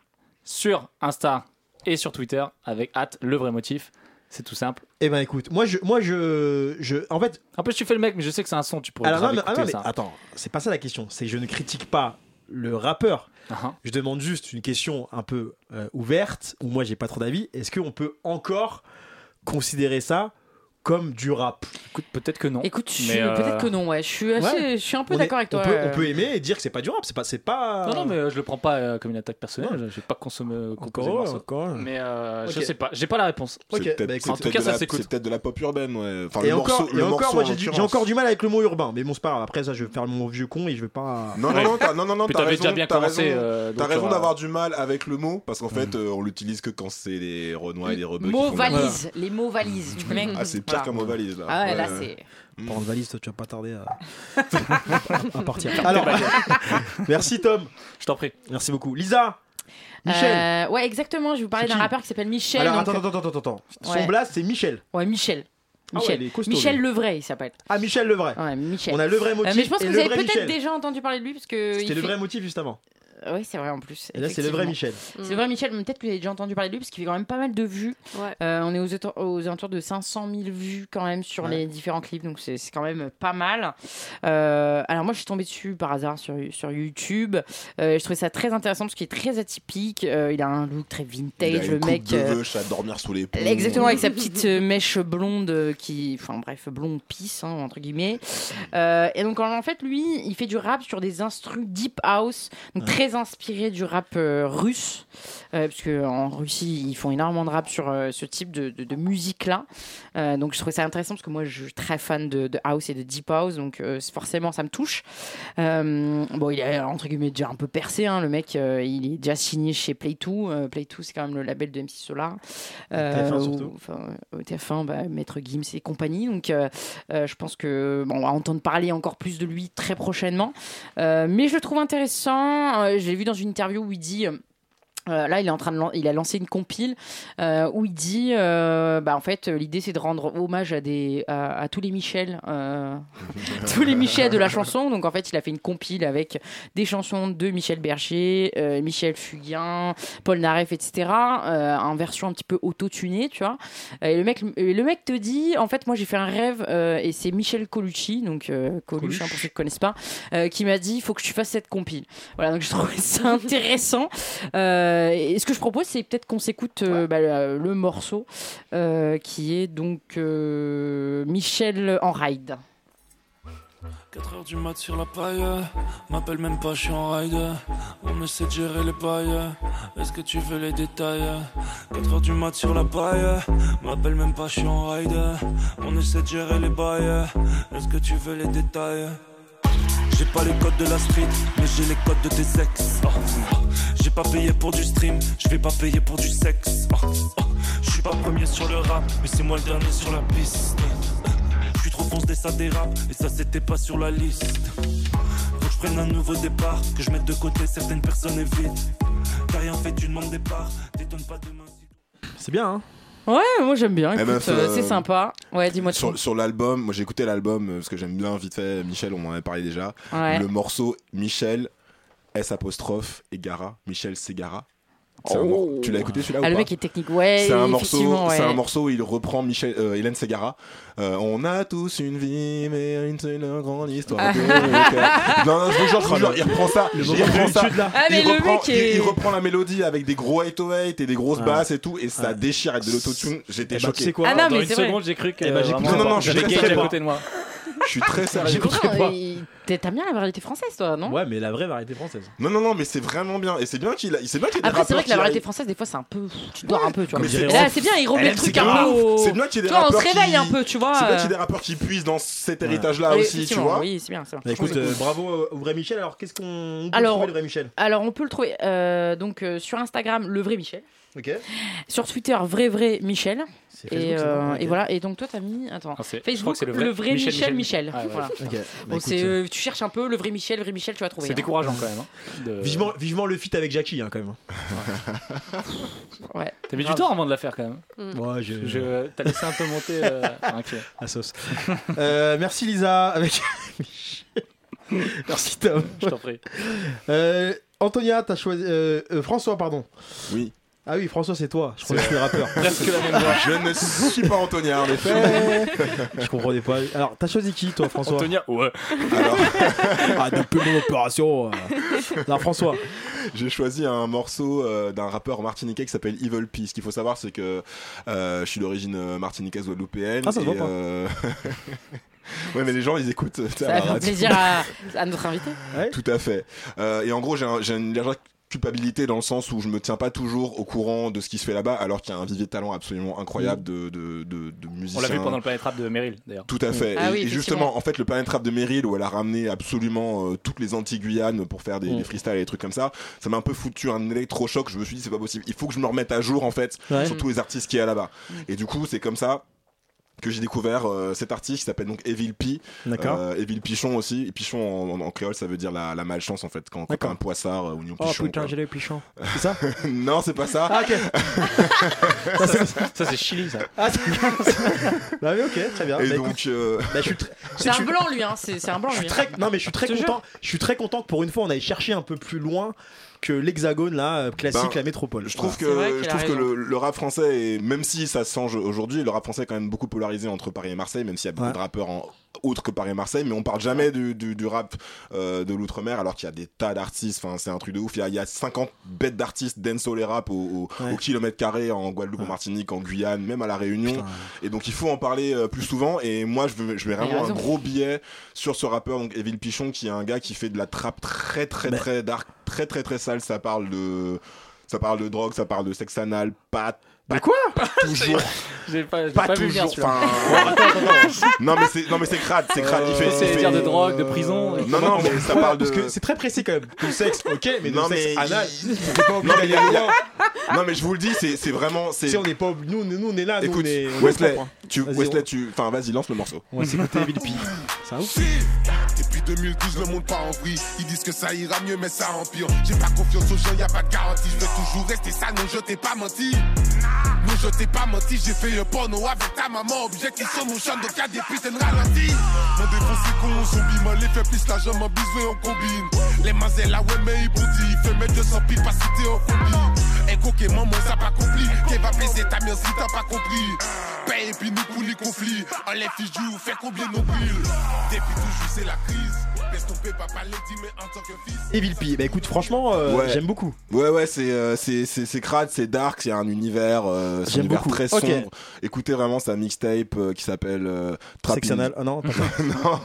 [SPEAKER 5] sur Insta et sur Twitter avec at le vrai motif. C'est tout simple.
[SPEAKER 2] Eh ben écoute, moi je, moi je, je, en fait,
[SPEAKER 5] En plus, tu fais le mec, mais je sais que c'est un son. Tu pourrais
[SPEAKER 2] alors non,
[SPEAKER 5] grave
[SPEAKER 2] mais- ah, non,
[SPEAKER 5] écouter
[SPEAKER 2] mais attends, c'est pas ça la question. C'est que je ne critique pas le rappeur.
[SPEAKER 5] ça. Ah,
[SPEAKER 2] Je demande juste une question un peu euh, ouverte où moi j'ai pas trop d'avis. Est-ce qu'on peut encore considérer ça comme du rap
[SPEAKER 5] ah. Écoute, peut-être que non.
[SPEAKER 6] Écoute, je
[SPEAKER 5] Mais,
[SPEAKER 6] suis-
[SPEAKER 5] euh,
[SPEAKER 6] peut-être que non, ouais. Je suis, assez,
[SPEAKER 2] Ouais.
[SPEAKER 6] je suis un
[SPEAKER 2] On
[SPEAKER 6] peu
[SPEAKER 2] est-
[SPEAKER 6] d'accord avec toi.
[SPEAKER 2] On peut,
[SPEAKER 6] euh.
[SPEAKER 2] on peut aimer et dire que c'est pas du rap. C'est pas, c'est pas.
[SPEAKER 5] Non, non, mais euh, je le prends pas euh, comme une attaque personnelle.
[SPEAKER 2] Non.
[SPEAKER 5] Je- J'ai pas euh, consommé, composé le
[SPEAKER 2] encore,
[SPEAKER 5] morceau.
[SPEAKER 2] encore.
[SPEAKER 5] Mais euh, je
[SPEAKER 2] Ok.
[SPEAKER 5] sais pas, j'ai pas la réponse.
[SPEAKER 3] C'est
[SPEAKER 2] Ok,
[SPEAKER 3] peut-être-
[SPEAKER 2] bah
[SPEAKER 3] c'est
[SPEAKER 2] écoute.
[SPEAKER 5] en tout
[SPEAKER 3] peut-être
[SPEAKER 5] cas,
[SPEAKER 3] de
[SPEAKER 5] ça
[SPEAKER 3] la-
[SPEAKER 5] s'écoute.
[SPEAKER 3] C'est peut-être de la pop urbaine, ouais. Enfin,
[SPEAKER 2] Et
[SPEAKER 3] le
[SPEAKER 2] encore,
[SPEAKER 3] morceau,
[SPEAKER 2] et
[SPEAKER 3] le
[SPEAKER 2] encore,
[SPEAKER 3] morceau,
[SPEAKER 2] moi
[SPEAKER 3] en
[SPEAKER 2] j'ai du- j'ai
[SPEAKER 3] l'occurrence.
[SPEAKER 2] encore du mal avec le mot urbain, mais bon c'est pas grave. Après ça, je vais faire mon vieux con et je vais pas.
[SPEAKER 3] Non, non, non, t'as non, non, non,
[SPEAKER 5] Puis
[SPEAKER 3] t'as
[SPEAKER 5] t'avais
[SPEAKER 3] raison.
[SPEAKER 5] déjà bien
[SPEAKER 3] t'as
[SPEAKER 5] commencé.
[SPEAKER 3] raison.
[SPEAKER 5] euh, Hmm. donc
[SPEAKER 3] T'as
[SPEAKER 5] tu
[SPEAKER 3] raison
[SPEAKER 5] auras-
[SPEAKER 3] d'avoir du mal avec le mot parce qu'en fait euh, on l'utilise que quand c'est les Renois et les Rebeux. qui
[SPEAKER 6] Mots
[SPEAKER 3] font-
[SPEAKER 6] valises, les mots valises. Tu peux même-
[SPEAKER 3] Ah c'est pire
[SPEAKER 6] Voilà.
[SPEAKER 3] qu'un mot valise là. Hmm.
[SPEAKER 6] Ah ouais, là c'est.
[SPEAKER 2] Par contre, valise, toi, tu vas pas tarder à, à partir. Alors, merci Tom,
[SPEAKER 5] Je t'en prie.
[SPEAKER 2] merci beaucoup. Lisa, Michel.
[SPEAKER 6] Euh, ouais, exactement. Je vais vous parler
[SPEAKER 2] C'est
[SPEAKER 6] d'un
[SPEAKER 2] qui
[SPEAKER 6] rappeur qui s'appelle Michel.
[SPEAKER 2] Alors
[SPEAKER 6] donc-
[SPEAKER 2] attends, attends, attends, attends. Son
[SPEAKER 6] Ouais.
[SPEAKER 2] blast, c'est Michel.
[SPEAKER 6] Ouais, Michel.
[SPEAKER 2] Ah ouais,
[SPEAKER 6] Michel,
[SPEAKER 2] il est costaud,
[SPEAKER 6] Michel
[SPEAKER 2] lui.
[SPEAKER 6] Levray, il s'appelle.
[SPEAKER 2] Ah, Michel le vrai.
[SPEAKER 6] Ouais, Michel.
[SPEAKER 2] On a le vrai
[SPEAKER 6] Euh,
[SPEAKER 2] motif.
[SPEAKER 6] mais je pense
[SPEAKER 2] et
[SPEAKER 6] que vous
[SPEAKER 2] le
[SPEAKER 6] avez
[SPEAKER 2] vrai
[SPEAKER 6] peut-être
[SPEAKER 2] Michel.
[SPEAKER 6] déjà entendu parler de lui parce que.
[SPEAKER 2] C'était le
[SPEAKER 6] il fait- Euh,
[SPEAKER 2] vrai motif juste avant.
[SPEAKER 6] Ouais, c'est vrai en plus.
[SPEAKER 2] Et là, c'est le vrai
[SPEAKER 6] effectivement.
[SPEAKER 2] Michel.
[SPEAKER 6] C'est le vrai Michel, mais peut-être que vous avez déjà entendu parler de lui parce qu'il fait quand même pas mal de vues.
[SPEAKER 4] Ouais.
[SPEAKER 6] Euh, on est aux, auto- aux alentours de 500 000 vues quand même sur les différents clips, donc c'est c'est quand même pas mal. Euh, alors moi, je suis tombée dessus par hasard sur, sur YouTube. Euh, je trouvais ça très intéressant parce qu'il est très atypique. Euh, il a un look très vintage,
[SPEAKER 3] Il a une
[SPEAKER 6] le
[SPEAKER 3] coupe
[SPEAKER 6] mec.
[SPEAKER 3] de
[SPEAKER 6] euh,
[SPEAKER 3] veuche à dormir sous les ponts.
[SPEAKER 6] Exactement, avec sa petite euh, mèche blonde euh, qui. Enfin bref, blonde pisse, hein, entre guillemets. Euh, et donc en en fait, lui, il fait du rap sur des instrus deep house, donc très très inspiré du rap euh, russe, euh, parce que en Russie, ils font énormément de rap sur euh, ce type de, de- de musique-là. Euh, donc je trouvais ça intéressant, parce que moi, je suis très fan de, de house et de deep house, donc euh, c'est- forcément, ça me touche. Euh, bon, il est entre guillemets déjà un peu percé, hein, le mec, euh, il est déjà signé chez Play2. Euh, Play2, c'est quand même le label de MC Solar.
[SPEAKER 2] TF1
[SPEAKER 6] où-
[SPEAKER 2] surtout.
[SPEAKER 6] enfin, euh, au TF1, bah, Maître Gims et compagnie. Donc, euh, euh, je pense que bon, on va entendre parler encore plus de lui très prochainement. Euh, mais je le trouve intéressant. Euh, je l'ai vu dans une interview où il dit. euh, euh, là, il est en train de, lan- il a lancé une compile euh, où il dit, euh, bah en fait, euh, l'idée c'est de rendre hommage à des, à, à tous les Michel, euh, tous les Michel de la chanson. Donc en fait, il a fait une compile avec des chansons de Michel Berger, euh, Michel Fugain, Paul Naref, etc. euh, en version un petit peu auto-tunée, tu vois. Et le mec, et le mec te dit, en fait, moi j'ai fait un rêve euh, et c'est Michel Colucci, donc euh, Coluche, hein, pour ceux qui connaissent pas, euh, qui m'a dit, il faut que tu fasses cette compile. Voilà, donc je trouvais ça intéressant. Euh, et ce que je propose, c'est peut-être qu'on s'écoute euh, bah, le, le morceau euh, qui est donc euh, Michel en ride.
[SPEAKER 12] 4 heures du mat sur la paille, euh, m'appelle même pas, je suis en ride. euh, On essaie de gérer les pailles, euh, est-ce que tu veux les détails 4 heures du mat sur la paille, euh, m'appelle même pas, je suis en ride. euh, On essaie de gérer les bails, euh, est-ce que tu veux les détails J'ai pas les codes de la street, mais j'ai les codes de tes ex. Oh, oh. J'ai pas payé pour du stream, je vais pas payer pour du sexe. Oh, oh. Je suis pas premier sur le rap, mais c'est moi le dernier sur la piste. Je suis trop foncé, ça dérape, et ça c'était pas sur la liste. Faut que je prenne un nouveau départ, que je mette de côté certaines personnes et vite. T'as rien fait, tu demandes départ, t'étonnes pas demain.
[SPEAKER 2] C'est bien, hein
[SPEAKER 6] Ouais, moi j'aime bien.
[SPEAKER 3] Eh
[SPEAKER 6] écoute,
[SPEAKER 3] meuf,
[SPEAKER 6] euh,
[SPEAKER 3] euh,
[SPEAKER 6] c'est sympa. Ouais, dis-moi tout.
[SPEAKER 3] Sur, sur l'album, moi j'ai écouté l'album euh, parce que j'aime bien vite fait Michel, on en avait parlé déjà.
[SPEAKER 6] Ouais.
[SPEAKER 3] Le morceau Michel S apostrophe et Gara, Michel Segara. C'est un
[SPEAKER 2] Oh.
[SPEAKER 3] mor- Tu l'as écouté celui-là
[SPEAKER 6] Ah,
[SPEAKER 3] ou
[SPEAKER 6] le
[SPEAKER 3] pas
[SPEAKER 6] mec est technique. Ouais,
[SPEAKER 3] c'est un
[SPEAKER 6] effectivement,
[SPEAKER 3] morceau,
[SPEAKER 6] ouais.
[SPEAKER 3] c'est un morceau où il reprend Michel, euh, Hélène Segara. Euh, on a tous une vie, mais une seule grande histoire.
[SPEAKER 6] Ah.
[SPEAKER 3] non, non, je vous jure, je vous jure, il reprend ça.
[SPEAKER 2] Ah, Le
[SPEAKER 3] il
[SPEAKER 2] moment
[SPEAKER 3] reprend
[SPEAKER 2] de
[SPEAKER 3] ça.
[SPEAKER 2] solitude, là.
[SPEAKER 6] Ah, mais
[SPEAKER 3] il,
[SPEAKER 6] le
[SPEAKER 3] reprend,
[SPEAKER 6] mec est-
[SPEAKER 3] il, il reprend la mélodie avec des gros 808 et des grosses
[SPEAKER 2] Ouais.
[SPEAKER 3] basses et tout, et ça déchire avec de l'autotune. J'étais
[SPEAKER 2] Ah. Eh ben, tu
[SPEAKER 3] choqué.
[SPEAKER 2] sais quoi
[SPEAKER 6] Ah non,
[SPEAKER 5] Dans
[SPEAKER 6] mais
[SPEAKER 5] une
[SPEAKER 6] c'est vrai.
[SPEAKER 5] seconde, j'ai cru que.
[SPEAKER 2] Eh ben, j'ai
[SPEAKER 5] vraiment,
[SPEAKER 3] cru- Non, non, non, je
[SPEAKER 5] j'avais
[SPEAKER 3] sais
[SPEAKER 5] quelqu'un
[SPEAKER 3] pas.
[SPEAKER 5] à côté de moi.
[SPEAKER 3] Je suis très sérieux.
[SPEAKER 2] J'écouterai
[SPEAKER 6] Non,
[SPEAKER 2] pas.
[SPEAKER 6] hein, il- t'es- T'aimes bien la variété française, toi, non
[SPEAKER 2] Ouais, mais la vraie variété française.
[SPEAKER 3] Non, non, non, mais c'est vraiment bien. Et c'est bien qu'il a... c'est bien qu'il y ait des
[SPEAKER 6] Après, c'est
[SPEAKER 3] rappeurs
[SPEAKER 6] vrai que la
[SPEAKER 3] qui
[SPEAKER 6] variété
[SPEAKER 3] arrivent.
[SPEAKER 6] française, des fois, c'est un peu. Tu dors un peu, tu vois.
[SPEAKER 2] Comme
[SPEAKER 6] Et
[SPEAKER 2] dirait
[SPEAKER 6] là,
[SPEAKER 2] Rolf.
[SPEAKER 6] c'est bien, il remet
[SPEAKER 3] Elle,
[SPEAKER 6] le
[SPEAKER 3] Eh, c'est
[SPEAKER 6] truc un
[SPEAKER 3] grave.
[SPEAKER 6] peu. au-
[SPEAKER 3] C'est bien qu'il y ait des
[SPEAKER 6] Toi, on se
[SPEAKER 3] rappeurs qui-
[SPEAKER 6] réveille un peu, tu vois.
[SPEAKER 3] C'est bien
[SPEAKER 6] euh.
[SPEAKER 3] qu'il y ait des rappeurs qui puissent dans cet
[SPEAKER 2] Ouais.
[SPEAKER 3] héritage-là
[SPEAKER 6] Ouais,
[SPEAKER 3] aussi, tu
[SPEAKER 6] effectivement,
[SPEAKER 3] vois.
[SPEAKER 6] Oui, c'est bien, c'est bien.
[SPEAKER 2] Bah, écoute, euh, bravo euh, au vrai Michel. Alors, qu'est-ce qu'on peut
[SPEAKER 6] Alors-
[SPEAKER 2] trouver le vrai Michel
[SPEAKER 6] Alors, on peut le trouver euh, donc euh, sur Instagram, le vrai Michel.
[SPEAKER 2] Ok.
[SPEAKER 6] Sur Twitter, vrai vrai Michel.
[SPEAKER 2] C'est
[SPEAKER 6] Et,
[SPEAKER 2] Facebook, ça,
[SPEAKER 6] euh,
[SPEAKER 2] non
[SPEAKER 6] et voilà. Et donc, toi, t'as mis. Attends.
[SPEAKER 5] Ah, c'est- je crois
[SPEAKER 6] Facebook,
[SPEAKER 5] que c'est
[SPEAKER 6] le
[SPEAKER 5] le
[SPEAKER 6] vrai,
[SPEAKER 5] vrai
[SPEAKER 6] Michel,
[SPEAKER 5] Michel,
[SPEAKER 6] Michel.
[SPEAKER 5] Ah, ouais,
[SPEAKER 6] Voilà.
[SPEAKER 2] Ok. Bah,
[SPEAKER 6] Bon,
[SPEAKER 2] écoute,
[SPEAKER 6] c'est,
[SPEAKER 2] euh,
[SPEAKER 6] euh, tu cherches un peu le vrai Michel, le vrai Michel, tu vas trouver.
[SPEAKER 5] C'est
[SPEAKER 6] hein.
[SPEAKER 5] décourageant quand même. hein, de-
[SPEAKER 2] Vivement, vivement le feat avec Jackie, hein, quand même. hein.
[SPEAKER 6] Ouais. Mm.
[SPEAKER 5] T'as mis du
[SPEAKER 6] Grave.
[SPEAKER 5] temps avant de la faire quand même.
[SPEAKER 2] Ouais, je-
[SPEAKER 5] Je- T'as laissé un peu monter. euh, ok.
[SPEAKER 2] la sauce. Euh, merci Lisa avec Michel. merci Tom.
[SPEAKER 5] Je t'en prie.
[SPEAKER 2] Euh, Antonia, t'as choisi. euh, euh, François, pardon.
[SPEAKER 3] Oui.
[SPEAKER 2] Ah oui, François, c'est toi. Je crois que je suis rappeur.
[SPEAKER 5] Presque la même voix.
[SPEAKER 3] Je ne suis pas Antonia, en effet.
[SPEAKER 2] je comprenais pas. Alors, t'as choisi qui, toi, François
[SPEAKER 5] Antonia, ouais.
[SPEAKER 3] Alors,
[SPEAKER 2] Ah, depuis mon opération. euh. Non, François.
[SPEAKER 3] j'ai choisi un morceau euh, d'un rappeur martiniquais qui s'appelle Evil P. Ce qu'il faut savoir, c'est que euh, je suis d'origine euh, martiniquaise guadeloupéenne.
[SPEAKER 2] Ah, ça se
[SPEAKER 3] et,
[SPEAKER 2] voit pas.
[SPEAKER 3] euh, ouais, mais les gens, ils écoutent. euh, à
[SPEAKER 6] Ça
[SPEAKER 3] la
[SPEAKER 6] va faire
[SPEAKER 3] radio.
[SPEAKER 6] plaisir à, à notre invité.
[SPEAKER 3] Tout à fait. Euh, et en gros, j'ai un- j'ai une légère culpabilité dans le sens où je me tiens pas toujours au courant de ce qui se fait là-bas, alors qu'il y a un vivier de talent absolument
[SPEAKER 2] Mm.
[SPEAKER 3] incroyable de, de, de, de musiciens.
[SPEAKER 5] On l'a vu pendant le Planet Rap de Meryl d'ailleurs.
[SPEAKER 3] Tout à fait. et,
[SPEAKER 6] Ah oui,
[SPEAKER 3] et
[SPEAKER 6] effectivement.
[SPEAKER 3] justement, en fait, le Planet Rap de Meryl, où elle a ramené absolument euh, toutes les anti-Guyanes pour faire des,
[SPEAKER 2] Mm.
[SPEAKER 3] des freestyles et des trucs comme ça, ça m'a un peu foutu un électrochoc. Je me suis dit, c'est pas possible. Il faut que je me remette à jour, en fait,
[SPEAKER 2] Ouais.
[SPEAKER 3] sur tous les artistes qu'il y a là-bas.
[SPEAKER 6] Mm.
[SPEAKER 3] Et du coup, c'est comme ça que j'ai découvert euh, cet artiste qui s'appelle donc Evil P.
[SPEAKER 2] D'accord.
[SPEAKER 3] Euh, Evil Pichon aussi. Et Pichon en, en- en créole, ça veut dire la, la malchance, en fait, quand, quand t'as
[SPEAKER 2] D'accord. Oh,
[SPEAKER 3] un poissard euh, ou
[SPEAKER 6] Oh,
[SPEAKER 3] une pichon. quoi.
[SPEAKER 2] les pichons. C'est ça
[SPEAKER 3] non, c'est pas ça.
[SPEAKER 2] Ah, ok.
[SPEAKER 5] Ça c'est Chili ça.
[SPEAKER 2] Ah, non, mais ok, très bien.
[SPEAKER 3] Et
[SPEAKER 2] Bah, écoute,
[SPEAKER 3] donc, euh,
[SPEAKER 2] bah, je suis très.
[SPEAKER 6] C'est un blanc, lui. Hein. C'est, c'est un blanc,
[SPEAKER 2] Je suis
[SPEAKER 6] lui. hein.
[SPEAKER 2] très, non mais je suis très
[SPEAKER 6] Je te
[SPEAKER 2] content. Je suis très content que pour une fois on aille chercher un peu plus loin que l'hexagone là euh, classique,
[SPEAKER 3] Ben,
[SPEAKER 2] la métropole.
[SPEAKER 3] Je trouve
[SPEAKER 6] Ah, C'est vrai
[SPEAKER 3] que,
[SPEAKER 6] qu'il
[SPEAKER 3] je
[SPEAKER 6] a
[SPEAKER 3] trouve que
[SPEAKER 6] raison.
[SPEAKER 3] le, le rap français, est- même si ça se change aujourd'hui, le rap français est quand même beaucoup polarisé entre Paris et Marseille, même s'il y a beaucoup
[SPEAKER 2] Ouais.
[SPEAKER 3] de rappeurs en autre que Paris et Marseille, mais on parle jamais du, du- du rap euh, de l'outre-mer alors qu'il y a des tas d'artistes, enfin c'est un truc de ouf, il y a, il y a 50 bêtes d'artistes dancehall et rap au, au-
[SPEAKER 2] Ouais.
[SPEAKER 3] au kilomètre carré en Guadeloupe, en Martinique, en Guyane, même à la Réunion,
[SPEAKER 2] Putain.
[SPEAKER 3] et donc il faut en parler euh, plus souvent. Et moi, je veux- je mets
[SPEAKER 6] Il a
[SPEAKER 3] vraiment un
[SPEAKER 6] raison.
[SPEAKER 3] gros billet sur ce rappeur, donc Evil Pichon, qui est un gars qui fait de la trappe très très
[SPEAKER 2] Mais-
[SPEAKER 3] très dark, très très très sale. Ça parle de, ça parle de drogue, ça parle de sexe anal, pas.
[SPEAKER 5] Bah quoi
[SPEAKER 3] Toujours.
[SPEAKER 5] J'ai pas, j'ai
[SPEAKER 3] Pas
[SPEAKER 5] pas vu bien
[SPEAKER 3] toujours.
[SPEAKER 5] celui-là.
[SPEAKER 3] enfin,
[SPEAKER 2] euh,
[SPEAKER 3] non mais c'est non mais c'est crade, Euh, c'est crade. Il fait, il
[SPEAKER 5] C'est
[SPEAKER 3] fait- Euh,
[SPEAKER 5] dire de drogue, de prison. et
[SPEAKER 3] Non non mais ça parle de.
[SPEAKER 2] Parce que c'est très précis quand même. Le sexe, ok, mais
[SPEAKER 3] Non,
[SPEAKER 2] le sexe
[SPEAKER 3] mais
[SPEAKER 2] anal,
[SPEAKER 3] il-
[SPEAKER 2] on n'est pas obligé
[SPEAKER 3] Non, mais
[SPEAKER 2] d'aller
[SPEAKER 3] il y a- il y
[SPEAKER 2] loin.
[SPEAKER 3] a- non mais je vous le dis, c'est c'est vraiment
[SPEAKER 2] Tu sais,
[SPEAKER 3] c'est.
[SPEAKER 2] on n'est pas obli- nous, nous, nous, on est là. nous,
[SPEAKER 3] Écoute,
[SPEAKER 2] on est- on est
[SPEAKER 3] Wesley,
[SPEAKER 2] propre, hein.
[SPEAKER 3] tu,
[SPEAKER 2] Vas-y,
[SPEAKER 3] Wesley, tu, enfin, vas-y, lance le morceau.
[SPEAKER 2] on- on va s'écouter Evil P. Ça ouf.
[SPEAKER 13] Depuis 2012, le monde part en vrille. Ils disent que ça ira mieux, mais ça empire. J'ai pas confiance aux gens, y a pas de garantie. Je vais toujours rester ça, non, je t'ai pas menti. Non, je t'ai pas menti, j'ai fait un porno avec ta maman. Objet qui sont mon chant de cas des putains de ralenti. Mon défaut, c'est qu'on zombie, man, les fait plus la jambe en bisou et on combine. Les mazelles, ah ouais, mais ils bondissent. Fait mettre 200 piles, pas cité en combi. Un coquet, maman, ça pas compris. T'es va baiser ta mère si t'as pas compris. Paye et puis nous pour les conflits. Enlève fiches du fait combien nos piles. Depuis toujours, c'est la crise. Laisse tomber, papa les dit, mais en tant que fils.
[SPEAKER 2] Evil P. Bah écoute, franchement, euh,
[SPEAKER 3] Ouais.
[SPEAKER 2] j'aime beaucoup.
[SPEAKER 3] Ouais, ouais, c'est euh, c'est- c'est- c'est crade, c'est dark, c'est un univers, euh, c'est un
[SPEAKER 2] J'aime
[SPEAKER 3] univers
[SPEAKER 2] beaucoup.
[SPEAKER 3] très
[SPEAKER 2] Ok.
[SPEAKER 3] sombre. Écoutez vraiment sa mixtape euh, qui s'appelle euh, Trap
[SPEAKER 2] Sexe
[SPEAKER 3] in-
[SPEAKER 2] anal. Ah non, t'as
[SPEAKER 3] non,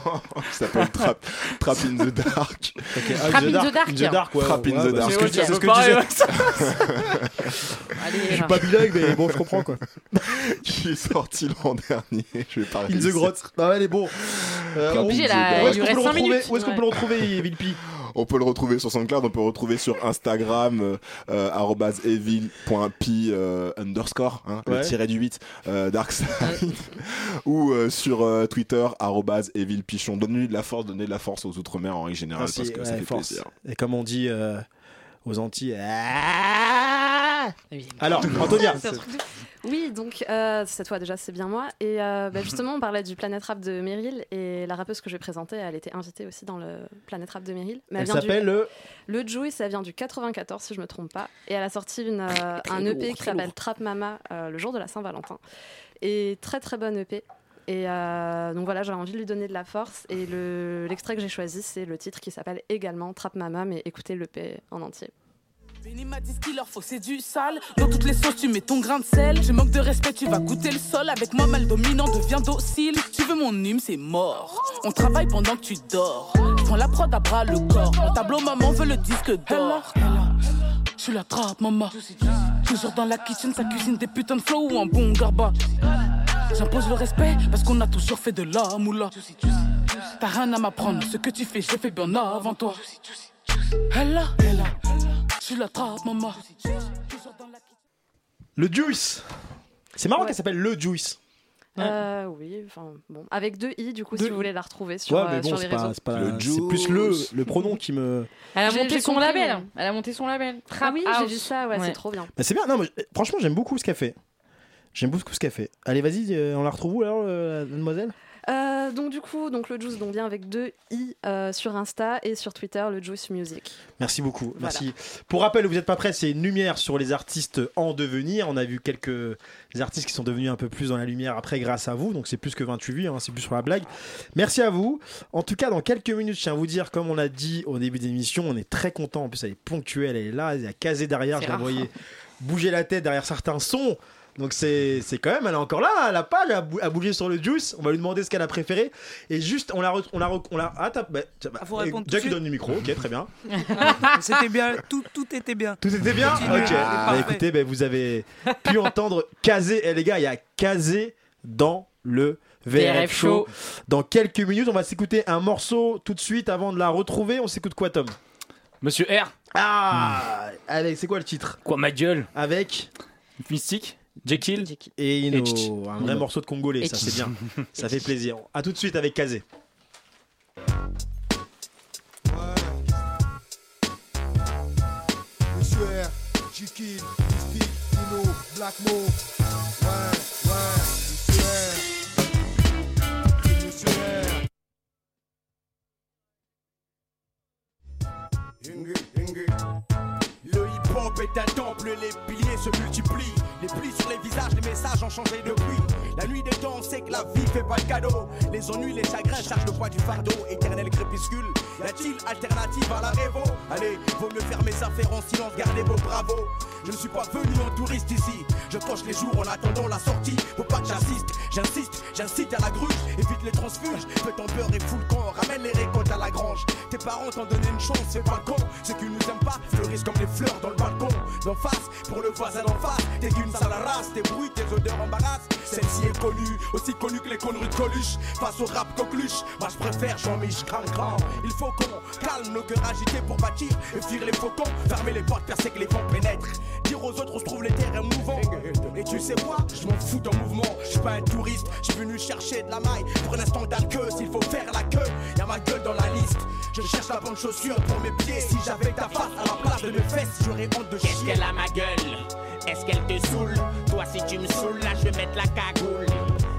[SPEAKER 3] qui s'appelle Trap, Trap in the Dark.
[SPEAKER 6] Trap in the Dark.
[SPEAKER 2] In ah, the dark, ouais.
[SPEAKER 3] Trap in
[SPEAKER 2] ouais,
[SPEAKER 3] the
[SPEAKER 2] bah,
[SPEAKER 3] dark.
[SPEAKER 2] C'est ce que,
[SPEAKER 6] C'est
[SPEAKER 2] c'est ce que
[SPEAKER 5] pareil,
[SPEAKER 2] disait-
[SPEAKER 5] ouais.
[SPEAKER 6] Allez,
[SPEAKER 2] Je suis pas bilingue, mais bon, je comprends quoi.
[SPEAKER 3] qui est sorti l'an dernier. Je vais pas
[SPEAKER 2] In the
[SPEAKER 3] réussir.
[SPEAKER 2] grotte.
[SPEAKER 14] Bah
[SPEAKER 2] Ah ouais, elle est bon. Euh,
[SPEAKER 3] Trap
[SPEAKER 2] on-
[SPEAKER 6] obligé,
[SPEAKER 3] in the
[SPEAKER 6] là,
[SPEAKER 3] Dark.
[SPEAKER 2] Où est-ce
[SPEAKER 6] Il
[SPEAKER 2] qu'on
[SPEAKER 6] reste
[SPEAKER 2] peut le
[SPEAKER 6] cinq
[SPEAKER 2] retrouver
[SPEAKER 6] minutes.
[SPEAKER 2] Où est-ce qu'on peut le retrouver, Evil P
[SPEAKER 3] On peut le retrouver sur SoundCloud, on peut le retrouver sur Instagram, euh, euh, arobase evil.p euh, underscore, hein,
[SPEAKER 2] Ouais.
[SPEAKER 3] le tiré du 8, euh, Darkside, ou euh, sur euh, Twitter, arobase evilpichon. Donnez-lui de la force, donnez de la force aux Outre-mer en règle générale,
[SPEAKER 2] Merci,
[SPEAKER 3] parce que ça
[SPEAKER 2] Ah, ouais,
[SPEAKER 3] fait
[SPEAKER 2] force.
[SPEAKER 3] plaisir.
[SPEAKER 2] Et comme on dit euh, aux Antilles. ah Alors, Antonia,
[SPEAKER 4] C'est un truc de- Oui, donc euh, cette fois déjà, c'est bien moi. Et euh, bah, justement, on parlait du Planet Rap de Meryl. Et la rappeuse que je vais présenter, elle était invitée aussi dans le Planet Rap de Meryl. Mais elle
[SPEAKER 2] elle
[SPEAKER 4] vient du-
[SPEAKER 2] s'appelle. euh,
[SPEAKER 4] Le Joey, ça vient du 94, si je me trompe pas. Et elle a sorti une,
[SPEAKER 2] Ah,
[SPEAKER 4] euh, un EP qui s'appelle Trap Mama euh, le jour de la Saint-Valentin. Et très très bonne EP. Et euh, donc voilà, j'avais envie de lui donner de la force. Et le- l'extrait que j'ai choisi, c'est le titre qui s'appelle également Trap Mama, mais écoutez l'EP en entier.
[SPEAKER 15] Benny m'a dit ce qu'il leur faut, c'est du sale. Dans toutes les sauces, tu mets ton grain de sel. Je manque de respect, tu vas goûter le sol. Avec moi, mal dominant, deviens docile. Tu veux mon hume, c'est mort. On travaille pendant que tu dors. Je Prends la prod à bras le corps. Mon tableau, maman veut le disque d'or. Tu la trappe, maman. Toujours dans la kitchen, sa cuisine des putains de flow ou un bon garba. J'impose le respect parce qu'on a toujours fait de la moula. T'as rien à m'apprendre, ce que tu fais, je le fais bien avant toi. Hella, hella, tu la trappe, maman. Toujours dans la
[SPEAKER 2] Le Juice. C'est marrant
[SPEAKER 4] Ouais.
[SPEAKER 2] qu'elle s'appelle Le Juice.
[SPEAKER 4] Euh, oui, enfin bon. Avec deux i, du coup, si vous voulez la retrouver sur,
[SPEAKER 2] Ouais,
[SPEAKER 4] euh,
[SPEAKER 2] mais bon,
[SPEAKER 4] sur les
[SPEAKER 2] c'est
[SPEAKER 4] réseaux.
[SPEAKER 2] pas, c'est pas-
[SPEAKER 3] Le
[SPEAKER 2] c'est plus le, le pronom qui me.
[SPEAKER 6] Elle a
[SPEAKER 4] J'ai-
[SPEAKER 6] monté
[SPEAKER 4] j'ai
[SPEAKER 6] son
[SPEAKER 4] compris,
[SPEAKER 6] label.
[SPEAKER 4] ouais.
[SPEAKER 6] Elle a monté son label.
[SPEAKER 4] Ah
[SPEAKER 6] Trap
[SPEAKER 4] oui, j'ai
[SPEAKER 6] House.
[SPEAKER 4] vu ça, ouais,
[SPEAKER 6] Ouais.
[SPEAKER 4] c'est trop bien.
[SPEAKER 2] Bah, c'est bien, non, mais euh, franchement, j'aime beaucoup ce qu'elle fait. J'aime beaucoup ce qu'elle fait. Allez, vas-y, euh, on la retrouve où alors, euh, la mademoiselle
[SPEAKER 4] Euh, donc du coup, donc le Juice donc vient avec deux i euh, sur Insta et sur Twitter le Juice Music.
[SPEAKER 2] Merci beaucoup.
[SPEAKER 4] Voilà.
[SPEAKER 2] Merci. Pour rappel, vous n'êtes pas prêts, c'est une lumière sur les artistes en devenir. On a vu quelques artistes qui sont devenus un peu plus dans la lumière après grâce à vous. Donc c'est plus que 28 vues, hein, c'est plus sur la blague. Merci à vous. En tout cas, dans quelques minutes, je tiens à vous dire, comme on l'a dit au début de l'émission, on est très content. En plus, elle est ponctuelle, elle est là, elle a casé derrière.
[SPEAKER 6] C'est
[SPEAKER 2] Je la
[SPEAKER 6] rare.
[SPEAKER 2] voyais bouger la tête derrière certains sons. Donc c'est c'est quand même, elle est encore là, elle a pas elle a bou- à bouger sur le juice. On va lui demander ce qu'elle a préféré. Et juste, on la... re- On la, re- on la ah, t'as- bah, t'as- bah,
[SPEAKER 16] Ah, faut répondre tout de
[SPEAKER 2] Jack, il
[SPEAKER 16] suite.
[SPEAKER 2] donne le micro, ok, très bien.
[SPEAKER 16] C'était bien, tout, tout était bien.
[SPEAKER 2] Tout était bien Ok.
[SPEAKER 16] Continuez, c'est
[SPEAKER 2] Bah,
[SPEAKER 16] parfait.
[SPEAKER 2] écoutez, bah, vous avez pu entendre Kazé. Eh, les gars, il y a Kazé dans le VRF
[SPEAKER 6] VRF
[SPEAKER 2] Show.
[SPEAKER 6] Show.
[SPEAKER 2] Dans quelques minutes, on va s'écouter un morceau tout de suite avant de la retrouver. On s'écoute quoi, Tom
[SPEAKER 5] Monsieur R,
[SPEAKER 2] Ah Avec, c'est quoi le titre
[SPEAKER 5] quoi ma gueule
[SPEAKER 2] Avec
[SPEAKER 5] Mystique Jekyll
[SPEAKER 2] et Ino,
[SPEAKER 5] Etch.
[SPEAKER 2] un vrai
[SPEAKER 5] Ino.
[SPEAKER 2] morceau de congolais, ça
[SPEAKER 6] Etch.
[SPEAKER 2] c'est bien. ça fait plaisir. À tout de suite avec Kazé.
[SPEAKER 14] Monsieur R, Jikin, Mystic, Dino, Black Mo. Ouais, ouais, Monsieur R. Monsieur R.
[SPEAKER 7] Le hip-hop est un temple, les piliers se multiplient. Les plis sur les visages, les messages ont changé depuis. La nuit des temps, on sait que la vie fait pas de cadeau. Les ennuis, les chagrins chargent le poids du fardeau. Éternel crépuscule, y a-t-il alternative à la révo Allez, vaut mieux faire mes affaires en silence, gardez vos bravos. Je ne suis pas venu en touriste ici. Je coche les jours en attendant la sortie. Faut pas que j'attende
[SPEAKER 9] j'insiste, j'insiste, j'incite à la gruge, évite les transfuges, fais ton beurre et fous le camp, ramène les récoltes à la grange. Tes parents t'ont donné une chance, c'est pas le con, ceux qui nous aiment pas fleurissent comme les fleurs dans le balcon. D'en face, pour le voisin d'en face, t'es d'une sale race, tes bruits, tes odeurs embarrassent. Celle-ci est connue, aussi connue que les conneries de Coluche, face au rap coqueluche, moi je préfère Jean-Mich Grand. Il faut qu'on calme nos cœurs agités pour bâtir et fuir les faucons, fermer les portes, percer que les vents pénètrent. Dire aux autres, on se trouve les terres mouvants. Et tu sais quoi, je m'en fous d'un mouvement. Je suis pas un touriste, je suis venu chercher de la maille. Pour un instant d'alqueuse, s'il faut faire la queue. Y'a ma gueule dans la liste. Je cherche la bonne chaussure pour mes pieds. Si j'avais ta face à la place de mes fesses, j'aurais honte de chier.
[SPEAKER 17] Qu'est-ce qu'elle a ma gueule Est-ce qu'elle te saoule Toi si tu me saoules là je vais mettre la cagoule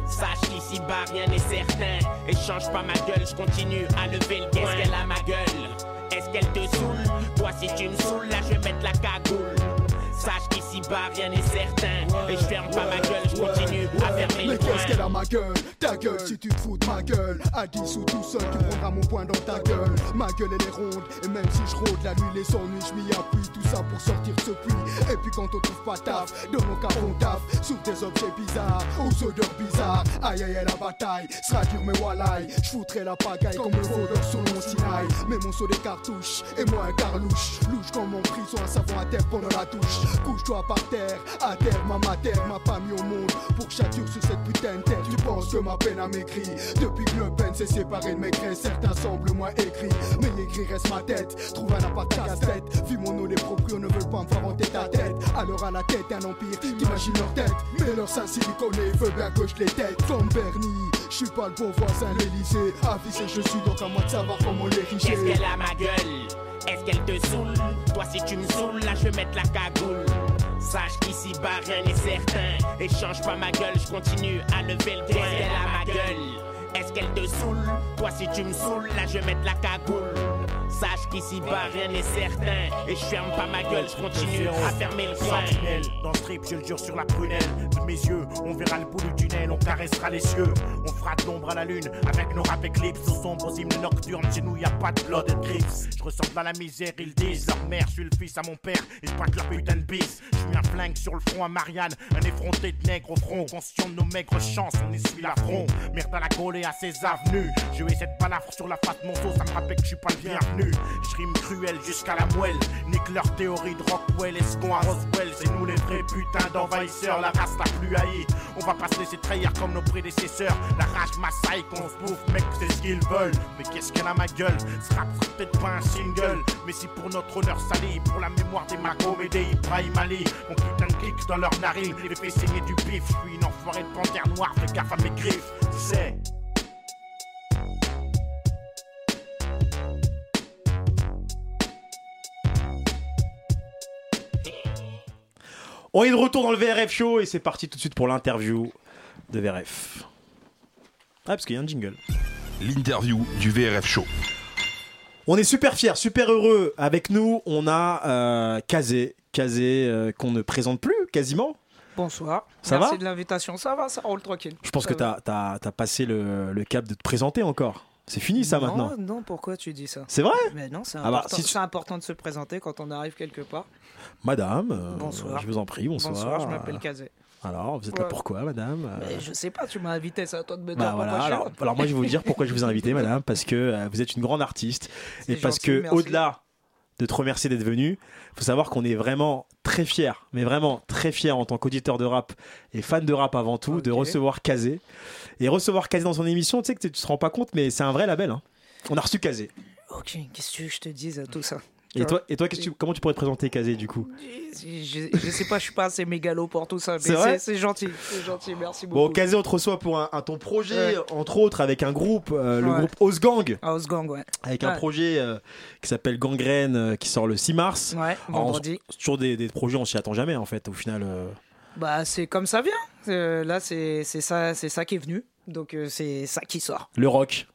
[SPEAKER 17] Sache qu'ici bas rien n'est certain Et change pas ma gueule je continue à lever le Qu'est-ce qu'elle a ma gueule Est-ce qu'elle te saoule Toi si tu me saoules là je vais mettre la cagoule Sache qu'ici bas rien n'est certain Et je ferme pas ma gueule je continue à fermer le
[SPEAKER 14] Mais qu'est-ce
[SPEAKER 17] poing
[SPEAKER 14] qu'elle a ma gueule Ta gueule si tu te fous de ma gueule À 10 ou tout seul tu prendras mon point dans ta gueule Ma gueule elle est ronde Et même si je rôde la nuit les ennuis je m'y appuie Tout ça pour sortir de ce puits Et puis quand on trouve pas taf Dans mon cas on taf Sur des objets bizarres Aux odeurs bizarres Aïe aïe aïe la bataille Sera dure mais walaï Je foutrai la pagaille Comme le voleur sur mon Sinaï Mais mon saut des cartouches Et moi un carlouche Louche comme en prison Un savon à terre pendant la touche Couche-toi par terre À terre ma matière m'a pas mis au monde Pour châture sur cette putain de terre Tu penses que ma peine a maigri Depuis que Le Pen s'est séparé de mes grès Certains semblent moins écrits Mais écrit reste ma tête Trouve un appart à casse-tête Vu mon eau les proprios ne veulent pas me faire en tête à tête Alors à la tête un empire qui imagine leur tête Mais leur saint siliconé veut bien que je les tête Comme Bernie Je suis pas le bon voisin l'Elysée Avisé je suis donc à moi de savoir comment les richer
[SPEAKER 17] Qu'est-ce qu'elle a ma gueule Est-ce qu'elle te saoule Toi si tu me saoules, là je vais mettre la cagoule. Sache qu'ici bas rien n'est certain. Et change pas ma gueule, je continue à lever le poing. Qu'est-ce qu'elle a ma gueule Est-ce qu'elle te saoule Toi si tu me saoules, là je vais mettre la cagoule. Sache qu'ici bas rien n'est certain. Et je ferme pas ma gueule, je continue à fermer le poing.
[SPEAKER 18] Sentinelle, dans le strip, je le jure sur la prunelle de mes yeux. On verra le bout du tunnel, on caressera les cieux. On fera de l'ombre à la lune avec nos rap éclipses. Aux sombres hymnes nocturnes, chez nous y a pas de blood and grips. Je ressemble à la misère, ils disent leur mère. Je suis le fils à mon père, et je braque la putain de bis. Je suis un flingue sur le front à Marianne, un effronté de nègre au front. Conscient de nos maigres chances, on essuie l'affront. Merde à la coller à ses avenues. Je vais cette balafre sur la face de mon dos, ça me rappelle que je suis pas le bienvenu. Je rime cruel jusqu'à la moelle. Nique leur théorie de Rockwell, escon à Roswell. C'est nous les vrais putains d'envahisseurs, la race la plus haïe. On va pas se laisser trahir comme nos prédécesseurs. La rage massaille qu'on se bouffe, mec, c'est ce qu'ils veulent. Mais qu'est-ce qu'elle a ma gueule Ce rap sera peut-être pas un single. Mais si pour notre honneur sali, pour la mémoire des Magom et des Ibrahim Ali, mon putain de clic dans leur narine, les fait saigner du pif. Je suis une enfoirée de panthère noire, fais gaffe à mes griffes, tu sais.
[SPEAKER 2] On est de retour dans le VRF show et c'est parti tout de suite pour l'interview de VRF. Ah, parce qu'il y a un jingle.
[SPEAKER 1] L'interview du VRF Show.
[SPEAKER 2] On est super fiers, super heureux. Avec nous, on a euh, Kazé, Kazé euh, qu'on ne présente plus quasiment.
[SPEAKER 16] Bonsoir.
[SPEAKER 2] Ça
[SPEAKER 16] Ah, Merci
[SPEAKER 2] va
[SPEAKER 16] de l'invitation. Ça va, ça roule tranquille.
[SPEAKER 2] Je pense
[SPEAKER 16] Ça
[SPEAKER 2] que
[SPEAKER 16] va.
[SPEAKER 2] t'as as, passé le, le cap de te présenter encore. C'est fini ça
[SPEAKER 16] Non,
[SPEAKER 2] maintenant.
[SPEAKER 16] Non, pourquoi tu dis ça
[SPEAKER 2] C'est vrai
[SPEAKER 16] Mais non, c'est
[SPEAKER 2] Ah bah,
[SPEAKER 16] important.
[SPEAKER 2] si tu-
[SPEAKER 16] c'est important de se présenter quand on arrive quelque part.
[SPEAKER 2] Madame, euh,
[SPEAKER 16] Bonsoir.
[SPEAKER 2] je vous en prie, bonsoir.
[SPEAKER 16] Bonsoir, je m'appelle Kazé.
[SPEAKER 2] Alors, vous êtes là
[SPEAKER 16] Ouais.
[SPEAKER 2] pourquoi, madame euh
[SPEAKER 16] Mais je sais pas, tu m'as invité, c'est à toi de me dire.
[SPEAKER 2] Bah
[SPEAKER 16] pourquoi
[SPEAKER 2] voilà,
[SPEAKER 16] je suis
[SPEAKER 2] alors,
[SPEAKER 16] là.
[SPEAKER 2] alors moi je vais vous dire pourquoi je vous ai invité madame, parce que euh, vous êtes une grande artiste et parce
[SPEAKER 16] gentil,
[SPEAKER 2] que
[SPEAKER 16] merci.
[SPEAKER 2] au-delà de te remercier d'être venu, faut savoir qu'on est vraiment très fiers, mais vraiment très fiers en tant qu'auditeur de rap et fan de rap avant tout, de recevoir Kazé. Et recevoir Kazé dans son émission, tu sais que tu tu te rends pas compte, mais c'est un vrai label. hein. On a reçu Kazé.
[SPEAKER 16] Ok, qu'est-ce que tu veux que je te dise à tout ça
[SPEAKER 2] Et toi, et toi qu'est-ce que tu- comment tu pourrais te présenter Kazé du coup
[SPEAKER 16] je, je sais pas, je suis pas assez mégalo pour tout ça, mais
[SPEAKER 2] C'est vrai
[SPEAKER 16] c'est- c'est gentil. C'est gentil, merci beaucoup.
[SPEAKER 2] Bon, Kazé, on te reçoit pour un, un- ton projet,
[SPEAKER 16] Ouais.
[SPEAKER 2] entre autres, avec un groupe, euh, le
[SPEAKER 16] Ouais.
[SPEAKER 2] groupe House Gang.
[SPEAKER 16] House Gang, Ah, ouais.
[SPEAKER 2] Avec un
[SPEAKER 16] Ouais.
[SPEAKER 2] projet euh, qui s'appelle Gangrène, euh, qui sort le 6 mars. Alors, on-
[SPEAKER 16] vendredi.
[SPEAKER 2] c'est toujours des, des projets, on s'y attend jamais, en fait, au final. euh.
[SPEAKER 16] Bah, c'est comme ça vient. Euh, là, c'est c'est ça, c'est ça qui est venu. Donc, euh, c'est ça qui sort.
[SPEAKER 2] Le rock.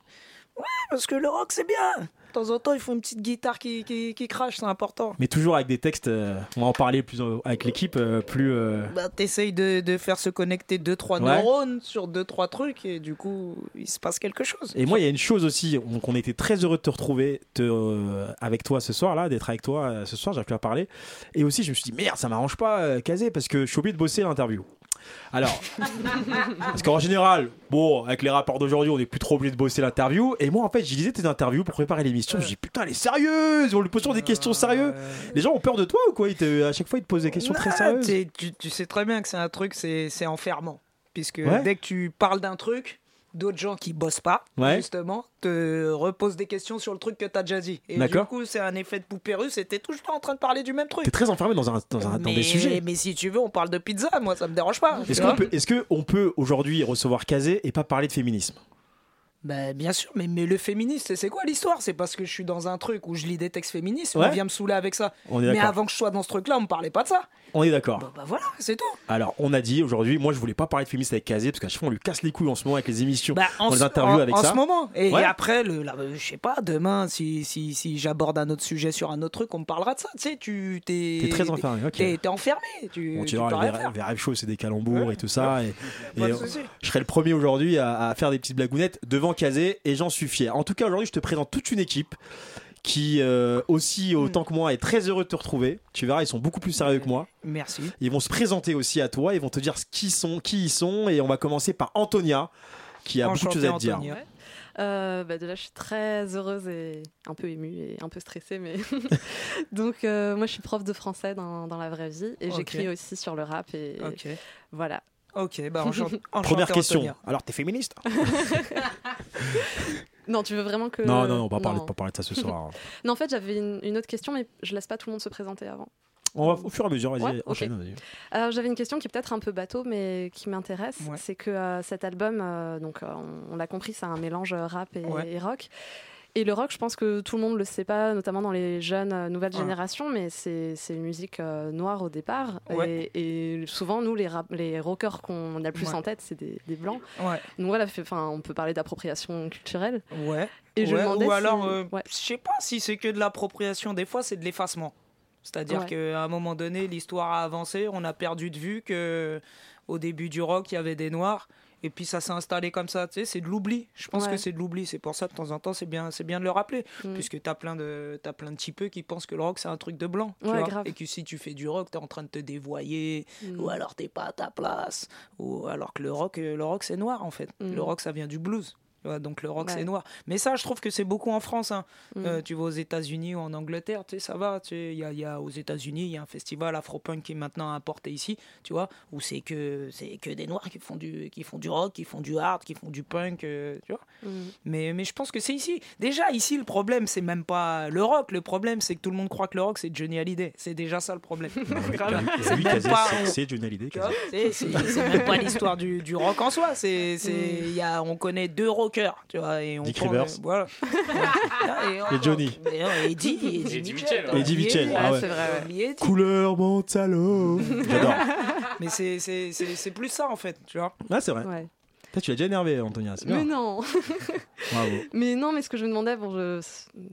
[SPEAKER 16] Ouais, parce que le rock, c'est bien. De temps en temps, il faut une petite guitare qui, qui, qui crache, c'est important.
[SPEAKER 2] Mais toujours avec des textes, euh, on va en parler plus en- avec l'équipe, euh, plus. euh,
[SPEAKER 16] Bah, t'essayes de, de faire se connecter 2-3
[SPEAKER 2] Ouais.
[SPEAKER 16] neurones sur 2-3 trucs et du coup, il se passe quelque chose.
[SPEAKER 2] Et moi, il y a une chose aussi, donc on était très heureux de te retrouver te, euh, avec toi ce soir, là, d'être avec toi euh, ce soir, j'arrive plus à parler. Et aussi, je me suis dit, merde, ça m'arrange pas, euh, Kazé, parce que je suis obligé de bosser l'interview. Alors, parce qu'en général, bon, avec les rapports d'aujourd'hui, on n'est plus trop obligé de bosser l'interview. Et moi, en fait, je lisais tes interviews pour préparer l'émission. Je dis putain, elle est sérieuse. On lui pose toujours des questions sérieuses. Les gens ont peur de toi ou quoi Ils te- À chaque fois, ils te posent des questions très
[SPEAKER 16] Ah,
[SPEAKER 2] sérieuses.
[SPEAKER 16] t'es- tu, tu sais très bien que c'est un truc, c'est c'est enfermant. Puisque
[SPEAKER 2] Ouais.
[SPEAKER 16] dès que tu parles d'un truc, d'autres gens qui bossent pas,
[SPEAKER 2] Ouais.
[SPEAKER 16] justement, te reposent des questions sur le truc que t'as déjà dit. Et du
[SPEAKER 2] D'accord.
[SPEAKER 16] coup, c'est un effet de poupée russe et t'es toujours en train de parler du même truc.
[SPEAKER 2] T'es très enfermé dans, un, dans, un- dans
[SPEAKER 16] mais,
[SPEAKER 2] des sujets.
[SPEAKER 16] mais si tu veux, on parle de pizza, moi ça me dérange pas. tu
[SPEAKER 2] Est-ce
[SPEAKER 16] vois.
[SPEAKER 2] qu'on peut, est-ce que on peut aujourd'hui recevoir Kazé et pas parler de féminisme
[SPEAKER 16] Bah, bien sûr, mais, mais le féministe, c'est quoi l'histoire C'est parce que je suis dans un truc où je lis des textes féministes,
[SPEAKER 2] Ouais.
[SPEAKER 16] on vient me saouler avec ça.
[SPEAKER 2] On est
[SPEAKER 16] mais
[SPEAKER 2] d'accord.
[SPEAKER 16] avant que je sois dans ce truc-là, on me parlait pas de ça.
[SPEAKER 2] On est d'accord.
[SPEAKER 16] Bah voilà, c'est tout.
[SPEAKER 2] Alors, on a dit aujourd'hui, moi je voulais pas parler de féminisme avec Kazé parce qu'à chaque fois on lui casse les couilles en ce moment avec les émissions, on
[SPEAKER 16] ce-
[SPEAKER 2] les interviews
[SPEAKER 16] Ben, Bah, en-
[SPEAKER 2] avec
[SPEAKER 16] en
[SPEAKER 2] ça.
[SPEAKER 16] ce moment. Et,
[SPEAKER 2] Ouais.
[SPEAKER 16] et après, le, la- euh, je sais pas, demain, si, si, si j'aborde un autre sujet sur un autre truc, on me parlera de ça. Tu sais, tu t'es.
[SPEAKER 2] T'es très enfermé, ok.
[SPEAKER 16] T'es, t'es enfermé. Tu,
[SPEAKER 2] Bon, tu
[SPEAKER 16] tu
[SPEAKER 2] verras,
[SPEAKER 16] peux
[SPEAKER 2] les,
[SPEAKER 16] rien
[SPEAKER 2] rêves-
[SPEAKER 16] faire.
[SPEAKER 2] les rêves chauds, c'est des calembours et tout ça. et-
[SPEAKER 16] Pas
[SPEAKER 2] et
[SPEAKER 16] de
[SPEAKER 2] on-
[SPEAKER 16] souci.
[SPEAKER 2] je serai le premier aujourd'hui à, à faire des petites blagounettes devant Kazé et j'en suis fier. En tout cas, aujourd'hui, je te présente toute une équipe qui, euh, aussi
[SPEAKER 16] Hmm.
[SPEAKER 2] autant que moi, est très heureux de te retrouver. Tu verras, ils sont beaucoup plus sérieux que moi.
[SPEAKER 16] Merci.
[SPEAKER 2] Ils vont se présenter aussi à toi, ils vont te dire ce qui sont, qui ils sont, et on va commencer par Antonia, qui a beaucoup de choses à te dire.
[SPEAKER 4] Ouais. Euh, bah déjà, je suis très heureuse et un peu émue et un peu stressée, mais donc euh, moi je suis prof de français dans, dans la vraie vie et
[SPEAKER 16] Ok.
[SPEAKER 4] j'écris aussi sur le rap et
[SPEAKER 16] Ok.
[SPEAKER 4] voilà.
[SPEAKER 16] Ok, bah enchanté.
[SPEAKER 2] Première
[SPEAKER 16] enchanté,
[SPEAKER 2] question.
[SPEAKER 16] Antonia.
[SPEAKER 2] Alors, t'es féministe hein
[SPEAKER 4] Non, tu veux vraiment que
[SPEAKER 2] Non, non, non, on va parler- pas parler de ça ce soir, hein.
[SPEAKER 4] non, en fait, j'avais une, une autre question, mais je laisse pas tout le monde se présenter avant.
[SPEAKER 2] On va au fur et à mesure, vas-y,
[SPEAKER 4] Ouais, ok.
[SPEAKER 2] enchaîne, vas-y.
[SPEAKER 4] Euh, J'avais une question qui est peut-être un peu bateau, mais qui m'intéresse. C'est que euh, cet album, euh, donc euh, on, on l'a compris, c'est un mélange euh, rap et,
[SPEAKER 16] Ouais.
[SPEAKER 4] et rock. Et le rock, je pense que tout le monde le sait pas, notamment dans les jeunes euh, nouvelles
[SPEAKER 16] Ouais.
[SPEAKER 4] générations, mais c'est c'est une musique euh, noire au départ.
[SPEAKER 16] Ouais.
[SPEAKER 4] Et, et souvent, nous, les, rap- les rockers qu'on a le plus
[SPEAKER 16] Ouais.
[SPEAKER 4] en tête, c'est des, des blancs.
[SPEAKER 16] Ouais.
[SPEAKER 4] Donc voilà, fait- 'fin, on peut parler d'appropriation culturelle.
[SPEAKER 16] Ouais.
[SPEAKER 4] Et je me
[SPEAKER 16] Ouais,
[SPEAKER 4] demandais
[SPEAKER 16] ou
[SPEAKER 4] si-
[SPEAKER 16] alors, euh, je sais pas si c'est que de l'appropriation, des fois c'est de l'effacement. C'est-à-dire
[SPEAKER 4] Ouais.
[SPEAKER 16] qu'à un moment donné, l'histoire a avancé, on a perdu de vue que au début du rock, il y avait des noirs, et puis ça s'est installé comme ça. Tu sais, c'est de l'oubli. Je pense
[SPEAKER 4] Ouais. Mm.
[SPEAKER 16] que c'est de l'oubli. C'est pour ça, de temps en temps, c'est bien, c'est bien de le rappeler, puisque t'as plein de, t'as plein de petits peu qui pensent que le rock c'est un truc de blanc, tu
[SPEAKER 4] Ouais,
[SPEAKER 16] vois.
[SPEAKER 4] grave.
[SPEAKER 16] et que si tu fais du rock, t'es en train de te dévoyer,
[SPEAKER 4] Mm.
[SPEAKER 16] ou alors t'es pas à ta place, ou alors que le rock, euh, le rock c'est noir en fait.
[SPEAKER 4] Mm.
[SPEAKER 16] Le rock ça vient du blues. Tu vois, donc le rock
[SPEAKER 4] Ouais.
[SPEAKER 16] c'est noir. Mais ça, je trouve que c'est beaucoup en France. hein.
[SPEAKER 4] Mm.
[SPEAKER 16] Euh, tu vas aux États-Unis ou en Angleterre, tu sais, ça va. Tu sais, il y a, il y a- aux États-Unis, il y a un festival afro-punk qui est maintenant importé ici, tu vois, où c'est que c'est que des noirs qui font du qui font du rock, qui font du hard, qui font du punk, euh, tu vois. Mais, mais je pense que c'est ici. Déjà, ici, le problème, c'est même pas le rock. Le problème, c'est que tout le monde croit que le rock, c'est Johnny Hallyday. C'est déjà ça le problème.
[SPEAKER 2] Et lui, Kazé, c'est- c'est Johnny Hallyday. Kazé.
[SPEAKER 16] C'est- C'est c'est même pas l'histoire du, du rock en soi. C'est, c'est, il y a, on connaît deux rockers, tu vois, et on
[SPEAKER 2] Dick
[SPEAKER 16] prend
[SPEAKER 2] Rivers.
[SPEAKER 16] le- voilà.
[SPEAKER 2] Et Johnny.
[SPEAKER 16] D'ailleurs, Eddie, Eddie, Mitchell. hein.
[SPEAKER 2] ouais. Eddie Mitchell, ah ouais.
[SPEAKER 16] Eddie, Eddie.
[SPEAKER 2] Couleur mentalo. J'adore.
[SPEAKER 16] Mais c'est, c'est, c'est, c'est plus ça en fait, tu vois.
[SPEAKER 2] Ah, c'est vrai. Putain, Tu l'as déjà énervé, Antonia. c'est
[SPEAKER 4] Mais
[SPEAKER 2] bien.
[SPEAKER 4] non
[SPEAKER 2] Bravo.
[SPEAKER 4] Mais non, mais ce que je me demandais, bon, je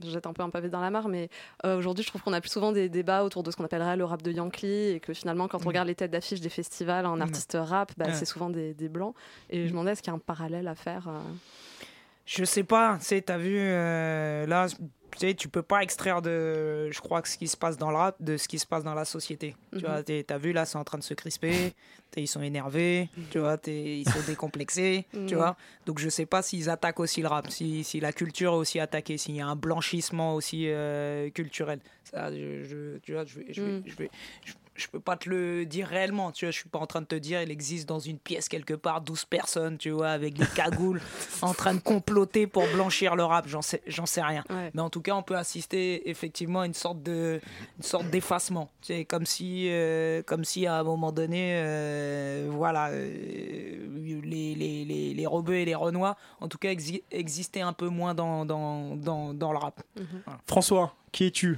[SPEAKER 4] je jette un peu un pavé dans la mare, mais euh, aujourd'hui, je trouve qu'on a plus souvent des débats autour de ce qu'on appellerait le rap de Yankee, et que finalement, quand on
[SPEAKER 16] Mm.
[SPEAKER 4] regarde les têtes d'affiche des festivals en
[SPEAKER 16] Mm.
[SPEAKER 4] artiste rap, bah,
[SPEAKER 16] Ouais.
[SPEAKER 4] c'est souvent des, des blancs. Et je me demandais, est-ce qu'il y a un parallèle à faire euh,
[SPEAKER 16] Je sais pas, tu sais, t'as vu, euh, là, tu sais, tu peux pas extraire de, je crois, que ce qui se passe dans le rap, de ce qui se passe dans la société. Tu
[SPEAKER 4] Mhm.
[SPEAKER 16] vois, t'es- t'as vu, là, c'est en train de se crisper, t'es- ils sont énervés, tu vois, t'es- ils sont décomplexés, tu
[SPEAKER 4] Mhm.
[SPEAKER 16] vois. Donc je sais pas s'ils attaquent aussi le rap, si, si la culture est aussi attaquée, s'il y a un blanchissement aussi euh, culturel. Ça, je, je- tu vois, je vais, je vais-
[SPEAKER 4] Mm.
[SPEAKER 16] je vais- je- je peux pas te le dire réellement, tu vois, je suis pas en train de te dire, il existe dans une pièce quelque part 12 personnes, tu vois, avec des cagoules, en train de comploter pour blanchir le rap, j'en sais, j'en sais rien. Mais en tout cas, on peut assister effectivement à une sorte de, une sorte d'effacement, c'est comme si, euh, comme si à un moment donné, euh, voilà, euh, les, les, les, les Rebeux et les Renois, en tout cas, exi- existaient un peu moins dans, dans, dans, dans le rap.
[SPEAKER 2] François, qui es-tu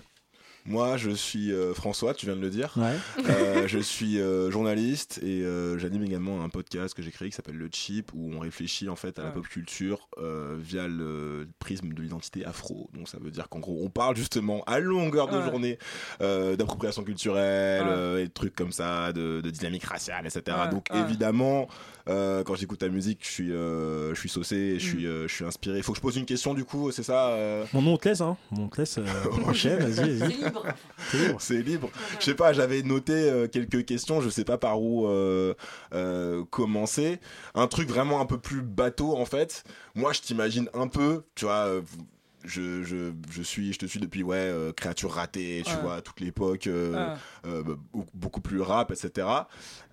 [SPEAKER 3] Moi, je suis euh, François, tu viens de le dire.
[SPEAKER 2] Ouais.
[SPEAKER 3] Euh, je suis euh, journaliste et euh, j'anime également un podcast que j'ai créé qui s'appelle Le Chip où on réfléchit en fait à la
[SPEAKER 16] Ouais.
[SPEAKER 3] pop culture euh, via le prisme de l'identité afro. Donc ça veut dire qu'en gros, on parle justement à longueur de
[SPEAKER 16] Ouais.
[SPEAKER 3] journée euh, d'appropriation culturelle
[SPEAKER 16] Ouais.
[SPEAKER 3] euh, et de trucs comme ça, de, de dynamique raciale, etc.
[SPEAKER 16] Ouais,
[SPEAKER 3] Donc
[SPEAKER 16] ouais.
[SPEAKER 3] évidemment, euh, quand j'écoute ta musique, je suis, euh, je suis saucé, et je suis, euh, je suis inspiré. Faut que je pose une question du coup, c'est ça euh,
[SPEAKER 2] Mon nom, on te laisse, hein. Mon nom, on te laisse. euh, enchaîne, vas-y, vas-y.
[SPEAKER 6] libre.
[SPEAKER 3] C'est libre. Je sais pas, j'avais noté euh, quelques questions, je sais pas par où euh, euh, commencer. Un truc vraiment un peu plus bateau en fait. Moi, je t'imagine un peu, tu vois. euh, Je, je, je suis je te suis depuis ouais euh, créature ratée tu
[SPEAKER 13] Ouais.
[SPEAKER 3] vois toute l'époque euh,
[SPEAKER 13] Ouais.
[SPEAKER 3] euh, bah, beaucoup- beaucoup plus rap etc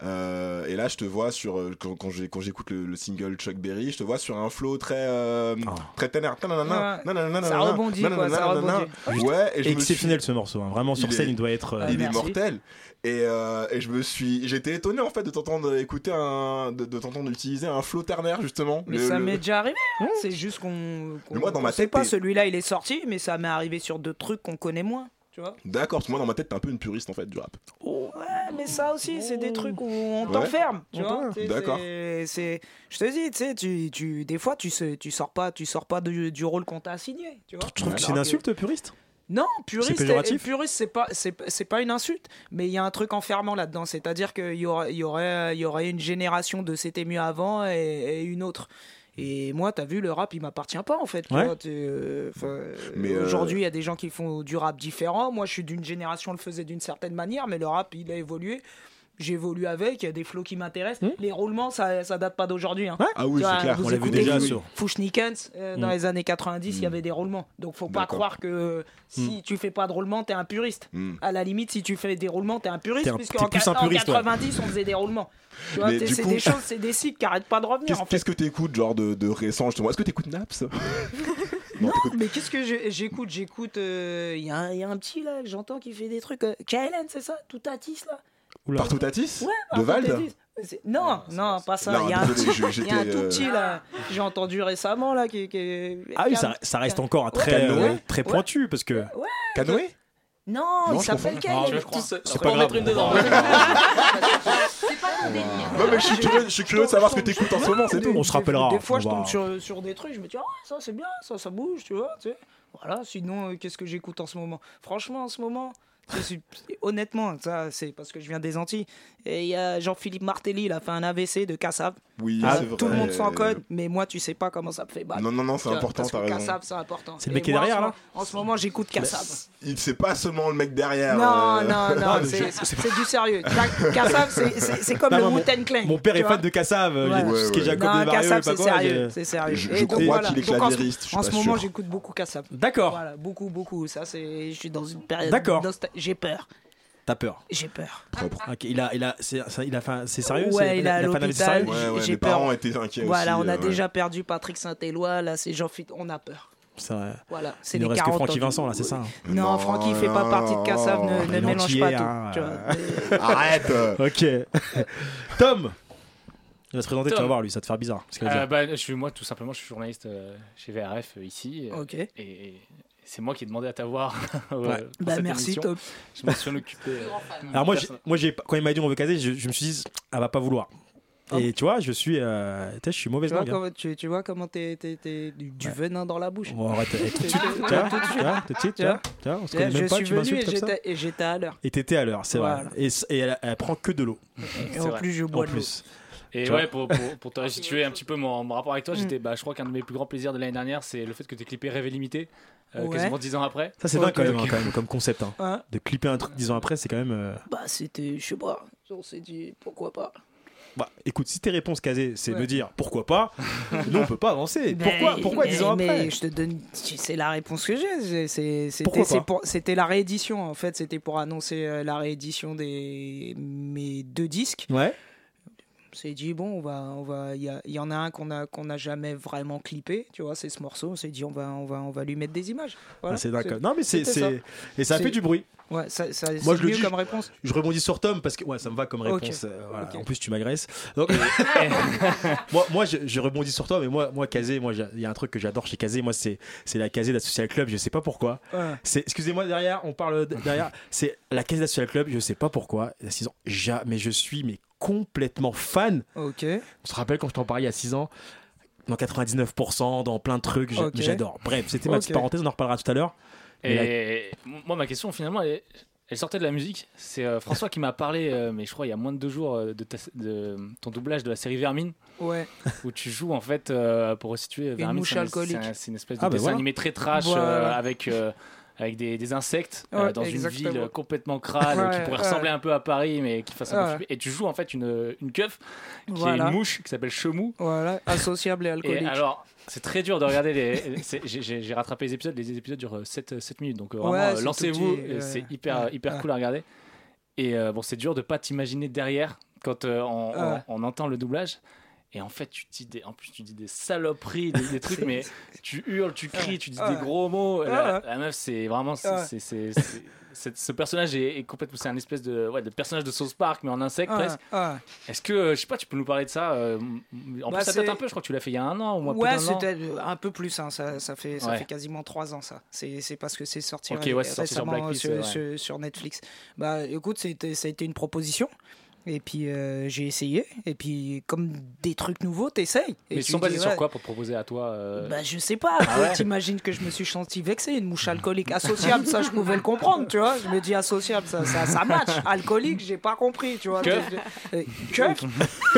[SPEAKER 3] Euh, et là je te vois sur euh, quand, quand j'ai- quand j'écoute le, le single Chuck Berry je te vois sur un flow très euh,
[SPEAKER 2] Ah.
[SPEAKER 3] très ténère Nanana,
[SPEAKER 16] Ça
[SPEAKER 3] nanana, nanana,
[SPEAKER 16] rebondit, quoi,
[SPEAKER 3] nanana,
[SPEAKER 16] ça
[SPEAKER 3] nanana.
[SPEAKER 16] rebondit.
[SPEAKER 3] ouais et je me suis-
[SPEAKER 2] Exceptionnel ce morceau, hein. vraiment sur
[SPEAKER 3] Il
[SPEAKER 2] scène
[SPEAKER 3] est-
[SPEAKER 2] il doit être. euh,
[SPEAKER 16] Ah,
[SPEAKER 3] il est mortel. Et, euh, et je me suis, j'étais étonné en fait de t'entendre écouter un, de, de t'entendre utiliser un flow ternaire justement.
[SPEAKER 16] Mais
[SPEAKER 3] Le-
[SPEAKER 16] ça
[SPEAKER 3] le-
[SPEAKER 16] m'est déjà arrivé. hein. C'est juste qu'on. qu'on-
[SPEAKER 3] moi, dans
[SPEAKER 16] qu'on
[SPEAKER 3] ma
[SPEAKER 16] sait
[SPEAKER 3] tête,
[SPEAKER 16] pas
[SPEAKER 3] t'es-
[SPEAKER 16] celui-là, il est sorti, mais ça m'est arrivé sur deux trucs qu'on connaît moins. Tu vois
[SPEAKER 3] D'accord, parce que moi dans ma tête t'es un peu une puriste en fait du rap.
[SPEAKER 16] Ouais, mais ça aussi, c'est des trucs où on
[SPEAKER 3] Ouais.
[SPEAKER 16] t'enferme. Tu
[SPEAKER 3] On
[SPEAKER 16] vois
[SPEAKER 3] t'enferme.
[SPEAKER 16] C'est-
[SPEAKER 3] D'accord.
[SPEAKER 16] c'est- c'est- Je te dis, tu sais, tu, tu, des fois, tu, sais, tu sors pas, tu sors pas du, du rôle qu'on t'a assigné. Tu vois
[SPEAKER 2] Je trouve que c'est une insulte puriste.
[SPEAKER 16] Non, puriste,
[SPEAKER 2] C'est
[SPEAKER 16] et-
[SPEAKER 2] péjoratif
[SPEAKER 16] et puriste, c'est pas, c'est, c'est pas une insulte, mais il y a un truc enfermant là-dedans. C'est-à-dire qu'il y aurait, il y aurait, il y aurait une génération de c'était mieux avant et, et une autre. Et moi, t'as vu, le rap, il m'appartient pas en fait. tu
[SPEAKER 3] Ouais.
[SPEAKER 16] vois, t'es, euh, 'fin,
[SPEAKER 3] Mais, euh,
[SPEAKER 16] aujourd'hui, il y a des gens qui font du rap différent. Moi, je suis d'une génération, on le faisait d'une certaine manière, mais le rap, il a évolué. J'évolue avec, il y a des flots qui m'intéressent. Les roulements, ça, ça date pas d'aujourd'hui. hein.
[SPEAKER 3] Ah oui,
[SPEAKER 16] Tu
[SPEAKER 3] c'est
[SPEAKER 16] vois,
[SPEAKER 3] clair.
[SPEAKER 16] vous
[SPEAKER 3] Hmm. On l'a vu
[SPEAKER 16] écoutez
[SPEAKER 3] déjà
[SPEAKER 16] du
[SPEAKER 3] sur-
[SPEAKER 16] Fouchnikens, euh, dans
[SPEAKER 3] Mm.
[SPEAKER 16] les années 90, il y
[SPEAKER 3] Mm.
[SPEAKER 16] avait des roulements. Donc, faut pas
[SPEAKER 3] D'accord.
[SPEAKER 16] croire que si
[SPEAKER 3] Mm.
[SPEAKER 16] tu fais pas de roulement, t'es un puriste.
[SPEAKER 3] Mm.
[SPEAKER 16] À la limite, si tu fais des roulements, t'es un puriste,
[SPEAKER 3] T'es un-
[SPEAKER 16] puisque
[SPEAKER 3] t'es
[SPEAKER 16] en,
[SPEAKER 3] plus
[SPEAKER 16] quat-
[SPEAKER 3] un
[SPEAKER 16] en
[SPEAKER 3] puriste, ouais.
[SPEAKER 16] 90, on faisait des roulements. Tu vois,
[SPEAKER 3] Mais
[SPEAKER 16] t'es-
[SPEAKER 3] du
[SPEAKER 16] c'est
[SPEAKER 3] coup-
[SPEAKER 16] des choses, c'est des cycles qui arrêtent pas de revenir.
[SPEAKER 3] Qu'est-ce
[SPEAKER 16] en fait.
[SPEAKER 3] qu'est-ce que t'écoutes genre de, de récent justement Est-ce que t'écoutes Naps
[SPEAKER 16] Non, mais qu'est-ce que je- j'écoute J'écoute. euh, Il y, a un- il y a un petit là, que j'entends qui fait des trucs. euh, Kaelen, c'est ça Tout Tatis là
[SPEAKER 3] Partout Tatis
[SPEAKER 16] Ouais,
[SPEAKER 3] De
[SPEAKER 16] Arthur
[SPEAKER 3] Vald
[SPEAKER 16] Tatis. Euh, C'est- Non, non, pas ça.
[SPEAKER 3] Non,
[SPEAKER 16] Il y a un
[SPEAKER 3] désolé,
[SPEAKER 16] petit,
[SPEAKER 3] je-
[SPEAKER 16] il y a un
[SPEAKER 3] j'étais,
[SPEAKER 16] tout petit
[SPEAKER 3] euh,
[SPEAKER 16] là. J'ai entendu récemment là qui. qui-
[SPEAKER 2] Ah oui,
[SPEAKER 16] qui-
[SPEAKER 2] ça, ça reste encore un
[SPEAKER 16] Ouais.
[SPEAKER 2] très, euh,
[SPEAKER 16] Canoë
[SPEAKER 2] très pointu parce que.
[SPEAKER 16] Ouais.
[SPEAKER 3] Canoë
[SPEAKER 16] Non,
[SPEAKER 2] Non,
[SPEAKER 16] il
[SPEAKER 2] je
[SPEAKER 16] s'appelle
[SPEAKER 2] confonds.
[SPEAKER 16] Kaelen.
[SPEAKER 2] Ah, je
[SPEAKER 16] je crois.
[SPEAKER 2] C'est pas grave.
[SPEAKER 3] Non mais je suis curieux, je suis curieux de savoir ce que t'écoutes en ce moment, c'est tout.
[SPEAKER 2] On se rappellera.
[SPEAKER 16] Des fois, je
[SPEAKER 2] on va-
[SPEAKER 16] tombe sur, sur des trucs, je me dis, ah, ça c'est bien, ça, ça bouge, tu vois. tu sais. Voilà, sinon, euh, qu'est-ce que j'écoute en ce moment Franchement, en ce moment, je suis- honnêtement, ça c'est parce que je viens des Antilles. Et il y a Jean-Philippe Martelly, il a fait un AVC de Cassav.
[SPEAKER 3] Oui,
[SPEAKER 16] Ah,
[SPEAKER 3] c'est vrai. Euh,
[SPEAKER 16] Tout le monde s'en code, mais moi, tu sais pas comment ça me fait mal.
[SPEAKER 3] Non, non, non, c'est
[SPEAKER 16] Tu vois,
[SPEAKER 3] important,
[SPEAKER 16] parce que
[SPEAKER 3] t'as raison.
[SPEAKER 16] Kassav, c'est important.
[SPEAKER 3] C'est le mec
[SPEAKER 16] Et
[SPEAKER 3] qui est
[SPEAKER 16] moi, en
[SPEAKER 3] derrière,
[SPEAKER 16] ce
[SPEAKER 3] là
[SPEAKER 16] moment- En ce moment, j'écoute Kassav.
[SPEAKER 3] Il c'est pas seulement le mec derrière.
[SPEAKER 16] Non,
[SPEAKER 3] euh.
[SPEAKER 16] non,
[SPEAKER 2] Ah,
[SPEAKER 16] non, c'est c'est du sérieux. Ka- Kassav, c'est- c'est c'est comme
[SPEAKER 2] Non,
[SPEAKER 16] le
[SPEAKER 2] non, mon-
[SPEAKER 16] Wu-Tang Clan.
[SPEAKER 2] Mon père
[SPEAKER 16] tu
[SPEAKER 2] est
[SPEAKER 16] vois.
[SPEAKER 2] fan de Cassav, euh,
[SPEAKER 16] Ouais.
[SPEAKER 2] j'ai- ce qui est Jacob
[SPEAKER 16] Non,
[SPEAKER 2] de Mario
[SPEAKER 16] Kassab,
[SPEAKER 2] et pas
[SPEAKER 16] c'est
[SPEAKER 2] quoi,
[SPEAKER 16] sérieux,
[SPEAKER 2] j'ai-
[SPEAKER 16] c'est sérieux.
[SPEAKER 3] Je-
[SPEAKER 16] Et
[SPEAKER 3] je
[SPEAKER 16] donc,
[SPEAKER 3] crois
[SPEAKER 16] voilà.
[SPEAKER 3] qu'il est
[SPEAKER 16] Donc, en ce-
[SPEAKER 3] claviériste, je suis
[SPEAKER 16] En
[SPEAKER 3] pas
[SPEAKER 16] ce moment,
[SPEAKER 3] sûr.
[SPEAKER 16] j'écoute beaucoup Kassab.
[SPEAKER 2] D'accord.
[SPEAKER 16] Voilà, beaucoup, beaucoup. Ça, c'est, je suis dans une période.
[SPEAKER 2] D'accord.
[SPEAKER 16] nostal- J'ai peur.
[SPEAKER 2] T'as peur.
[SPEAKER 16] J'ai peur.
[SPEAKER 2] Ok, il a, il a, c'est, ça- il a fait, un- c'est sérieux. c'est-
[SPEAKER 16] Ouais, il est à
[SPEAKER 2] fait un AVC sérieux
[SPEAKER 16] l'hôpital. j'ai- J'ai peur. Voilà, on a
[SPEAKER 3] euh,
[SPEAKER 16] déjà perdu Patrick Saint-Éloi. Là, c'est jean philippe On a peur.
[SPEAKER 2] C'est vrai.
[SPEAKER 16] Voilà, c'est
[SPEAKER 2] il ne
[SPEAKER 16] les
[SPEAKER 2] reste que
[SPEAKER 16] 40
[SPEAKER 2] Francky
[SPEAKER 16] ans.
[SPEAKER 2] Vincent là, c'est ça. hein.
[SPEAKER 16] Non, Francky, il fait
[SPEAKER 7] Oh,
[SPEAKER 16] pas partie de Kassav. Ne, ne
[SPEAKER 2] Il est
[SPEAKER 16] mélange
[SPEAKER 2] antillais,
[SPEAKER 16] pas tout.
[SPEAKER 2] hein.
[SPEAKER 16] tu vois.
[SPEAKER 3] Arrête.
[SPEAKER 2] Ok. Tom. Il va se présenter, tu vas
[SPEAKER 5] Tom.
[SPEAKER 2] voir lui, ça va te faire bizarre. parce qu'il va
[SPEAKER 5] Euh,
[SPEAKER 2] dire.
[SPEAKER 5] bah, je suis moi tout simplement, je suis journaliste euh, chez VRF euh, ici. euh,
[SPEAKER 16] Ok.
[SPEAKER 5] Et, et c'est moi qui ai demandé à t'avoir. euh,
[SPEAKER 2] Ouais.
[SPEAKER 5] pour
[SPEAKER 16] Bah,
[SPEAKER 5] cette
[SPEAKER 16] merci,
[SPEAKER 5] émission.
[SPEAKER 16] Top.
[SPEAKER 5] Je m'en suis occupé. euh,
[SPEAKER 2] Alors moi, j'ai-
[SPEAKER 5] personne-
[SPEAKER 2] moi j'ai, quand il m'a dit on veut caser, je, je me suis dit elle va pas vouloir. Et tu vois, je suis, euh, tu sais, je suis
[SPEAKER 16] Oh. Tu
[SPEAKER 2] mauvaise
[SPEAKER 16] vois
[SPEAKER 2] langue. hein.
[SPEAKER 16] comment- Tu tu vois comment t'es t'es- t'es du du
[SPEAKER 2] Ouais.
[SPEAKER 16] venin dans la bouche.
[SPEAKER 2] Bon, arrête, eh, tout de suite,
[SPEAKER 16] Tout
[SPEAKER 2] tu vois,
[SPEAKER 16] de
[SPEAKER 2] tu
[SPEAKER 16] suite.
[SPEAKER 2] vois, tout de suite,
[SPEAKER 16] Tu
[SPEAKER 2] tu vois,
[SPEAKER 16] vois
[SPEAKER 2] tu vois, on se
[SPEAKER 16] Tu
[SPEAKER 2] connaît
[SPEAKER 16] vois,
[SPEAKER 2] même
[SPEAKER 16] je
[SPEAKER 2] pas,
[SPEAKER 16] suis
[SPEAKER 2] tu
[SPEAKER 16] venu
[SPEAKER 2] m'insultes
[SPEAKER 16] et
[SPEAKER 2] comme ça.
[SPEAKER 16] j'étais- et j'étais à l'heure.
[SPEAKER 2] Et t'étais à l'heure, c'est
[SPEAKER 16] Voilà.
[SPEAKER 2] vrai. Et, c- et elle, elle prend que de l'eau.
[SPEAKER 16] Et en plus, je bois de l'eau.
[SPEAKER 5] Et
[SPEAKER 2] Tu
[SPEAKER 5] ouais,
[SPEAKER 2] vois
[SPEAKER 5] pour, pour, pour te restituer un petit peu mon, mon rapport avec toi,
[SPEAKER 16] Mm.
[SPEAKER 5] j'étais, bah, je crois qu'un de mes plus grands plaisirs de l'année dernière, c'est le fait que tu clippé Rêve Illimité, euh,
[SPEAKER 16] Ouais.
[SPEAKER 5] quasiment 10 ans après.
[SPEAKER 2] Ça c'est dingue quand même, hein, quand même, comme concept. hein.
[SPEAKER 16] Ouais.
[SPEAKER 2] De clipper un truc dix ans après, c'est quand même. euh,
[SPEAKER 16] Bah, c'était, je sais pas, on s'est dit pourquoi pas.
[SPEAKER 2] Bah, écoute, si tes réponses casées, c'est
[SPEAKER 16] Ouais.
[SPEAKER 2] me dire pourquoi pas, nous on peut pas avancer. Pourquoi,
[SPEAKER 16] Mais-
[SPEAKER 2] pourquoi
[SPEAKER 16] mais-
[SPEAKER 2] dix ans
[SPEAKER 16] Ben, mais
[SPEAKER 2] après
[SPEAKER 16] je te donne, c'est la réponse que j'ai. c'est- c'est- C'était
[SPEAKER 2] Pourquoi
[SPEAKER 16] c'est
[SPEAKER 2] pas
[SPEAKER 16] pour- c'était la réédition en fait, c'était pour annoncer euh, la réédition des mes deux disques.
[SPEAKER 2] Ouais.
[SPEAKER 16] On s'est dit bon, on va, on va, il y, a- il y en a un qu'on a qu'on n'a jamais vraiment clippé, tu vois, c'est ce morceau. On s'est dit on va, on va, on va lui mettre des images. Voilà,
[SPEAKER 2] Ah, c'est dingue.
[SPEAKER 16] c'est-
[SPEAKER 2] quand même. Non mais c'est,
[SPEAKER 16] c'était
[SPEAKER 2] c'est- et ça a
[SPEAKER 16] C'est-
[SPEAKER 2] fait du bruit.
[SPEAKER 16] Ouais, ça, ça-
[SPEAKER 2] Moi
[SPEAKER 16] c'est
[SPEAKER 2] je le
[SPEAKER 16] mieux
[SPEAKER 2] dis.
[SPEAKER 16] comme réponse.
[SPEAKER 2] Je rebondis sur Tom parce que ouais, ça me va comme
[SPEAKER 16] Ok.
[SPEAKER 2] réponse. euh, voilà.
[SPEAKER 16] Ok.
[SPEAKER 2] En plus tu m'agresses. Donc, moi, moi je, je rebondis sur Tom. Mais moi, moi Kazé, moi j'ai- il y a un truc que j'adore chez Kazé. Moi c'est c'est la Kazé d'Associal Club. Je sais pas pourquoi.
[SPEAKER 16] Ouais.
[SPEAKER 2] C'est excusez-moi derrière, on parle d- derrière. C'est la Kazé d'Associal Club. Je sais pas pourquoi. Il y a six ans, j'a- mais je suis mais complètement fan.
[SPEAKER 16] Ok.
[SPEAKER 2] Tu te rappelles quand je t'en parlais il y a 6 ans Dans 99%, dans plein de trucs, j'a-
[SPEAKER 5] Ok.
[SPEAKER 2] j'adore. Bref, c'était ma petite
[SPEAKER 5] Ok.
[SPEAKER 2] parenthèse, on en reparlera tout à l'heure. Mais la-
[SPEAKER 5] Et moi, ma question, finalement, elle, elle sortait de la musique. C'est euh, François qui m'a parlé, euh, mais je crois il y a moins de deux jours, euh, de, ta- de ton doublage de la série Vermine.
[SPEAKER 16] Ouais.
[SPEAKER 5] Où tu joues, en fait, euh, pour resituer Vermine.
[SPEAKER 16] mouche
[SPEAKER 5] c'est un-
[SPEAKER 16] alcoolique.
[SPEAKER 5] C'est un- c'est une espèce de
[SPEAKER 16] Ah, bah
[SPEAKER 5] dessin
[SPEAKER 16] voilà.
[SPEAKER 5] animé très trash, euh,
[SPEAKER 16] Voilà.
[SPEAKER 5] avec. euh, avec des, des insectes
[SPEAKER 16] Ouais,
[SPEAKER 5] euh, dans
[SPEAKER 16] exactement.
[SPEAKER 5] une ville complètement crade
[SPEAKER 16] Ouais,
[SPEAKER 5] qui pourrait
[SPEAKER 16] ouais.
[SPEAKER 5] ressembler un peu à Paris mais qui fasse un peu
[SPEAKER 16] Ouais.
[SPEAKER 5] flipper. et tu joues en fait une, une keuf qui
[SPEAKER 16] Voilà.
[SPEAKER 5] est une mouche qui s'appelle Chemou
[SPEAKER 16] Voilà, associable et alcoolique.
[SPEAKER 5] et alors c'est très dur de regarder les c'est- j'ai- j'ai j'ai rattrapé les épisodes les épisodes durent 7, 7 minutes donc euh, vraiment
[SPEAKER 16] Ouais,
[SPEAKER 5] euh,
[SPEAKER 16] c'est tout
[SPEAKER 5] lancez-vous
[SPEAKER 16] petit,
[SPEAKER 5] euh,
[SPEAKER 16] ouais.
[SPEAKER 5] c'est hyper
[SPEAKER 16] Ouais,
[SPEAKER 5] hyper
[SPEAKER 16] ouais.
[SPEAKER 5] cool à regarder et euh, bon c'est dur de pas t'imaginer derrière quand euh, on, on-
[SPEAKER 16] Ouais.
[SPEAKER 5] on entend le doublage et en fait, tu dis des, en plus, tu dis des saloperies, des, des trucs,
[SPEAKER 16] C'est-
[SPEAKER 5] mais tu hurles, tu cries, tu dis
[SPEAKER 16] Ouais.
[SPEAKER 5] des gros mots.
[SPEAKER 16] Ouais, ouais.
[SPEAKER 5] La, la meuf, c'est vraiment. c'est-
[SPEAKER 16] Ouais.
[SPEAKER 5] c'est- c'est- c'est- c'est- ce personnage est, est complètement. C'est un espèce de, ouais, de personnage de Sauce Park, mais en insecte
[SPEAKER 16] Ouais,
[SPEAKER 5] presque.
[SPEAKER 16] ouais.
[SPEAKER 5] Est-ce que, euh, je sais pas, tu peux nous parler de ça euh, En
[SPEAKER 16] Bah,
[SPEAKER 5] plus, ça
[SPEAKER 16] c'est-
[SPEAKER 5] date un peu, je crois que tu l'as fait il y a un an ou moins
[SPEAKER 16] ouais,
[SPEAKER 5] plus d'un an.
[SPEAKER 16] c'était un peu plus. hein, ça, ça fait, ça
[SPEAKER 5] Ouais.
[SPEAKER 16] fait quasiment trois ans, ça. C'est c'est parce que c'est sorti,
[SPEAKER 5] Ok,
[SPEAKER 16] ré-
[SPEAKER 5] ouais, c'est sorti sur
[SPEAKER 16] récemment euh,
[SPEAKER 5] Blacklist,
[SPEAKER 16] sur,
[SPEAKER 5] ouais.
[SPEAKER 16] sur- sur Netflix. Bah, écoute, c'était- ça a été une proposition. Et puis euh, j'ai essayé. Et puis, comme des trucs nouveaux, t'essayes. Et
[SPEAKER 5] Mais ils
[SPEAKER 16] tu
[SPEAKER 5] sont
[SPEAKER 16] dis,
[SPEAKER 5] basés sur
[SPEAKER 16] ouais.
[SPEAKER 5] quoi pour te proposer à toi euh,
[SPEAKER 16] Bah, je sais pas.
[SPEAKER 5] Ah ouais
[SPEAKER 16] T'imagines que je me suis senti vexé. Une mouche alcoolique associable, ça, je pouvais le comprendre, tu vois. Je me dis associable, ça, ça, ça match. Alcoolique, j'ai pas compris, tu vois.
[SPEAKER 5] Keuf.
[SPEAKER 16] Euh, keuf.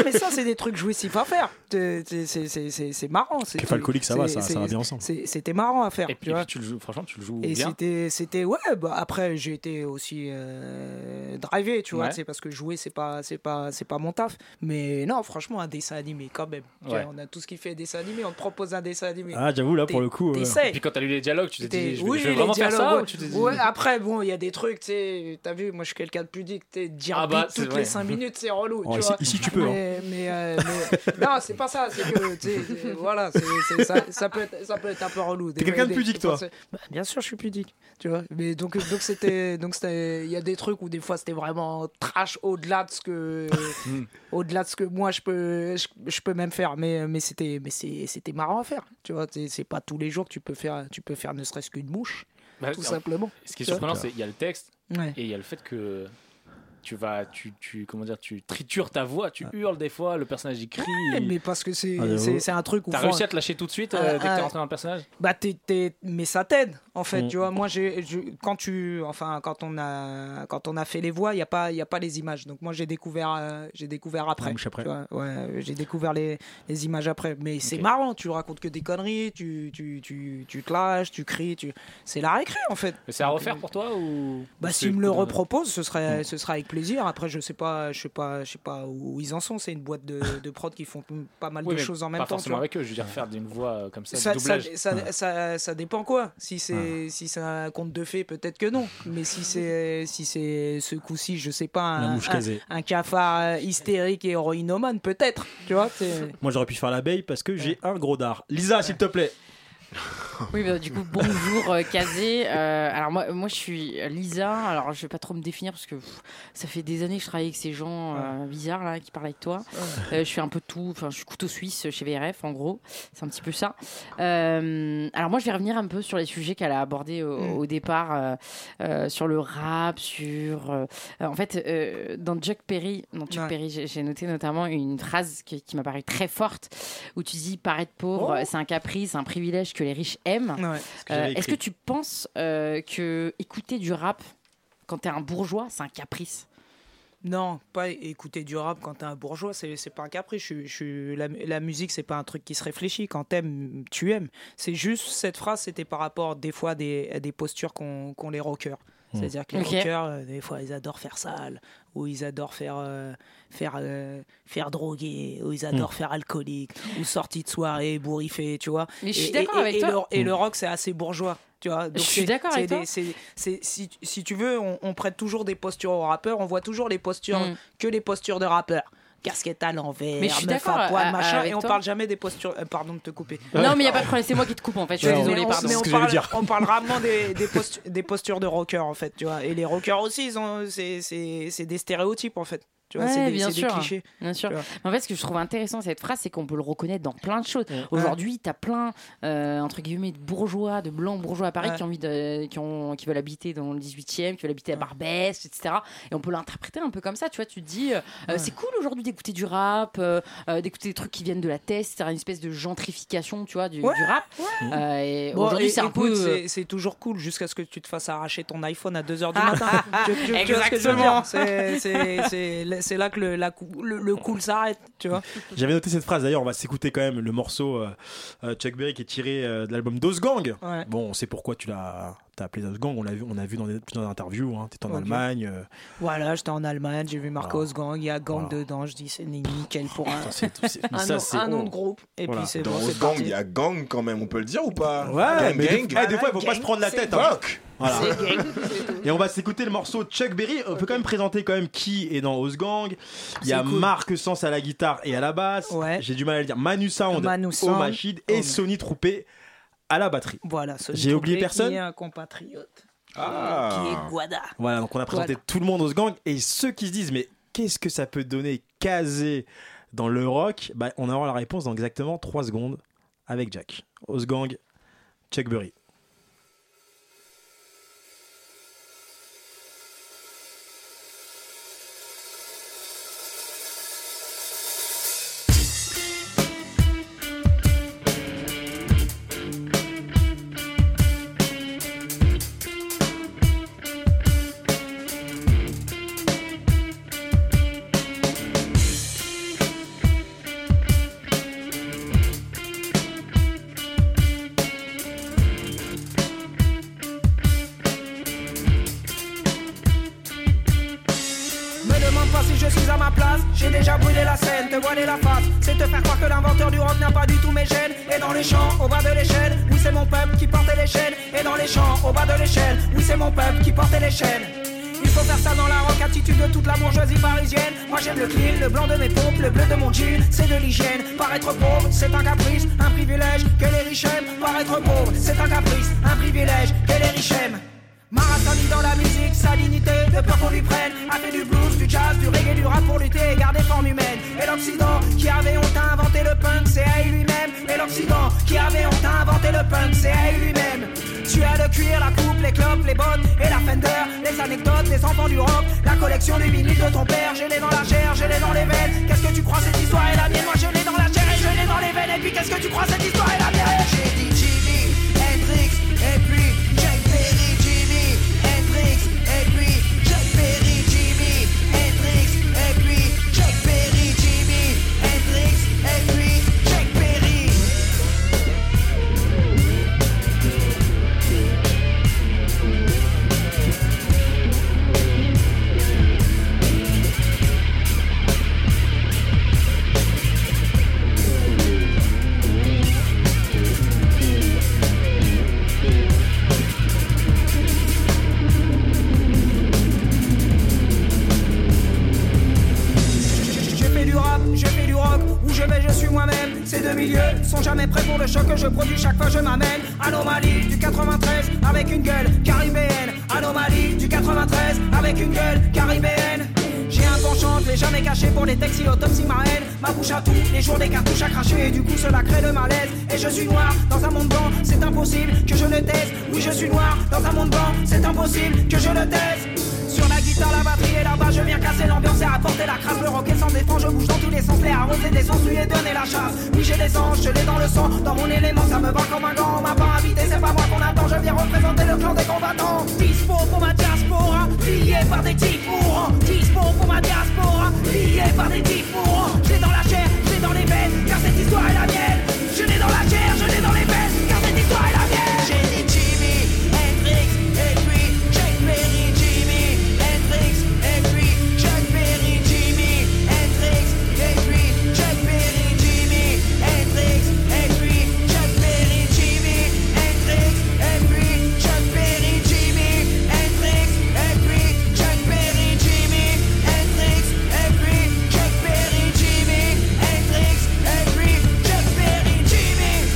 [SPEAKER 16] Mais ça, c'est des trucs jouissifs à faire. T'es- t'es- C'est c'est- c'est- c'est marrant. c'est-
[SPEAKER 2] Keuf alcoolique, ça va,
[SPEAKER 16] c'est-
[SPEAKER 2] ça- ça
[SPEAKER 16] c'est-
[SPEAKER 2] va bien ensemble.
[SPEAKER 16] c'est- C'était marrant à faire.
[SPEAKER 5] Et puis, et puis tu le joues, franchement, tu le joues
[SPEAKER 16] Et
[SPEAKER 5] bien.
[SPEAKER 16] c'était, c'était ouais. Bah après, j'ai été aussi euh, drivé, tu vois.
[SPEAKER 5] Ouais.
[SPEAKER 16] C'est parce que jouer, c'est pas, c'est pas, c'est pas mon taf. Mais non, franchement, un dessin animé quand même. Tu
[SPEAKER 5] Ouais.
[SPEAKER 16] vois, on a tout ce qui fait dessin animé. On te propose un dessin animé.
[SPEAKER 2] Ah, j'avoue, là, pour
[SPEAKER 16] T'es-
[SPEAKER 2] le coup, euh,
[SPEAKER 16] t'essayes.
[SPEAKER 5] Et puis quand t'as lu les dialogues, tu t'es dit, je vais,
[SPEAKER 16] Oui,
[SPEAKER 5] je vais
[SPEAKER 16] les
[SPEAKER 5] vraiment faire ça
[SPEAKER 16] dialogues,
[SPEAKER 5] ou tu t'es
[SPEAKER 16] ouais.
[SPEAKER 5] dit-
[SPEAKER 16] Ouais, après, bon, il y a des trucs, tu sais, t'as vu, moi je suis quelqu'un de pudique, tu sais, dire
[SPEAKER 5] Ah
[SPEAKER 16] bip
[SPEAKER 5] bah, c'est
[SPEAKER 16] toutes
[SPEAKER 5] vrai.
[SPEAKER 16] les 5 minutes, c'est relou.
[SPEAKER 5] Oh,
[SPEAKER 16] tu
[SPEAKER 5] ici-
[SPEAKER 16] vois.
[SPEAKER 5] ici, tu peux, hein.
[SPEAKER 16] Mais, mais, euh, mais- non, c'est pas ça, c'est que, tu sais, euh, voilà, c'est- c'est- ça, ça peut être, ça peut être un peu relou. Des
[SPEAKER 2] T'es
[SPEAKER 16] fois,
[SPEAKER 2] quelqu'un de
[SPEAKER 16] des-
[SPEAKER 2] pudique,
[SPEAKER 16] des
[SPEAKER 2] toi.
[SPEAKER 16] fois, c'est- Bah, Bien sûr, je suis pudique, tu vois. Mais donc, euh, donc c'était, donc c'était, il y a des trucs où des fois c'était vraiment trash au-delà de ce que,
[SPEAKER 2] Hmm.
[SPEAKER 16] au-delà de ce que moi je peux, je, je peux même faire. Mais, mais c'était, mais c'est, c'était marrant à faire, tu vois. C'est, c'est pas tous les jours que tu peux faire, tu peux faire ne serait-ce qu'une mouche,
[SPEAKER 5] Bah,
[SPEAKER 16] tout
[SPEAKER 5] en-
[SPEAKER 16] simplement.
[SPEAKER 5] Ce qui est
[SPEAKER 16] tu vois.
[SPEAKER 5] surprenant, c'est il y a le texte
[SPEAKER 16] Ouais.
[SPEAKER 5] et il y a le fait que tu vas, tu, tu, comment dire, tu tritures ta voix,
[SPEAKER 2] Ah.
[SPEAKER 5] tu hurles des fois, le personnage il crie.
[SPEAKER 2] Eh,
[SPEAKER 16] Ouais,
[SPEAKER 5] il-
[SPEAKER 16] mais parce que c'est,
[SPEAKER 5] Ah, j'avoue.
[SPEAKER 16] c'est, c'est un truc où
[SPEAKER 5] T'as
[SPEAKER 16] faut-
[SPEAKER 5] réussi à te lâcher tout de suite euh,
[SPEAKER 16] Ah,
[SPEAKER 5] dès que
[SPEAKER 16] ah,
[SPEAKER 5] t'es rentré dans le personnage
[SPEAKER 16] bah t'es- t'es- mais ça t'aide en fait
[SPEAKER 5] Mm.
[SPEAKER 16] tu vois moi j'ai je- quand tu enfin quand on a quand on a fait les voix il y a pas il y a pas les images donc moi j'ai découvert euh, j'ai découvert après,
[SPEAKER 2] mouche après.
[SPEAKER 16] tu vois. ouais euh, j'ai découvert les, les images après mais c'est marrant tu racontes que des conneries tu tu tu tu te lâches tu cries tu c'est la récré en fait euh,
[SPEAKER 5] Mais c'est à refaire pour toi ou
[SPEAKER 16] bah
[SPEAKER 5] ou
[SPEAKER 16] s'ils
[SPEAKER 5] c'est
[SPEAKER 16] me le
[SPEAKER 5] plutôt- euh,
[SPEAKER 16] reproposent ce
[SPEAKER 2] Mm.
[SPEAKER 16] serait ce sera avec plaisir après je sais pas je sais pas je sais pas où ils en sont c'est une boîte de, de prod qui font pas mal
[SPEAKER 5] Oui,
[SPEAKER 16] de
[SPEAKER 5] mais
[SPEAKER 16] choses en même
[SPEAKER 5] pas
[SPEAKER 16] temps tu
[SPEAKER 5] forcément
[SPEAKER 16] vois.
[SPEAKER 5] avec eux, je veux dire faire d'une voix euh, comme ça,
[SPEAKER 16] Ça,
[SPEAKER 5] du
[SPEAKER 16] ça,
[SPEAKER 5] doublage.
[SPEAKER 16] ça- ça- ça dépend quoi. Si c'est si c'est un conte de fées, peut-être que non. Mais si c'est si c'est ce coup-ci, je sais pas,
[SPEAKER 2] La
[SPEAKER 16] un,
[SPEAKER 2] mouche
[SPEAKER 16] un-
[SPEAKER 2] casée.
[SPEAKER 16] un cafard euh, hystérique et héroïnomane, peut-être. Tu vois, c'est-
[SPEAKER 2] Moi, j'aurais pu faire l'abeille parce que j'ai un gros dard. Lisa, s'il te plaît.
[SPEAKER 6] Oui, bah, du coup, bonjour euh, Kazé. Euh, alors, moi, moi, je suis Lisa. Alors, je vais pas trop me définir parce que pff, ça fait des années que je travaille avec ces gens euh, bizarres là qui parlent avec toi. Euh, je suis un peu tout. Enfin, je suis couteau suisse chez VRF, en gros. C'est un petit peu ça. Euh, alors, moi, je vais revenir un peu sur les sujets qu'elle a abordés au,
[SPEAKER 16] Mm.
[SPEAKER 6] au départ euh, euh, sur le rap, sur. euh, en fait, euh, dans Chuck Perry, dans Chuck
[SPEAKER 16] Ouais.
[SPEAKER 6] Perry, j'ai j'ai noté notamment une phrase qui, qui m'a paru très forte où tu dis paraître pauvre,
[SPEAKER 16] Oh.
[SPEAKER 6] c'est un caprice, un privilège que les riches aiment.
[SPEAKER 16] Ouais, ce que j'avais
[SPEAKER 6] Euh,
[SPEAKER 16] écrit.
[SPEAKER 6] Est-ce que tu penses euh, que écouter du rap quand t'es un bourgeois, c'est un caprice
[SPEAKER 16] Non, pas écouter du rap quand t'es un bourgeois, c'est c'est pas un caprice. Je, suis- je, suis- la, la musique, c'est pas un truc qui se réfléchit. Quand t'aimes, tu aimes. C'est juste cette phrase, c'était par rapport des fois à des, à des postures qu'ont qu'ont les rockers.
[SPEAKER 6] Mm.
[SPEAKER 16] C'est-à-dire que les
[SPEAKER 6] Ok.
[SPEAKER 16] rockers, euh, des fois, ils adorent faire sale, ou ils adorent faire, euh, faire, euh, faire droguer, ou ils adorent
[SPEAKER 6] Mm.
[SPEAKER 16] faire alcoolique, ou sortie de soirée, bourriffé, tu vois.
[SPEAKER 6] Mais je
[SPEAKER 16] Et-
[SPEAKER 6] suis
[SPEAKER 16] et-
[SPEAKER 6] d'accord
[SPEAKER 16] et-
[SPEAKER 6] avec
[SPEAKER 16] et
[SPEAKER 6] toi.
[SPEAKER 16] le- et le
[SPEAKER 6] Mm.
[SPEAKER 16] rock, c'est assez bourgeois. Tu vois,
[SPEAKER 6] Je
[SPEAKER 16] donc
[SPEAKER 6] suis
[SPEAKER 16] c'est-
[SPEAKER 6] d'accord
[SPEAKER 16] c'est
[SPEAKER 6] avec toi.
[SPEAKER 16] des- c'est- c'est- si, si tu veux, on, on prête toujours des postures aux rappeurs, on voit toujours les postures, que les postures de rappeurs. Casquette à l'envers,
[SPEAKER 6] Mm. Mais je suis
[SPEAKER 16] meuf
[SPEAKER 6] d'accord,
[SPEAKER 16] à poil,
[SPEAKER 6] à-
[SPEAKER 16] machin,
[SPEAKER 6] avec
[SPEAKER 16] et on
[SPEAKER 6] toi.
[SPEAKER 16] parle jamais des postures. euh, pardon de te couper.
[SPEAKER 6] Non, mais il y a pas de problème, c'est moi qui te coupe en fait. Je suis
[SPEAKER 16] Ouais,
[SPEAKER 6] désolée,
[SPEAKER 16] mais on-
[SPEAKER 6] pardon.
[SPEAKER 16] mais on, parle, on parle rarement des, des, postu- des postures de rockers en fait, tu vois. Et les rockers aussi, ils ont, c'est, c'est, c'est des stéréotypes en fait. Tu vois,
[SPEAKER 6] Ouais,
[SPEAKER 16] c'est des,
[SPEAKER 6] bien
[SPEAKER 16] c'est des
[SPEAKER 6] sûr,
[SPEAKER 16] clichés.
[SPEAKER 6] Bien sûr.
[SPEAKER 16] Tu vois.
[SPEAKER 6] Mais en fait, ce que je trouve intéressant de cette phrase, c'est qu'on peut le reconnaître dans plein de choses. Aujourd'hui, tu as plein, euh, entre guillemets, de bourgeois, de blancs bourgeois à Paris
[SPEAKER 16] Ouais.
[SPEAKER 6] qui, ont envie de, qui, ont, qui veulent habiter dans le 18e, qui veulent habiter à Barbès, etc. Et on peut l'interpréter un peu comme ça. Tu vois, tu te dis, euh, euh, c'est cool aujourd'hui d'écouter du rap, euh, euh, d'écouter des trucs qui viennent de la tête, c'est-à-dire une espèce de gentrification, tu vois, du,
[SPEAKER 16] Ouais,
[SPEAKER 6] du rap.
[SPEAKER 2] Mmh.
[SPEAKER 16] ouais.
[SPEAKER 6] Euh, et
[SPEAKER 16] Bon,
[SPEAKER 6] aujourd'hui,
[SPEAKER 16] et-
[SPEAKER 6] c'est un peu.
[SPEAKER 16] écoute,
[SPEAKER 6] euh,
[SPEAKER 16] C'est, c'est toujours cool jusqu'à ce que tu te fasses arracher ton iPhone à 2h du matin. Tu- tu- tu vois ce que je veux dire
[SPEAKER 6] Ah. Exactement.
[SPEAKER 16] C'est- c'est- c'est- c'est là que le, la cou- le, le cool s'arrête, tu vois.
[SPEAKER 2] J'avais noté cette phrase d'ailleurs, on va s'écouter quand même le morceau euh, euh, Chuck Berry qui est tiré euh, de l'album Dos Gang.
[SPEAKER 16] Ouais.
[SPEAKER 2] Bon, on sait pourquoi tu l'as t'as appelé Dos Gang, on l'a vu, on a vu dans des, dans des interviews, hein. t'étais en
[SPEAKER 16] Ok.
[SPEAKER 2] Allemagne. euh,
[SPEAKER 16] Voilà, j'étais en Allemagne, j'ai vu Marcos Gang, il y a Gang dedans, je dis c'est nickel pour un,
[SPEAKER 2] c'est- c'est-
[SPEAKER 16] un,
[SPEAKER 3] ça,
[SPEAKER 16] nom,
[SPEAKER 3] c'est-
[SPEAKER 16] un nom
[SPEAKER 3] oh.
[SPEAKER 16] de groupe. Et puis c'est
[SPEAKER 3] Dans
[SPEAKER 16] bon,
[SPEAKER 3] Rose
[SPEAKER 16] c'est
[SPEAKER 3] Gang,
[SPEAKER 16] parti.
[SPEAKER 3] il y a gang quand même, on peut le dire ou pas
[SPEAKER 2] Ouais,
[SPEAKER 3] Gang,
[SPEAKER 2] mais
[SPEAKER 3] gang.
[SPEAKER 2] Des, eh, des fois, il faut pas se prendre la tête. hein.
[SPEAKER 3] Fuck.
[SPEAKER 2] Voilà.
[SPEAKER 3] C'est gang.
[SPEAKER 2] Et on va s'écouter le morceau de Chuck Berry. On peut quand même présenter quand même qui est dans Os Gang. Il y a
[SPEAKER 16] C'est cool.
[SPEAKER 2] Marc Sens à la guitare et à la basse. J'ai du mal à le dire. Manu Sound,
[SPEAKER 16] Manu
[SPEAKER 2] au
[SPEAKER 16] Sound,
[SPEAKER 2] Machid et
[SPEAKER 16] Om-
[SPEAKER 2] Sony Troupé à la batterie.
[SPEAKER 16] Voilà, Sony
[SPEAKER 2] J'ai oublié
[SPEAKER 16] Troupé,
[SPEAKER 2] personne
[SPEAKER 16] qui est un compatriote.
[SPEAKER 2] Ah.
[SPEAKER 16] Qui est Guada.
[SPEAKER 2] Voilà, donc on a présenté
[SPEAKER 16] Voilà.
[SPEAKER 2] tout le monde aux gangs et ceux qui se disent mais qu'est-ce que ça peut donner caser dans le rock bah, On aura la réponse dans exactement 3 secondes avec Jack. Os gang, Chuck Berry.
[SPEAKER 7] Me demande pas si je suis à ma place, j'ai déjà brûlé la scène, te voiler la face, c'est te faire croire que l'inventeur du rock n'a pas du tout mes gènes. Et dans les champs, au bas de l'échelle, oui c'est mon peuple qui portait les chaînes. Et dans les champs, au bas de l'échelle, oui c'est mon peuple qui portait les chaînes. Il faut faire ça dans la rock attitude de toute la bourgeoisie parisienne. Moi j'aime le clean, le blanc de mes pompes, le bleu de mon jean, c'est de l'hygiène. Paraître pauvre, c'est un caprice, un privilège que les riches aiment. Paraître pauvre, c'est un caprice, un privilège que les riches aiment. Marathonie dans la musique, sa dignité, de peur qu'on lui prenne. A fait du blues, du jazz, du reggae, du rap pour lutter et garder forme humaine. Et l'Occident, qui avait honte à inventé le punk, c'est à lui lui-même. Et l'Occident, qui avait honte à inventé le punk, c'est à lui lui-même. Tu as le cuir, la coupe, les clopes, les bottes et la Fender, les anecdotes, les enfants du rock, la collection du vinyle de ton père. Je l'ai dans la chair, je l'ai dans les veines. Qu'est-ce que tu crois cette histoire est la mienne Moi je l'ai dans la chair et je l'ai dans les veines. Et puis qu'est-ce que tu crois cette histoire est la mienne J'ai dit Jimi Hendrix et puis Jack Perry, Jimi Hendrix et puis Jack Perry, Jimi Hendrix et puis Jack Perry, Jimi Hendrix et puis Jack Perry. Je fais du rap, je fais du rock, où je vais je suis moi-même. Ces deux milieux sont jamais prêts pour le choc que je produis chaque fois je m'amène. Anomalie du 93 avec une gueule caribéenne. Anomalie du 93 avec une gueule caribéenne. J'ai un penchant, je l'ai jamais caché pour les textiles, autopsie ma haine. Ma bouche à tout, les jours des cartouches à cracher et du coup cela crée le malaise. Et je suis noir dans un monde blanc, c'est impossible que je le taise. Oui, je suis noir dans un monde blanc, c'est impossible que je le taise. Sur la guitare, la batterie et là-bas, je viens casser l'ambiance et apporter la crasse. Le rocket sans défense, je bouge dans tous les sens, les arroser des sens, lui et donner la chasse. Oui, j'ai des anges, je l'ai dans le sang, dans mon élément, ça me va comme un gant. On m'a pas invité, c'est pas moi qu'on attend, je viens représenter le clan des combattants. Dispo pour ma diaspora, pillé par des types mourants. Dispo pour ma diaspora, pillé par des types mourants. Je l'ai dans la chair, je l'ai dans les veines, car cette histoire est la mienne. Je l'ai dans la chair, je l'ai dans les veines, car cette histoire est la mienne. J'ai dit Jimi Hendrix, et puis Jack Berry, Jimi Hendrix, et puis Jack Berry, Jimi Hendrix, et puis Jack Berry, Jimi Hendrix, et puis Jack Berry, Jimi Hendrix, et puis Jack Berry, Jimi Hendrix, et puis Jack Berry, Jimi Hendrix, et puis Jack Berry, Jimi Hendrix, et puis Jack Berry.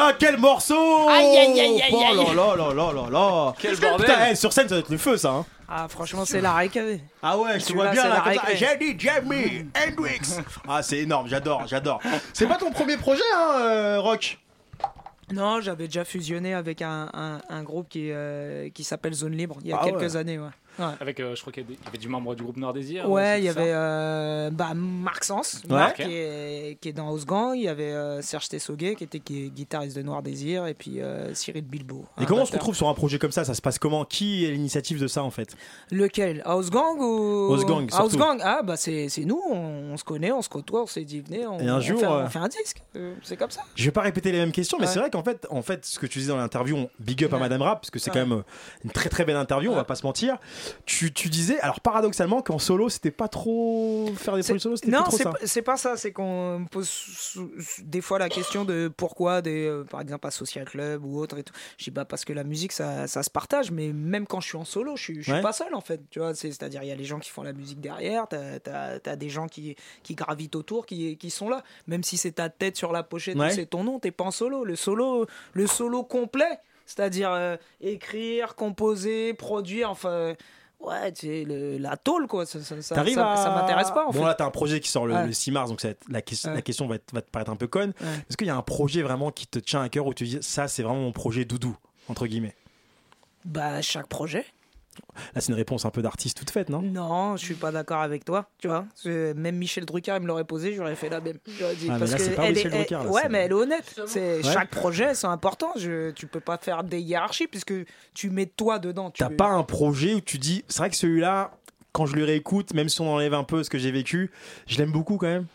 [SPEAKER 2] Oh quel morceau
[SPEAKER 16] Aïe, aïe, aïe, aïe,
[SPEAKER 2] Oh
[SPEAKER 16] aïe.
[SPEAKER 2] là là là là là là
[SPEAKER 16] Quel
[SPEAKER 2] Putain,
[SPEAKER 16] bordel.
[SPEAKER 2] eh, Sur scène, ça doit être le feu, ça hein.
[SPEAKER 16] Ah, franchement, c'est la récavée.
[SPEAKER 2] Ah ouais, je te vois
[SPEAKER 16] Celui-là,
[SPEAKER 2] bien
[SPEAKER 16] c'est
[SPEAKER 2] là.
[SPEAKER 16] la
[SPEAKER 2] comme ça.
[SPEAKER 16] récré.
[SPEAKER 2] J'ai dit Jamie Hendrix. Ah, c'est énorme, j'adore, j'adore. C'est pas ton premier projet, hein, euh, Rock
[SPEAKER 16] Non, j'avais déjà fusionné avec un, un- un groupe qui, euh, qui s'appelle Zone Libre il y
[SPEAKER 2] Bah
[SPEAKER 16] a
[SPEAKER 5] Ah
[SPEAKER 16] quelques
[SPEAKER 5] ouais.
[SPEAKER 16] années. Ouais, ouais.
[SPEAKER 5] Avec, euh, je crois qu'il y avait- il y avait du membre du groupe Nord Désir. ou
[SPEAKER 16] Ouais,
[SPEAKER 5] c'est
[SPEAKER 16] il y
[SPEAKER 5] ça
[SPEAKER 16] avait euh, bah, Marc Sens,
[SPEAKER 5] Ouais.
[SPEAKER 16] Marc,
[SPEAKER 5] Ok.
[SPEAKER 16] qui, est, qui est dans Osgan. Il y avait euh, Serge Tessoguet, qui était qui est guitariste de Noir Désir, et puis euh, Cyril Bilbo.
[SPEAKER 2] Et
[SPEAKER 16] un
[SPEAKER 2] comment on se
[SPEAKER 16] batteur.
[SPEAKER 2] retrouve sur un projet comme ça Ça se passe comment Qui est l'initiative de ça en fait
[SPEAKER 16] Lequel House Gang ou
[SPEAKER 2] House Gang, surtout.
[SPEAKER 16] House Gang. Ah bah c'est c'est nous, on, on se connaît, on se côtoie, on s'est dit venez, on,
[SPEAKER 2] Et un
[SPEAKER 16] on
[SPEAKER 2] jour,
[SPEAKER 16] fait,
[SPEAKER 2] euh,
[SPEAKER 16] on fait un disque. Euh, c'est comme ça.
[SPEAKER 2] Je vais pas répéter les mêmes questions, mais
[SPEAKER 16] Ouais.
[SPEAKER 2] c'est vrai qu'en fait, en fait, ce que tu disais dans l'interview, on big up à Madame Rap, parce que c'est
[SPEAKER 16] Ouais.
[SPEAKER 2] quand même euh, une très très belle interview, on va pas se mentir. Tu, tu disais, alors paradoxalement, qu'en solo, c'était pas trop faire des projets solo, c'était
[SPEAKER 16] Non,
[SPEAKER 2] plus trop
[SPEAKER 16] c'est
[SPEAKER 2] ça.
[SPEAKER 16] pas- c'est pas ça. C'est qu'on me pose sou- sou- des fois la question de pourquoi, des, euh, par exemple, associé à un club ou autre et tout. Je dis bah parce que la musique, ça, ça se partage. Mais même quand je suis en solo, je, suis- je suis
[SPEAKER 2] Ouais.
[SPEAKER 16] pas seul en fait. Tu vois, c'est- c'est-à-dire il y a les gens qui font la musique derrière, t'as as, des gens qui, qui gravitent autour, qui, qui sont là. Même si c'est ta tête sur la pochette, ou
[SPEAKER 2] Ouais.
[SPEAKER 16] c'est ton nom, t'es pas en solo. Le solo, le solo complet. C'est-à-dire euh, écrire, composer, produire, enfin, ouais, tu sais, le- la tôle, quoi. Ça, ça, ça,
[SPEAKER 2] T'arrives
[SPEAKER 16] ça-
[SPEAKER 2] à-
[SPEAKER 16] ça m'intéresse pas, en
[SPEAKER 2] bon,
[SPEAKER 16] fait.
[SPEAKER 2] là, t'as un projet qui sort le,
[SPEAKER 16] Ouais.
[SPEAKER 2] le 6 mars, donc ça va être- la, question-
[SPEAKER 16] Ouais.
[SPEAKER 2] la question va, être- va te paraître un peu conne.
[SPEAKER 16] Ouais.
[SPEAKER 2] Est-ce qu'il y a un projet vraiment qui te tient à cœur où tu dis ça, c'est vraiment mon projet doudou, entre guillemets
[SPEAKER 16] Bah, chaque projet.
[SPEAKER 2] Là, c'est une réponse un peu d'artiste toute faite, non
[SPEAKER 16] Non, je suis pas d'accord avec toi, tu vois. Je- Même Michel Drucker, il me l'aurait posé, j'aurais fait la même. J'aurais dit,
[SPEAKER 2] Ah, mais
[SPEAKER 16] parce
[SPEAKER 2] là,
[SPEAKER 16] que
[SPEAKER 2] c'est pas
[SPEAKER 16] elle
[SPEAKER 2] Michel
[SPEAKER 16] est- elle-
[SPEAKER 2] Drucker, là,
[SPEAKER 16] ouais,
[SPEAKER 2] c'est-
[SPEAKER 16] mais elle est honnête. C'est
[SPEAKER 2] Ouais.
[SPEAKER 16] chaque projet, c'est important. Je, tu peux pas faire des hiérarchies puisque tu mets toi dedans. Tu
[SPEAKER 2] T'as pas un projet où tu dis, c'est vrai que celui-là, quand je le réécoute, même si on enlève un peu ce que j'ai vécu, je l'aime beaucoup quand même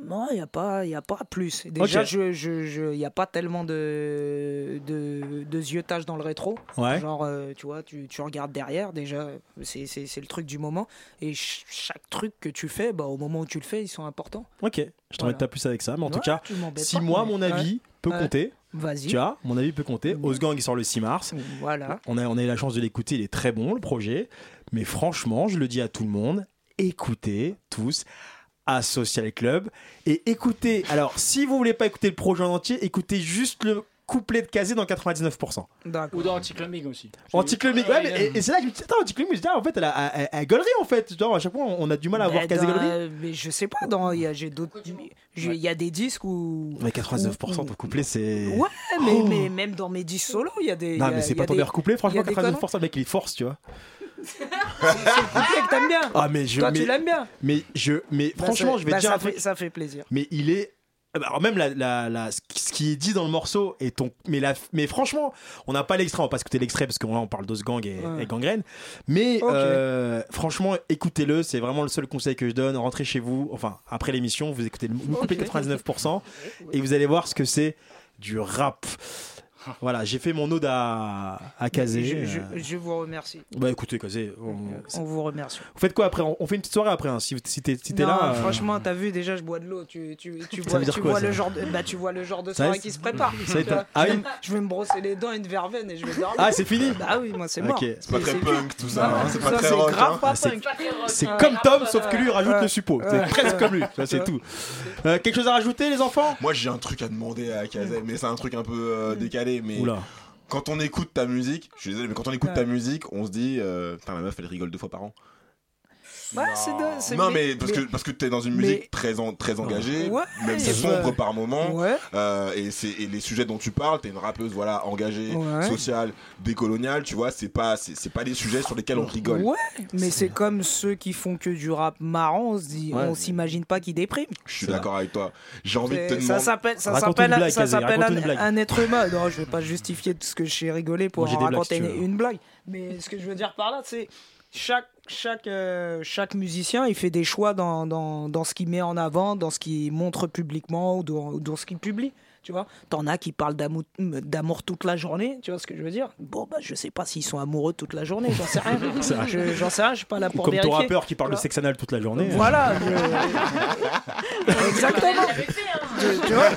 [SPEAKER 16] Non, il n'y a, pas- y a pas plus. Déjà,
[SPEAKER 2] Ok.
[SPEAKER 16] je je- je- y a pas tellement de, de, de ziotage dans le rétro.
[SPEAKER 2] Ouais.
[SPEAKER 16] Genre, euh, tu vois, tu, tu regardes derrière, déjà, c'est c'est- c'est le truc du moment. Et ch- chaque truc que tu fais, bah, au moment où tu le fais, ils sont importants.
[SPEAKER 2] Ok, je t'embête
[SPEAKER 16] Voilà.
[SPEAKER 2] pas plus avec ça, mais en tout
[SPEAKER 16] Ouais,
[SPEAKER 2] cas,
[SPEAKER 16] tu m'embêtes
[SPEAKER 2] si
[SPEAKER 16] pas,
[SPEAKER 2] moi,
[SPEAKER 16] mais-
[SPEAKER 2] mon avis
[SPEAKER 16] ouais.
[SPEAKER 2] peut
[SPEAKER 16] Ouais.
[SPEAKER 2] compter,
[SPEAKER 16] Vas-y.
[SPEAKER 2] tu vois, mon avis peut compter. Osgang, il sort le 6 mars.
[SPEAKER 16] Voilà.
[SPEAKER 2] On a, on a eu la chance de l'écouter, il est très bon le projet, mais franchement, je le dis à tout le monde, écoutez tous à Social Club et écoutez. Alors, si vous voulez pas écouter le projet en entier, écoutez juste le couplet de casé dans 99%.
[SPEAKER 5] Ou dans Anticlamique aussi.
[SPEAKER 2] Anticlimique, ouais, mais et, et c'est là que je me dis, attends, Anticlimique, en fait, elle a, elle, elle gueulerie, en fait. Genre, à chaque fois, on a du mal à voir
[SPEAKER 16] Mais
[SPEAKER 2] casé
[SPEAKER 16] dans-
[SPEAKER 2] gueulerie.
[SPEAKER 16] Mais je sais pas, dans- il y a, j'ai d'autres- j'ai- il y a des disques où.
[SPEAKER 2] Mais 99% de couplet, c'est.
[SPEAKER 16] Ouais, mais, mais même dans mes disques solos, il y a des.
[SPEAKER 2] Oh. Non,
[SPEAKER 16] il y a-
[SPEAKER 2] mais c'est
[SPEAKER 16] il y a
[SPEAKER 2] pas ton
[SPEAKER 16] des-
[SPEAKER 2] meilleur couplet, franchement,
[SPEAKER 16] il y a des
[SPEAKER 2] 99%, le mec, il force, tu vois.
[SPEAKER 16] conneries. C'est le couplet que t'aimes bien.
[SPEAKER 2] Ah, mais je.
[SPEAKER 16] Toi,
[SPEAKER 2] mais,
[SPEAKER 16] tu l'aimes bien.
[SPEAKER 2] Mais je. Mais
[SPEAKER 16] Bah,
[SPEAKER 2] franchement,
[SPEAKER 16] ça-
[SPEAKER 2] je vais
[SPEAKER 16] bah,
[SPEAKER 2] te dire
[SPEAKER 16] ça
[SPEAKER 2] un truc.
[SPEAKER 16] fait- ça fait plaisir.
[SPEAKER 2] Mais il est. bah, Alors même la, la- la- ce qui- ce qui est dit dans le morceau et ton mais la mais franchement on n'a pas l'extrait on va pas écouter l'extrait parce qu'on là on parle d'Osgang et,
[SPEAKER 16] Ouais.
[SPEAKER 2] et Gangrène mais euh, franchement écoutez-le c'est vraiment le seul conseil que je donne rentrez chez vous enfin après l'émission vous écoutez le vous coupez 99% et vous allez voir ce que c'est du rap voilà j'ai fait mon ode à à Kazé
[SPEAKER 16] Ah. Je, je-
[SPEAKER 2] Euh,
[SPEAKER 16] je vous remercie.
[SPEAKER 2] bah écoutez Kazé on,
[SPEAKER 16] On vous remercie.
[SPEAKER 2] vous faites quoi après on, on fait une petite soirée après hein, si vous- si t'es si t'es
[SPEAKER 16] Non,
[SPEAKER 2] là euh,
[SPEAKER 16] franchement, t'as vu déjà, je bois de l'eau. Tu, tu, tu
[SPEAKER 2] Ça
[SPEAKER 16] vois,
[SPEAKER 2] veut dire
[SPEAKER 16] tu
[SPEAKER 2] quoi,
[SPEAKER 16] vois
[SPEAKER 2] ça
[SPEAKER 16] le genre de, bah, tu vois le genre de
[SPEAKER 2] Ça
[SPEAKER 16] soirée
[SPEAKER 2] y est,
[SPEAKER 16] qui se prépare.
[SPEAKER 2] ça y est,
[SPEAKER 16] Tu vois,
[SPEAKER 2] ah
[SPEAKER 16] je,
[SPEAKER 2] oui.
[SPEAKER 16] vais, je vais me brosser les dents, une verveine et je vais dormir.
[SPEAKER 2] Ah, c'est fini
[SPEAKER 16] Bah oui, moi c'est mort.
[SPEAKER 2] Ok. C'est pas très punk, tout ça,
[SPEAKER 16] Non,
[SPEAKER 2] hein, c'est pas très
[SPEAKER 16] c'est
[SPEAKER 2] rock,
[SPEAKER 16] grave
[SPEAKER 2] hein.
[SPEAKER 16] pas
[SPEAKER 2] C'est-
[SPEAKER 16] punk. Euh,
[SPEAKER 2] C'est
[SPEAKER 3] hein.
[SPEAKER 16] Ouais.
[SPEAKER 2] comme Tom, sauf que lui il rajoute
[SPEAKER 3] Ah, Ouais.
[SPEAKER 2] le suppôt. C'est
[SPEAKER 3] Ouais.
[SPEAKER 2] presque comme lui, ça c'est
[SPEAKER 3] Ouais.
[SPEAKER 2] tout. Euh, quelque chose à rajouter, les enfants
[SPEAKER 3] Moi, j'ai un truc à demander à Kazem, mais c'est un truc un peu euh, décalé. Mais
[SPEAKER 2] Oula.
[SPEAKER 3] quand on écoute ta musique, je suis désolé, mais quand on écoute ta musique, on se dit, euh, putain, la meuf, elle rigole deux fois par an.
[SPEAKER 16] Ouais, c'est de- c'est-
[SPEAKER 3] Non, mais parce que parce que t'es dans une musique très en- très engagée,
[SPEAKER 16] Ouais,
[SPEAKER 3] même si
[SPEAKER 16] je-
[SPEAKER 3] sombre par moment,
[SPEAKER 16] Ouais.
[SPEAKER 3] euh, et c'est et les sujets dont tu parles, t'es une rappeuse voilà engagée,
[SPEAKER 16] Ouais.
[SPEAKER 3] sociale, décoloniale, tu vois, c'est pas c'est c'est pas des sujets sur lesquels on rigole.
[SPEAKER 16] Ouais, mais c'est comme ceux qui font que du rap marrant, on se dit,
[SPEAKER 3] Ouais.
[SPEAKER 16] on s'imagine pas qu'ils dépriment.
[SPEAKER 3] Je suis d'accord avec toi. J'ai envie de te
[SPEAKER 16] C'est-
[SPEAKER 3] demander.
[SPEAKER 16] Ça s'appelle, ça s'appelle, ça s'appelle un, un être humain. Non, je vais pas justifier tout ce que j'ai rigolé pour
[SPEAKER 3] Moi, j'ai
[SPEAKER 16] en
[SPEAKER 3] des blagues, si
[SPEAKER 16] raconter
[SPEAKER 3] tu
[SPEAKER 16] une,
[SPEAKER 3] veux.
[SPEAKER 16] une blague. Mais ce que je veux dire par là, c'est chaque chaque euh, chaque musicien, il fait des choix dans, dans, dans ce qu'il met en avant, dans ce qu'il montre publiquement ou dans, ou dans ce qu'il publie. Tu vois, t'en as qui parlent d'amour- d'amour toute la journée. Tu vois ce que je veux dire Bon, bah, je sais pas s'ils sont amoureux toute la journée. J'en sais rien.
[SPEAKER 2] C'est vrai.
[SPEAKER 16] Je- J'en sais rien. Je suis pas là
[SPEAKER 2] Ou
[SPEAKER 16] pour
[SPEAKER 2] comme
[SPEAKER 16] vérifier.
[SPEAKER 2] ton rappeur qui parle
[SPEAKER 16] Tu
[SPEAKER 2] de sexe anal toute la journée.
[SPEAKER 16] Voilà. je- Exactement. Tu- tu vois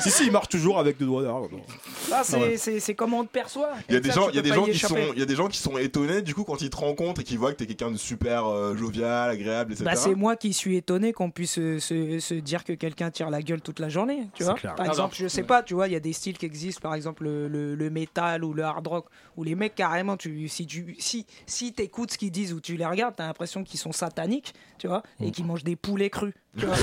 [SPEAKER 2] si, si, il marche toujours avec deux doigts d'arbre.
[SPEAKER 16] Ah,
[SPEAKER 2] Ah ouais.
[SPEAKER 16] c'est- c'est c'est comment on te perçoit.
[SPEAKER 3] Il y a
[SPEAKER 16] Comme
[SPEAKER 3] des
[SPEAKER 16] ça,
[SPEAKER 3] gens,
[SPEAKER 16] tu
[SPEAKER 3] il y
[SPEAKER 16] peux
[SPEAKER 3] a des
[SPEAKER 16] pas
[SPEAKER 3] gens
[SPEAKER 16] y
[SPEAKER 3] qui sont,
[SPEAKER 16] échapper.
[SPEAKER 3] il y a des gens qui sont étonnés du coup quand ils te rencontrent et qui voient que t'es quelqu'un de super euh, jovial, agréable, etc.
[SPEAKER 16] Bah, c'est moi qui suis étonné qu'on puisse euh, se, se dire que quelqu'un tire la gueule toute la journée, tu
[SPEAKER 3] C'est
[SPEAKER 16] vois.
[SPEAKER 3] clair.
[SPEAKER 16] Par
[SPEAKER 3] Ah,
[SPEAKER 16] exemple,
[SPEAKER 3] non.
[SPEAKER 16] je sais
[SPEAKER 3] Ouais.
[SPEAKER 16] pas, tu vois, il y a des styles qui existent, par exemple le, le, le métal ou le hard rock, où les mecs carrément, tu, si tu si, si écoutes ce qu'ils disent ou tu les regardes, t'as l'impression qu'ils sont sataniques, tu vois,
[SPEAKER 2] Mm.
[SPEAKER 16] et qu'ils mangent des poulets crus. tu vois.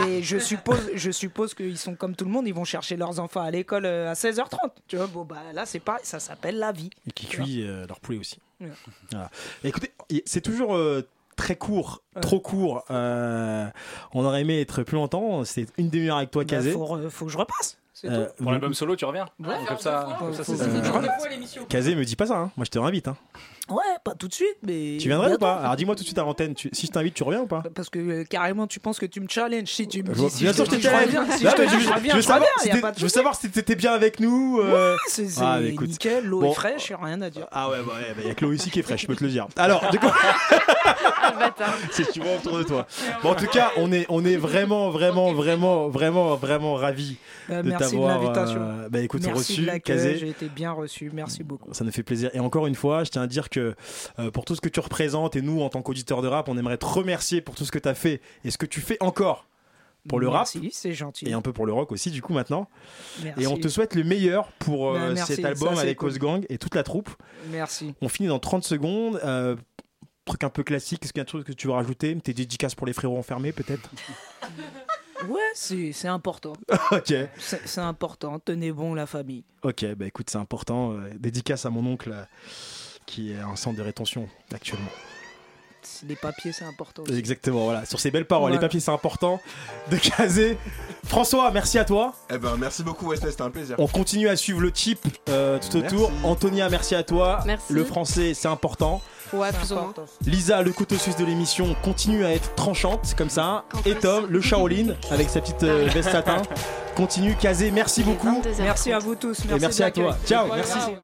[SPEAKER 16] Mais je suppose, je suppose qu'ils sont comme tout le monde, ils vont chercher leurs enfants à l'école euh, à 16h30, tu vois. Bon bah là c'est pas, ça s'appelle la vie.
[SPEAKER 2] Qui
[SPEAKER 16] tu vois.
[SPEAKER 2] cuit euh, leur poulet aussi.
[SPEAKER 16] Ouais.
[SPEAKER 2] Voilà. Écoutez, y- c'est toujours euh, très court, trop court. Euh, on aurait aimé être plus longtemps. C'était une demi-heure avec toi,
[SPEAKER 16] Bah,
[SPEAKER 2] Kazé.
[SPEAKER 16] faut, re- faut que je repasse. c'est
[SPEAKER 2] Euh,
[SPEAKER 16] tout.
[SPEAKER 5] Pour l'album solo, tu reviens
[SPEAKER 16] Ouais,
[SPEAKER 5] Comme ça,
[SPEAKER 16] deux fois.
[SPEAKER 5] comme ça, c'est
[SPEAKER 16] Faut-
[SPEAKER 5] ça.
[SPEAKER 16] faut- deux fois l'émission.
[SPEAKER 2] Kazé, me dis pas ça. hein. Moi, je te réinvite. hein.
[SPEAKER 16] Ouais, pas tout de suite, mais.
[SPEAKER 2] Tu viendrais ou
[SPEAKER 16] bientôt.
[SPEAKER 2] pas Alors, dis-moi tout de suite à l'antenne. tu- Si je t'invite, tu reviens ou pas
[SPEAKER 16] Parce que euh, carrément, tu penses que tu me challenges si tu me
[SPEAKER 2] Je vois-
[SPEAKER 16] dis. Si
[SPEAKER 2] Euh, Bien sûr,
[SPEAKER 16] te
[SPEAKER 2] je
[SPEAKER 16] dis,
[SPEAKER 2] te challenge.
[SPEAKER 16] reviens, Si
[SPEAKER 2] Non,
[SPEAKER 16] je te
[SPEAKER 2] mais
[SPEAKER 16] dis,
[SPEAKER 2] je-
[SPEAKER 16] je
[SPEAKER 2] je
[SPEAKER 16] reviens,
[SPEAKER 2] veux
[SPEAKER 16] je
[SPEAKER 2] savoir
[SPEAKER 16] reviens,
[SPEAKER 2] si
[SPEAKER 16] y a
[SPEAKER 2] t'es-
[SPEAKER 16] pas de
[SPEAKER 2] je veux
[SPEAKER 16] souci.
[SPEAKER 2] savoir si t'étais bien avec nous. euh.
[SPEAKER 16] Ouais, c'est c'est
[SPEAKER 2] Ah, mais écoute.
[SPEAKER 16] nickel, l'eau
[SPEAKER 2] Bon.
[SPEAKER 16] est fraîche, y a rien à dire.
[SPEAKER 2] Ah ouais, bah ouais, bah, y a que l'eau ici qui est fraîche, je peux te le dire. Alors, du coup. C'est ce que tu vois autour de toi. Bon, en tout cas, on est, on est vraiment, vraiment, vraiment, vraiment, vraiment ravis
[SPEAKER 16] Bah,
[SPEAKER 2] de
[SPEAKER 16] merci de
[SPEAKER 2] t'avoir.
[SPEAKER 16] l'invitation.
[SPEAKER 2] euh, bah écoute,
[SPEAKER 16] merci de
[SPEAKER 2] reçu,
[SPEAKER 16] l'accueil, J'ai
[SPEAKER 2] casé.
[SPEAKER 16] été bien reçu, merci beaucoup.
[SPEAKER 2] Ça nous fait plaisir. Et encore une fois, je tiens à dire que euh, pour tout ce que tu représentes et nous, en tant qu'auditeurs de rap, on aimerait te remercier pour tout ce que tu as fait et ce que tu fais encore pour le rap.
[SPEAKER 16] Merci, c'est gentil.
[SPEAKER 2] Et un peu pour le rock aussi, du coup, maintenant.
[SPEAKER 16] Merci.
[SPEAKER 2] Et on te souhaite le meilleur pour euh,
[SPEAKER 16] Bah, merci,
[SPEAKER 2] cet album
[SPEAKER 16] ça, c'est
[SPEAKER 2] avec
[SPEAKER 16] cool.
[SPEAKER 2] Osgang et toute la troupe.
[SPEAKER 16] Merci.
[SPEAKER 2] On finit dans 30 secondes. Euh, truc un peu classique. Est-ce qu'il y a un truc que tu veux rajouter Tes dédicaces pour les frérots enfermés, peut-être
[SPEAKER 16] Ouais, c'est c'est important.
[SPEAKER 2] Ok.
[SPEAKER 16] C'est c'est important. Tenez bon la famille.
[SPEAKER 2] Ok, bah écoute, c'est important. Euh, Dédicace à mon oncle euh, qui est en centre de rétention actuellement.
[SPEAKER 16] C'est- Les papiers, c'est important. aussi.
[SPEAKER 2] Exactement, voilà. Sur ces belles paroles, les
[SPEAKER 16] Voilà.
[SPEAKER 2] papiers, c'est important de caser. François, merci à toi.
[SPEAKER 3] Eh ben merci beaucoup Wesley, c'était un plaisir.
[SPEAKER 2] On continue à suivre le type euh, tout
[SPEAKER 3] Merci.
[SPEAKER 2] autour. Antonia, merci à toi.
[SPEAKER 4] Merci.
[SPEAKER 2] Le français, c'est important.
[SPEAKER 4] Ouais, plus ou moins.
[SPEAKER 2] Lisa, le couteau suisse de l'émission, continue à être tranchante comme ça. Et Tom, le Shaolin, avec sa petite euh, veste satin, continue. Kazé, merci beaucoup.
[SPEAKER 16] Merci à vous tous.
[SPEAKER 2] Et merci
[SPEAKER 16] de
[SPEAKER 2] à toi.
[SPEAKER 16] l'accueil.
[SPEAKER 2] Ciao.
[SPEAKER 16] Merci.
[SPEAKER 2] Merci.